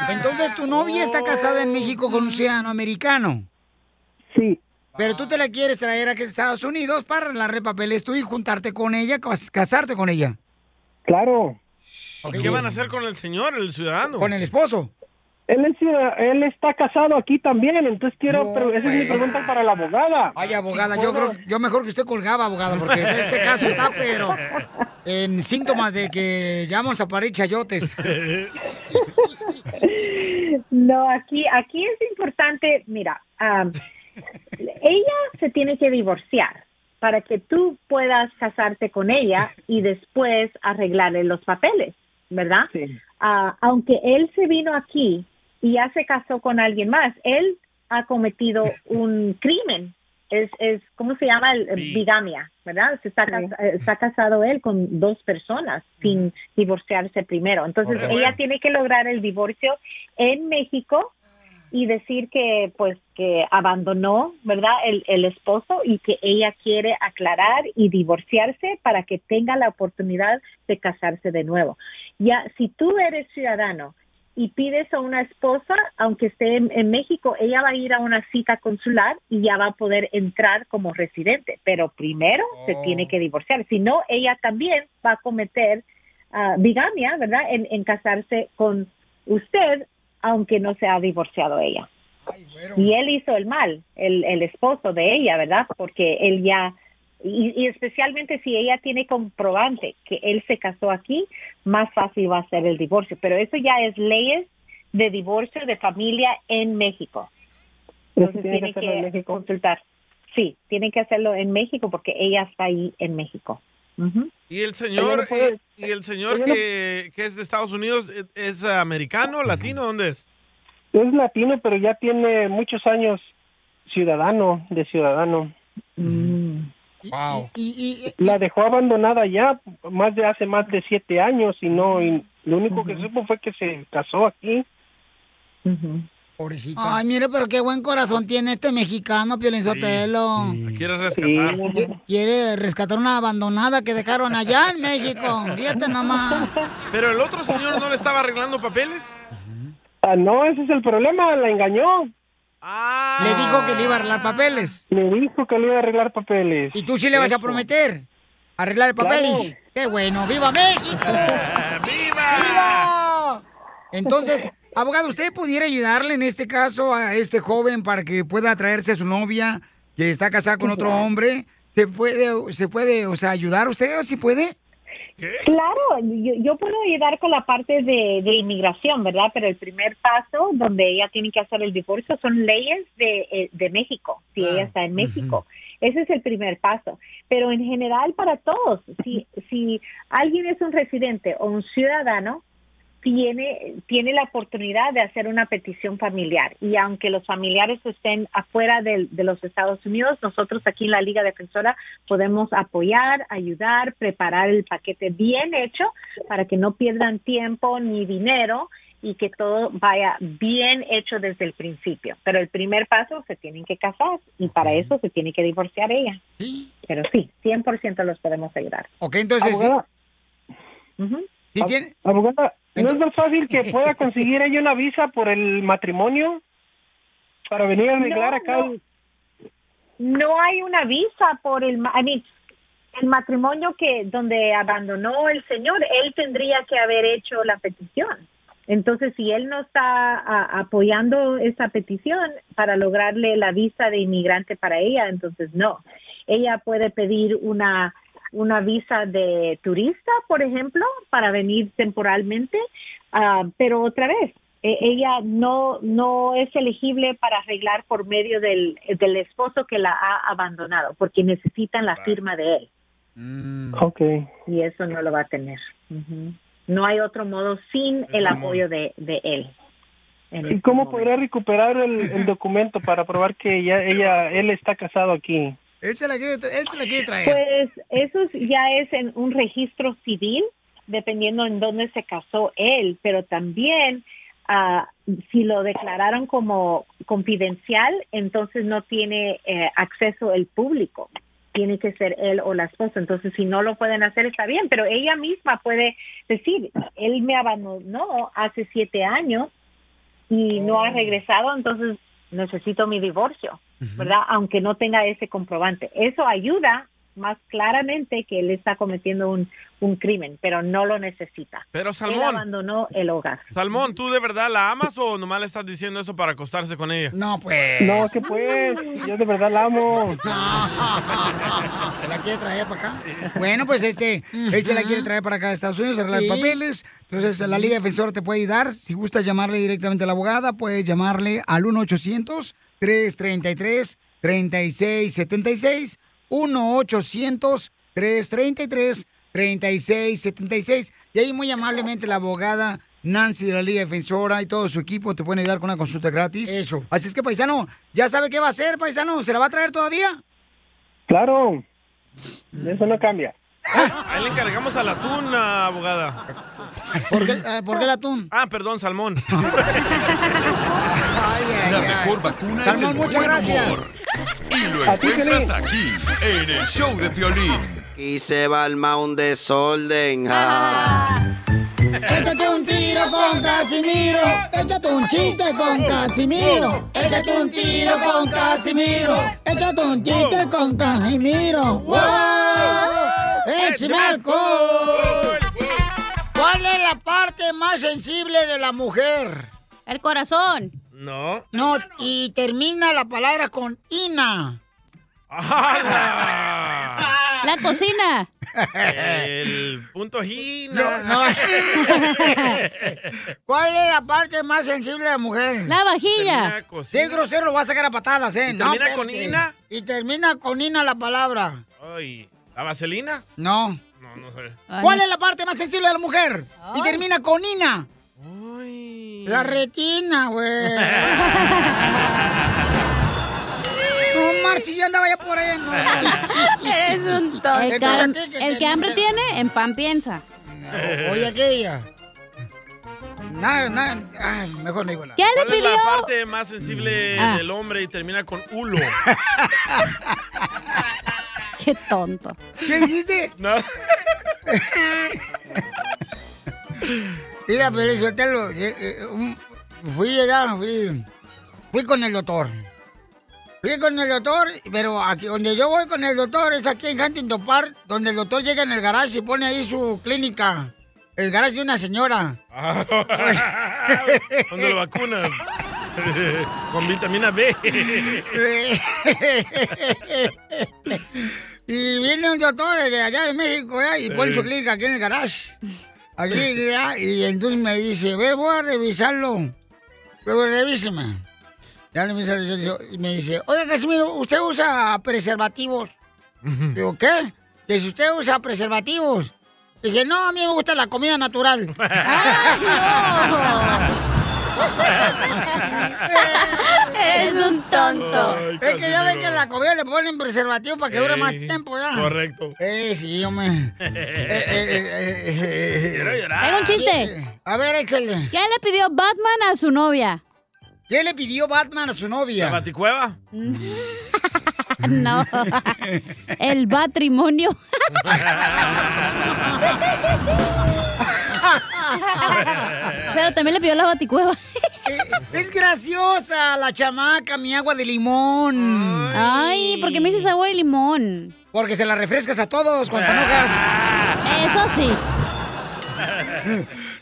[SPEAKER 3] Entonces, tu novia está casada en México con un ciudadano americano.
[SPEAKER 11] Sí.
[SPEAKER 3] Pero tú te la quieres traer aquí a Estados Unidos para arreglar de papeles tú y juntarte con ella, cas- casarte con ella.
[SPEAKER 11] Claro.
[SPEAKER 5] ¿O ¿Qué van a hacer con el señor, el ciudadano?
[SPEAKER 3] Con el esposo.
[SPEAKER 11] Él, es ciudad- él está casado aquí también, entonces quiero... pero esa es mi
[SPEAKER 3] pues.
[SPEAKER 11] pregunta para la abogada.
[SPEAKER 3] Ay, abogada, yo creo yo mejor que usted colgaba, abogada, porque este caso está, pero en síntomas de que ya vamos a parir chayotes.
[SPEAKER 26] No, aquí, aquí es importante, mira,
[SPEAKER 9] ah,
[SPEAKER 26] am, ella se tiene que divorciar para que tú puedas casarte con ella y después arreglarle los papeles, ¿verdad? Ah, aunque él se vino aquí y ya se casó con alguien más, él ha cometido un crimen. Es, es ¿cómo se llama? El- el bigamia, ¿verdad? Se está, cas- eh, está casado él con dos personas sin divorciarse primero. Entonces,
[SPEAKER 1] Órale.
[SPEAKER 26] ella tiene que lograr el divorcio en México y decir que, pues, que abandonó, ¿verdad? El, el esposo y que ella quiere aclarar y divorciarse para que tenga la oportunidad de casarse de nuevo. Ya, si tú eres ciudadano y pides a una esposa, aunque esté en, en México, ella va a ir a una cita consular y ya va a poder entrar como residente. Pero primero se
[SPEAKER 1] Oh.
[SPEAKER 26] tiene que divorciar. Si no, ella también va a cometer ah, bigamia, ¿verdad? En, en casarse con usted, aunque no se ha divorciado ella. Y él hizo el mal, el, el esposo de ella, ¿verdad? Porque él ya, y, y especialmente si ella tiene comprobante que él se casó aquí, más fácil va a ser el divorcio. Pero eso ya es leyes de divorcio de familia en México. Entonces
[SPEAKER 11] tiene que
[SPEAKER 26] tienen
[SPEAKER 11] hacerlo en
[SPEAKER 26] que consultar. Sí, tienen que hacerlo en México porque ella está ahí en México.
[SPEAKER 5] ¿Y el señor, y, y el señor
[SPEAKER 26] Yo no-
[SPEAKER 5] que, que es de Estados Unidos eh, es americano, latino? ¿Dónde es?
[SPEAKER 11] Es latino, pero ya tiene muchos años ciudadano, de ciudadano.
[SPEAKER 3] Mm. Wow.
[SPEAKER 11] La dejó abandonada ya más de hace más de siete años y no, y lo único que supo fue que se casó aquí.
[SPEAKER 3] Pobrecita. Ay, mire, pero qué buen corazón tiene este mexicano, Piolín Sotelo.
[SPEAKER 5] ¿Quieres rescatar?
[SPEAKER 3] Qui- Quiere rescatar una abandonada que dejaron allá en México. Fíjate nomás.
[SPEAKER 5] ¿Pero el otro señor no le estaba arreglando papeles?
[SPEAKER 11] Ah, no, ese es el problema, la engañó.
[SPEAKER 3] Le dijo que le iba a arreglar papeles.
[SPEAKER 11] Le dijo que le iba a arreglar papeles.
[SPEAKER 3] ¿Y tú sí le vas a prometer arreglar papeles? ¡Qué bueno! ¡Viva México!
[SPEAKER 5] ¡Viva!
[SPEAKER 3] ¡Viva! Entonces, abogado, ¿usted pudiera ayudarle en este caso a este joven para que pueda traerse a su novia que está casada con otro hombre? ¿Se puede, se puede o sea, ayudar usted o si puede?
[SPEAKER 26] Claro, yo, yo puedo ayudar con la parte de, de inmigración, ¿verdad? Pero el primer paso donde ella tiene que hacer el divorcio son leyes de, eh, de México, si ella está en México. Ese es el primer paso. Pero en general para todos, si, si alguien es un residente o un ciudadano, tiene, tiene la oportunidad de hacer una petición familiar. Y aunque los familiares estén afuera del- de, los Estados Unidos, nosotros aquí en la Liga Defensora podemos apoyar, ayudar, preparar el paquete bien hecho para que no pierdan tiempo ni dinero y que todo vaya bien hecho desde el principio. Pero el primer paso se tienen que casar y para eso se tiene que divorciar ella. Pero sí, 100% los podemos ayudar.
[SPEAKER 3] Ok, entonces... sí.
[SPEAKER 11] Abogada.
[SPEAKER 26] Ujú.
[SPEAKER 3] ¿Sí tiene?
[SPEAKER 11] Abogada, ¿no es más fácil que pueda conseguir ella una visa por el matrimonio? Para venir a arreglar
[SPEAKER 26] No,
[SPEAKER 11] acá.
[SPEAKER 26] no. no hay una visa por el, ma- I mean, el matrimonio que donde abandonó el señor, él tendría que haber hecho la petición. Entonces, si él no está a- apoyando esa petición para lograrle la visa de inmigrante para ella, entonces no. Ella puede pedir una una visa de turista, por ejemplo, para venir temporalmente, ah, pero otra vez, e- ella no, no es elegible para arreglar por medio del, del esposo que la ha abandonado, porque necesitan la firma de él
[SPEAKER 11] Mm.
[SPEAKER 3] Mm.
[SPEAKER 11] Ok.
[SPEAKER 26] y eso no lo va a tener. Ujú. No hay otro modo sin el apoyo de, de él. en
[SPEAKER 11] ¿Y
[SPEAKER 26] este
[SPEAKER 11] cómo
[SPEAKER 26] momento.
[SPEAKER 11] podría recuperar el, el documento para probar que ya ella él está casado aquí?
[SPEAKER 3] Él se la quiere, tra- él se la quiere traer.
[SPEAKER 26] Pues eso es- ya es en un registro civil, dependiendo en dónde se casó él, pero también ah, si lo declararon como confidencial, entonces no tiene eh, acceso el público. Tiene que ser él o la esposa. Entonces, si no lo pueden hacer, está bien, pero ella misma puede decir, él me abandonó hace siete años y no ha regresado, entonces necesito mi divorcio, ¿verdad? Aunque no tenga ese comprobante. Eso ayuda más claramente que él está cometiendo un, un crimen, pero no lo necesita.
[SPEAKER 5] Pero
[SPEAKER 26] Él
[SPEAKER 5] Salmón,
[SPEAKER 26] abandonó el hogar.
[SPEAKER 5] Salmón, ¿tú de verdad la amas o nomás le estás diciendo eso para acostarse con ella?
[SPEAKER 3] No, pues.
[SPEAKER 11] No, que pues, yo de verdad la amo.
[SPEAKER 3] ¿Se la quiere traer para acá? Bueno, pues este, él se la quiere traer para acá a Estados Unidos, arreglar
[SPEAKER 10] Sí.
[SPEAKER 3] papeles. Entonces, la Liga Defensora te puede ayudar. Si gusta llamarle directamente a la abogada, puedes llamarle al 1-800-333-3676. 1-800-333-3676. Y ahí muy amablemente la abogada Nancy de la Liga Defensora y todo su equipo te pueden ayudar con una consulta gratis. Eso. Así es que, paisano, ya sabe qué va a hacer, paisano. ¿Se la va a traer todavía?
[SPEAKER 11] Claro. Eso no cambia.
[SPEAKER 5] Ahí le encargamos al atún, ah, abogada.
[SPEAKER 3] ¿Por qué, eh, por qué el atún?
[SPEAKER 5] Ah, perdón, salmón.
[SPEAKER 6] La mejor vacuna es el
[SPEAKER 5] Salmón,
[SPEAKER 6] buen
[SPEAKER 5] muchas gracias.
[SPEAKER 6] humor. Y lo
[SPEAKER 10] A ti,
[SPEAKER 6] encuentras
[SPEAKER 10] Piolín.
[SPEAKER 6] aquí, en el show de Piolín.
[SPEAKER 17] Y se va al un desorden.
[SPEAKER 3] Échate un tiro con Casimiro. Échate un chiste con Casimiro. Échate un tiro con Casimiro. Échate un chiste con Casimiro. ¡Wow! ¡Échame alcohol! ¿Cuál es la parte más sensible de la mujer?
[SPEAKER 4] El corazón.
[SPEAKER 5] No.
[SPEAKER 3] No, y termina la palabra con ina.
[SPEAKER 4] La cocina.
[SPEAKER 5] El punto G.
[SPEAKER 3] No, no. ¿Cuál es la parte más sensible de la mujer?
[SPEAKER 4] La vajilla.
[SPEAKER 3] Qué grosero lo va a sacar a patadas, ¿eh?
[SPEAKER 5] ¿Y termina con
[SPEAKER 3] espérate.
[SPEAKER 5] ina?
[SPEAKER 3] Y termina con ina la palabra.
[SPEAKER 5] Ay, ¿La vaselina?
[SPEAKER 3] No.
[SPEAKER 5] No, no sé.
[SPEAKER 3] ¿Cuál es la parte más sensible de la mujer? Y termina con ina. La retina, güey. No, Marci, yo andaba ya por ahí. ¿no?
[SPEAKER 4] Eres un tonto. El,
[SPEAKER 3] Entonces,
[SPEAKER 4] cam-
[SPEAKER 3] ¿qué- qué-
[SPEAKER 4] el
[SPEAKER 3] qué-
[SPEAKER 4] que hambre tiene, en pan piensa.
[SPEAKER 3] O- Oye, aquella. Nada, nada. ay, mejor no digo nada.
[SPEAKER 5] ¿Cuál es la parte más sensible
[SPEAKER 3] Ah.
[SPEAKER 5] del hombre y termina con hulo?
[SPEAKER 4] Qué tonto.
[SPEAKER 3] ¿Qué dijiste?
[SPEAKER 5] No.
[SPEAKER 3] Mira, pero yo te lo. eh, eh, un- fui allá, fui. Fui con el doctor. Fui con el doctor, pero aquí donde yo voy con el doctor es aquí en Huntington Park, donde el doctor llega en el garage y pone ahí su clínica. El garage de una señora.
[SPEAKER 5] Cuando lo vacunan. Con vitamina B.
[SPEAKER 3] y viene un doctor de allá de México ¿ya? y pone
[SPEAKER 5] Sí.
[SPEAKER 3] su clínica aquí en el garage. Aquí, ¿ya? y entonces me dice, ve, voy a revisarlo. Pero revíseme. Ya le empiezo a revisar, y me dice, oiga Casimiro, ¿usted usa preservativos? Digo, ¿qué? Que si usted usa preservativos. Dije, no, a mí me gusta la comida natural.
[SPEAKER 10] Eres un tonto. Ay,
[SPEAKER 3] es que ya
[SPEAKER 10] Casimiro.
[SPEAKER 3] ven que a la comida le ponen preservativo para que dure más
[SPEAKER 10] Ey,
[SPEAKER 3] tiempo, ¿ya?
[SPEAKER 10] correcto.
[SPEAKER 3] Eh, sí, hombre. Quiero
[SPEAKER 10] llorar.
[SPEAKER 4] Tengo un chiste.
[SPEAKER 3] Ah, A ver, échale.
[SPEAKER 4] ¿Qué le pidió Batman a su novia?
[SPEAKER 3] ¿Qué le pidió Batman a su novia?
[SPEAKER 5] ¿La baticueva?
[SPEAKER 4] Mm. No. El matrimonio. Ah, Pero también le pidió la baticueva.
[SPEAKER 3] Eh, Es graciosa la chamaca, mi agua de limón.
[SPEAKER 4] Ay, ¿por qué me dices agua de limón?
[SPEAKER 3] Porque se la refrescas a todos cuando te enojas.
[SPEAKER 4] Eso sí.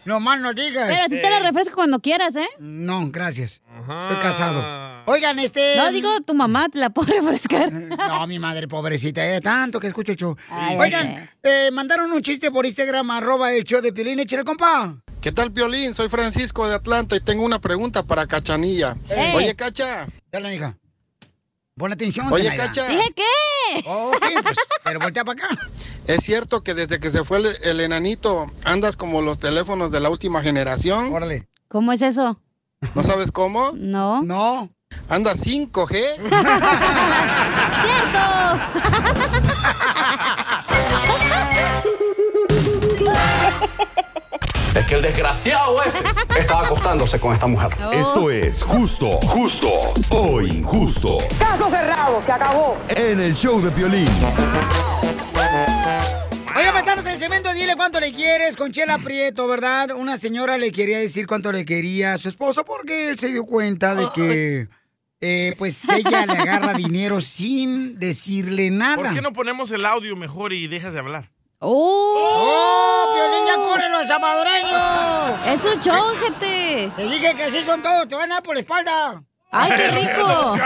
[SPEAKER 3] No más no digas.
[SPEAKER 4] Pero a ti te la refresco cuando quieras, ¿eh?
[SPEAKER 3] No, gracias. Estoy casado. Oigan, este.
[SPEAKER 4] No, digo, tu mamá te la puedo refrescar.
[SPEAKER 3] No, mi madre, pobrecita, eh, tanto que escucho el show.
[SPEAKER 4] Ay, ya
[SPEAKER 3] Oigan, eh, mandaron un chiste por Instagram, arroba el show de Piolín, échale, compa.
[SPEAKER 12] ¿Qué tal, Piolín? Soy Francisco de Atlanta y tengo una pregunta para Cachanilla.
[SPEAKER 3] Ey.
[SPEAKER 12] Oye, Cacha.
[SPEAKER 3] Dale, hija. Pon atención,
[SPEAKER 12] Oye,
[SPEAKER 3] Zenaida.
[SPEAKER 12] Cacha.
[SPEAKER 4] qué?
[SPEAKER 3] Ok, pues, pero voltea para acá.
[SPEAKER 12] ¿Es cierto que desde que se fue el, el enanito andas como los teléfonos de la última generación?
[SPEAKER 3] Órale.
[SPEAKER 4] ¿Cómo es eso?
[SPEAKER 12] ¿No sabes cómo?
[SPEAKER 4] No.
[SPEAKER 3] No.
[SPEAKER 13] Anda 5G.
[SPEAKER 14] Es que el desgraciado ese estaba acostándose con esta mujer.
[SPEAKER 6] Esto es justo, justo o injusto.
[SPEAKER 16] Caso cerrado, se acabó.
[SPEAKER 6] En el show de Piolín.
[SPEAKER 3] Oiga, pasanos el cemento, dile cuánto le quieres con Chela Prieto, ¿verdad? Una señora le quería decir cuánto le quería a su esposo porque él se dio cuenta de que, eh, pues, ella le agarra dinero sin decirle nada.
[SPEAKER 5] ¿Por qué no ponemos el audio mejor y dejas de hablar?
[SPEAKER 3] ¡Oh! ¡Piolín ya córrelo, el salvadoreño!
[SPEAKER 4] ¡Es un show, gente!
[SPEAKER 3] Te dije que así son todos, te van a dar por la espalda.
[SPEAKER 4] ¡Ay, qué rico!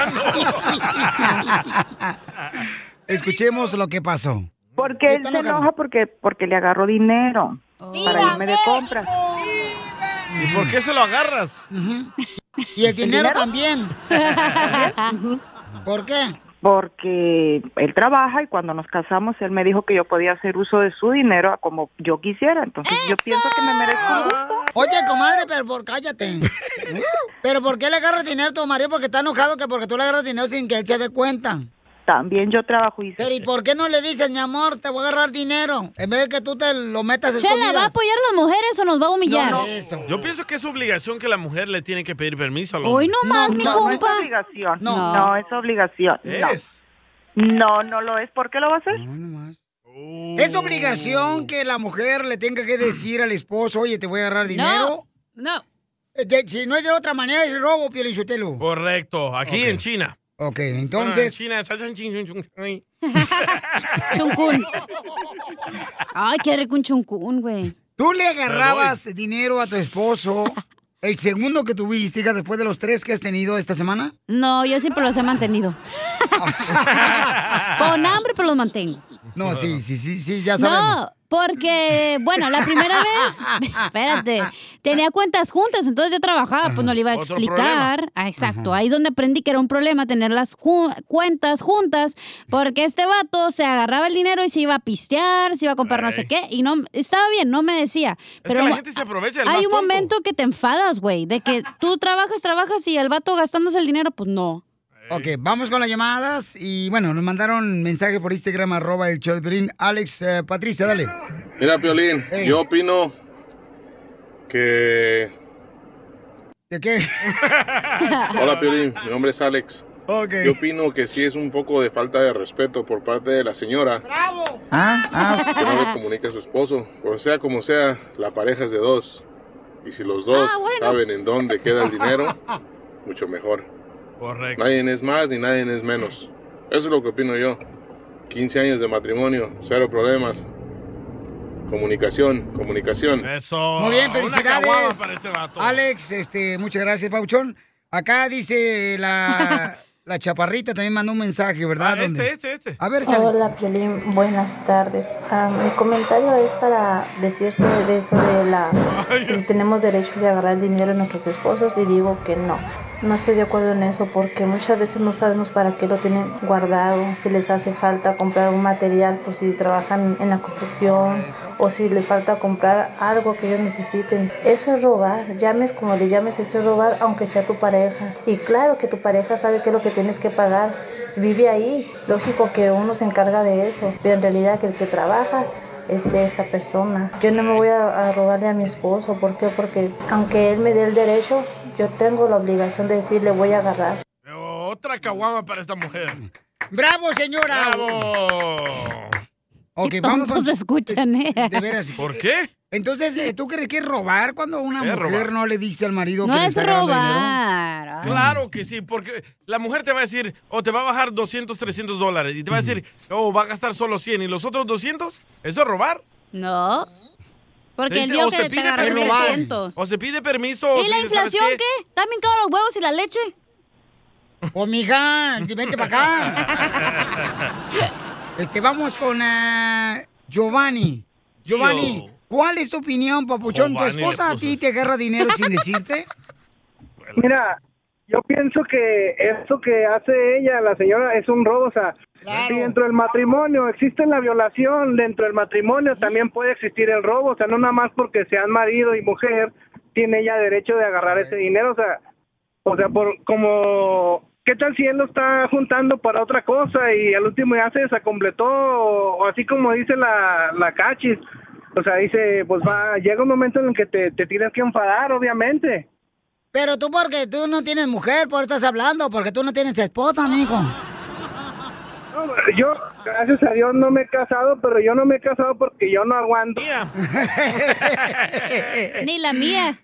[SPEAKER 3] Escuchemos lo que pasó.
[SPEAKER 1] Porque él se enoja porque, porque le agarró dinero para irme de compras.
[SPEAKER 5] ¿Y por qué se lo agarras?
[SPEAKER 3] Y el dinero también. ¿Por qué?
[SPEAKER 1] Porque él trabaja y cuando nos casamos él me dijo que yo podía hacer uso de su dinero a como yo quisiera. Entonces yo pienso que me merezco un
[SPEAKER 5] Ah.
[SPEAKER 1] gusto.
[SPEAKER 3] Oye, comadre, pero por cállate. ¿Pero por qué le agarras dinero a tu marido? Porque está enojado que porque tú le agarras dinero sin que él se dé cuenta.
[SPEAKER 1] También yo trabajo y...
[SPEAKER 3] Pero ¿y por qué no le dices, mi amor, te voy a agarrar dinero? En vez de que tú te lo metas en
[SPEAKER 4] Chela,
[SPEAKER 3] comida.
[SPEAKER 4] ¿va a apoyar a las mujeres o nos va a humillar?
[SPEAKER 5] Yo pienso que es obligación que la mujer le tiene que pedir permiso al
[SPEAKER 4] Hoy
[SPEAKER 5] hombre.
[SPEAKER 4] no más, mi
[SPEAKER 1] no, no es
[SPEAKER 4] compa.
[SPEAKER 1] obligación.
[SPEAKER 4] No.
[SPEAKER 1] No. es obligación. No.
[SPEAKER 5] Es.
[SPEAKER 1] No, no lo es. ¿Por qué lo va a hacer?
[SPEAKER 3] ¿Es obligación que la mujer le tenga que decir al esposo, oye, te voy a agarrar dinero?
[SPEAKER 4] No.
[SPEAKER 3] si no es de otra manera, es robo, Pielichotelo.
[SPEAKER 5] Correcto, aquí en China.
[SPEAKER 3] Ok,
[SPEAKER 5] Bueno,
[SPEAKER 3] entonces...
[SPEAKER 5] en China, cha, chan, chin, chun, chun, ay.
[SPEAKER 4] Chuncún. Ay, qué rico un chuncún, güey.
[SPEAKER 3] Tú le agarrabas dinero a tu esposo el segundo que tuviste, hija, después de los tres que has tenido esta semana.
[SPEAKER 4] No, yo siempre los he mantenido. Con hambre, pero los mantengo.
[SPEAKER 3] No, sí, sí, sí, sí, ya sabemos.
[SPEAKER 4] No, porque, bueno, la primera vez, espérate, tenía cuentas juntas, entonces yo trabajaba, pues no le iba a
[SPEAKER 23] Otro
[SPEAKER 4] explicar.
[SPEAKER 23] problema.
[SPEAKER 4] Ah, exacto, ahí es donde aprendí que era un problema tener las ju- cuentas juntas, porque este vato se agarraba el dinero y se iba a pistear, se iba a comprar no sé qué, y no, estaba bien, no me decía. Pero
[SPEAKER 5] la
[SPEAKER 4] mo-
[SPEAKER 5] gente se aprovecha del
[SPEAKER 4] Hay
[SPEAKER 5] más
[SPEAKER 4] un
[SPEAKER 5] tonto.
[SPEAKER 4] momento que te enfadas, güey, de que tú trabajas, trabajas y el vato gastándose el dinero, pues no.
[SPEAKER 3] Ok, vamos con las llamadas y bueno, nos mandaron mensaje por Instagram arroba el show de Piolín. Alex, eh, Patricia, dale.
[SPEAKER 24] Mira, Piolín,
[SPEAKER 3] Ey.
[SPEAKER 24] yo opino que...
[SPEAKER 3] ¿De qué?
[SPEAKER 24] Hola, Piolín, mi nombre es Alex.
[SPEAKER 3] Ok.
[SPEAKER 24] Yo opino que sí es un poco de falta de respeto por parte de la señora
[SPEAKER 3] Ah, ah.
[SPEAKER 24] que no le comunica a su esposo. O sea, como sea, la pareja es de dos. Y si los dos saben en dónde queda el dinero, mucho mejor.
[SPEAKER 5] Correcto.
[SPEAKER 24] Nadie es más ni nadie es menos. Eso es lo que opino yo. 15 años de matrimonio, cero problemas. Comunicación, comunicación.
[SPEAKER 5] Eso.
[SPEAKER 3] Muy bien,
[SPEAKER 5] Ah, Una caguama
[SPEAKER 3] felicidades.
[SPEAKER 5] para este vato.
[SPEAKER 3] Alex, este, muchas gracias, Pauchón. Acá dice la, la chaparrita, también mandó un mensaje, ¿verdad? ¿Dónde?
[SPEAKER 5] este.
[SPEAKER 3] A ver,
[SPEAKER 4] Oh,
[SPEAKER 3] chale.
[SPEAKER 27] Hola, Piolín, buenas tardes. Ah, mi comentario es para decirte de eso de la. que si tenemos derecho de agarrar dinero de nuestros esposos y digo que no. No estoy de acuerdo en eso porque muchas veces no sabemos para qué lo tienen guardado, si les hace falta comprar un material por si trabajan en la construcción o si les falta comprar algo que ellos necesiten. Eso es robar, llames como le llames, eso es robar aunque sea tu pareja. Y claro que tu pareja sabe qué es lo que tienes que pagar, vive ahí. Lógico que uno se encarga de eso, pero en realidad que el que trabaja es esa persona. Yo no me voy a, a robarle a mi esposo, ¿por qué? Porque aunque él me dé el derecho, yo tengo la obligación de decirle voy a agarrar.
[SPEAKER 5] Otra caguama para esta mujer.
[SPEAKER 3] ¡Bravo, señora!
[SPEAKER 5] ¡Bravo!
[SPEAKER 3] Ok,
[SPEAKER 4] Qué
[SPEAKER 3] vamos
[SPEAKER 4] tontos se escuchan, ¿eh?
[SPEAKER 3] De veras.
[SPEAKER 5] ¿Por qué?
[SPEAKER 3] Entonces, eh, ¿tú crees que es robar cuando una
[SPEAKER 5] Es
[SPEAKER 3] mujer
[SPEAKER 5] robar.
[SPEAKER 3] no le dice al marido
[SPEAKER 4] No
[SPEAKER 3] que le
[SPEAKER 4] es
[SPEAKER 3] está agarrando
[SPEAKER 4] robar.
[SPEAKER 3] dinero?
[SPEAKER 5] Claro que sí, porque la mujer te va a decir, o te va a bajar 200, 300 dólares, y te va a decir, oh, va a gastar solo 100, y los otros 200, ¿eso es robar?
[SPEAKER 4] No. Porque
[SPEAKER 5] Te
[SPEAKER 4] él
[SPEAKER 5] dice,
[SPEAKER 4] vio
[SPEAKER 5] o se
[SPEAKER 4] que te
[SPEAKER 5] pide
[SPEAKER 4] agarró
[SPEAKER 5] permiso,
[SPEAKER 4] 300.
[SPEAKER 5] O se pide permiso. o
[SPEAKER 4] ¿Y
[SPEAKER 5] si
[SPEAKER 4] la
[SPEAKER 5] le- ¿sabes
[SPEAKER 4] inflación qué? ¿También caros los huevos y la leche?
[SPEAKER 3] Pues, mija, vente para acá. Este, vamos con ah, Giovanni. Giovanni, ¿cuál es tu opinión, papuchón? ¿Tu
[SPEAKER 28] Giovanni le
[SPEAKER 3] esposa a ti te agarra dinero sin decirte?
[SPEAKER 28] Mira, yo pienso que eso que hace ella, la señora, es un robo. O sea, si dentro del matrimonio existe la violación, dentro del matrimonio también puede existir el robo. O sea, no nada más porque sean marido y mujer, tiene ella derecho de agarrar ese dinero. O sea, O sea, por como ¿qué tal si él lo está juntando para otra cosa y al último ya se desacompletó? O, o así como dice la, la cachis. O sea, dice, pues va, llega un momento en el que te, te tienes que enfadar, obviamente.
[SPEAKER 3] Pero tú porque tú no tienes mujer, por eso estás hablando, porque tú no tienes esposa, amigo.
[SPEAKER 28] No, yo, gracias a Dios, no me he casado, pero yo no me he casado porque yo no aguanto.
[SPEAKER 4] Ni la mía.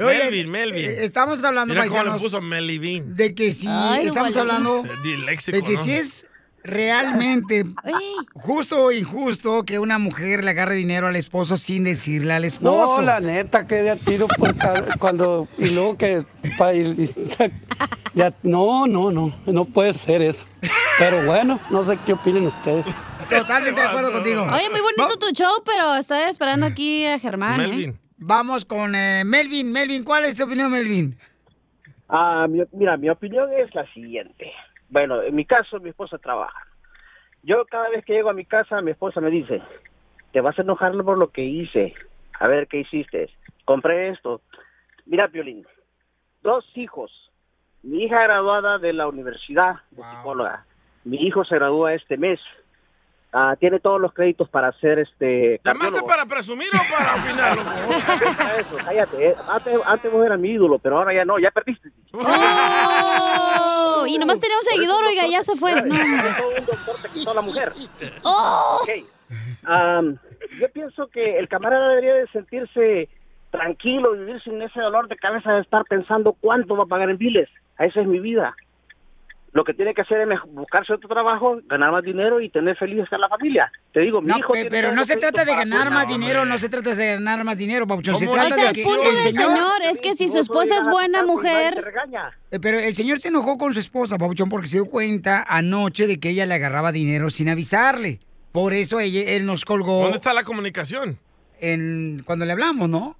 [SPEAKER 3] Oye,
[SPEAKER 5] Melvin, Melvin.
[SPEAKER 3] eh, estamos hablando,
[SPEAKER 5] Mira cómo le
[SPEAKER 3] paisanos.
[SPEAKER 5] puso Melvin.
[SPEAKER 3] De que sí,
[SPEAKER 5] Ay,
[SPEAKER 3] estamos
[SPEAKER 5] igual.
[SPEAKER 3] hablando
[SPEAKER 5] Disléxico,
[SPEAKER 3] de que
[SPEAKER 5] ¿no?
[SPEAKER 3] si es realmente justo o injusto que una mujer le agarre dinero al esposo sin decirle al esposo.
[SPEAKER 7] No, la neta, que de a tiro por cada- cuando. Y luego que. pa- y- y- ya- no, no, no. No puede ser eso. Pero bueno, no sé qué opinen ustedes.
[SPEAKER 3] Totalmente de acuerdo contigo.
[SPEAKER 4] Oye, muy bonito tu show, pero estoy
[SPEAKER 5] Mm.
[SPEAKER 4] esperando aquí a Germán. ¿eh?
[SPEAKER 3] Vamos con eh, Melvin. Melvin, ¿cuál es tu opinión, Melvin?
[SPEAKER 17] Ah, mi- mira, mi opinión es la siguiente. Bueno, en mi caso, mi esposa trabaja. Yo cada vez que llego a mi casa, mi esposa me dice, te vas a enojar por lo que hice. A ver, ¿qué hiciste? Compré esto. Mira, Piolín, dos hijos. Mi hija graduada de la universidad de psicóloga. Mi hijo se gradúa este mes. Ah, tiene todos los créditos para ser este...
[SPEAKER 5] ¿Llamaste
[SPEAKER 17] cardiólogo.
[SPEAKER 5] para presumir o para opinar, loco?
[SPEAKER 17] Eso, cállate. eh. Antes, antes vos eras mi ídolo, pero ahora ya no, ya perdiste.
[SPEAKER 4] Oh, y nomás tenía un seguidor, oiga, ya se fue. No, hombre.
[SPEAKER 17] toda la mujer.
[SPEAKER 4] Oh.
[SPEAKER 17] Ok. Am, yo pienso que el camarada debería de sentirse tranquilo, vivir sin ese dolor de cabeza de estar pensando cuánto va a pagar en biles. Esa es mi vida. Lo que tiene que hacer es mej- buscarse otro trabajo, ganar más dinero y tener feliz a la familia. Te digo, mi
[SPEAKER 3] No,
[SPEAKER 17] hijo...
[SPEAKER 3] pe-
[SPEAKER 17] tiene
[SPEAKER 3] pero
[SPEAKER 17] todos
[SPEAKER 3] no
[SPEAKER 17] los
[SPEAKER 3] se trata de
[SPEAKER 17] créditos para-
[SPEAKER 3] ganar más dinero, no se trata de ganar más dinero, Papuchón. Se
[SPEAKER 17] ¿Cómo
[SPEAKER 3] trata
[SPEAKER 4] O sea,
[SPEAKER 3] de
[SPEAKER 4] el
[SPEAKER 3] que
[SPEAKER 4] punto
[SPEAKER 3] el
[SPEAKER 4] del señor es que si su esposa es buena mujer...
[SPEAKER 3] Eh, Pero el señor se enojó con su esposa, Papuchón, porque se dio cuenta anoche de que ella le agarraba dinero sin avisarle. Por eso ella- él nos colgó.
[SPEAKER 5] ¿Dónde está la comunicación?
[SPEAKER 3] En, cuando le hablamos, ¿no?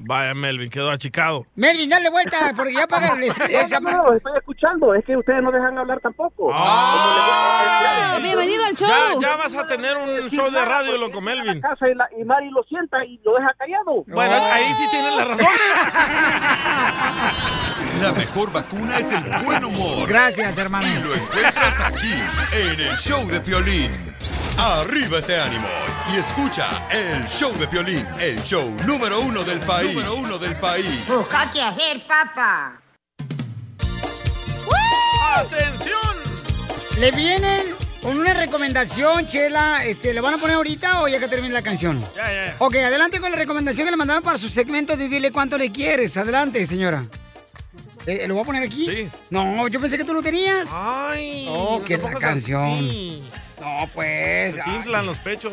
[SPEAKER 5] Vaya, Melvin, quedó achicado.
[SPEAKER 3] Melvin, dale vuelta, porque ya paga el-
[SPEAKER 17] No, no, no, los estoy escuchando, es que ustedes no dejan hablar tampoco.
[SPEAKER 5] ¡Ah!
[SPEAKER 17] Bienvenido al
[SPEAKER 5] Ya,
[SPEAKER 17] show.
[SPEAKER 5] ya vas a tener un show de radio, loco, Melvin.
[SPEAKER 17] casa y, la- y Mari lo sienta y lo deja callado.
[SPEAKER 5] Bueno, ahí sí tienes la razón.
[SPEAKER 6] La mejor vacuna es el buen humor.
[SPEAKER 3] Gracias, hermano.
[SPEAKER 6] Y lo encuentras aquí, en el show de Piolín. Arriba ese ánimo y escucha el show de Piolín, el show número uno del país. Número uno del país.
[SPEAKER 18] Busca qué hacer, papá.
[SPEAKER 5] ¡Atención!
[SPEAKER 3] Le vienen con una recomendación, Chela. Este, ¿Le van a poner ahorita o ya que termine la canción?
[SPEAKER 5] Ya, ya, ya.
[SPEAKER 3] Ok, adelante con la recomendación que le mandaron para su segmento de Dile cuánto le quieres. Adelante, señora. Eh, ¿Lo voy a poner aquí? Sí. No, yo pensé que tú lo tenías.
[SPEAKER 5] Ay.
[SPEAKER 3] Oh,
[SPEAKER 5] no
[SPEAKER 3] qué
[SPEAKER 5] te
[SPEAKER 3] la
[SPEAKER 5] pongas
[SPEAKER 3] canción.
[SPEAKER 5] así.
[SPEAKER 3] No, pues.
[SPEAKER 5] Se te inflan los pechos.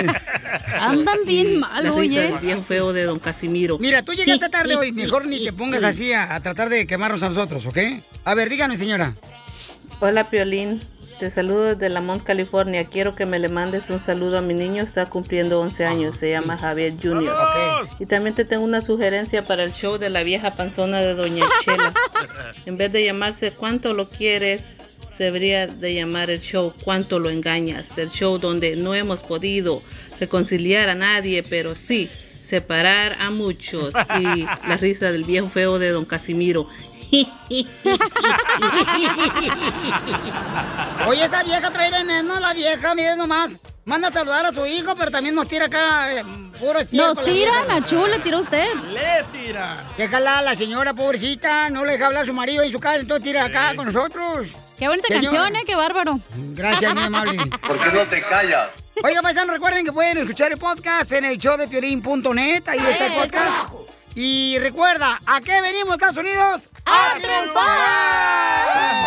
[SPEAKER 4] Andan bien mal,
[SPEAKER 19] La risa
[SPEAKER 4] oye.
[SPEAKER 19] del viejo feo de don Casimiro.
[SPEAKER 3] Mira, tú llegaste tarde hoy. Mejor ni te pongas así a, a tratar de quemarnos a nosotros, ¿ok? A ver, dígame, señora.
[SPEAKER 19] Hola, Piolín. Te saludo desde La Mont, California. Quiero que me le mandes un saludo a mi niño. Está cumpliendo 11 años. Se llama Javier Jr. ¡Vamos! Y también te tengo una sugerencia para el show de la vieja panzona de Doña Chela. En vez de llamarse ¿Cuánto lo quieres? Se debería de llamar el show ¿Cuánto lo engañas? El show donde no hemos podido reconciliar a nadie, pero sí separar a muchos. Y la risa del viejo feo de don Casimiro.
[SPEAKER 3] Oye, esa vieja trae veneno, la vieja, miren nomás. Manda a saludar a su hijo, pero también nos tira acá eh, puro
[SPEAKER 4] Nos
[SPEAKER 3] estiércol.
[SPEAKER 4] tiran, a Chu le tiró usted.
[SPEAKER 5] Le tira.
[SPEAKER 3] Déjala a la señora, pobrecita, no le deja hablar a su marido en su casa, entonces tira acá con nosotros.
[SPEAKER 4] Qué bonita
[SPEAKER 3] Señora.
[SPEAKER 4] canción, ¿eh? Qué bárbaro.
[SPEAKER 3] Gracias, mi amable.
[SPEAKER 4] ¿Por qué no te callas?
[SPEAKER 3] Oiga, paisano, recuerden que pueden escuchar el podcast en el show de Piorín.net, ahí está el podcast. Y recuerda, ¿a qué venimos, Estados Unidos? ¡A triunfar!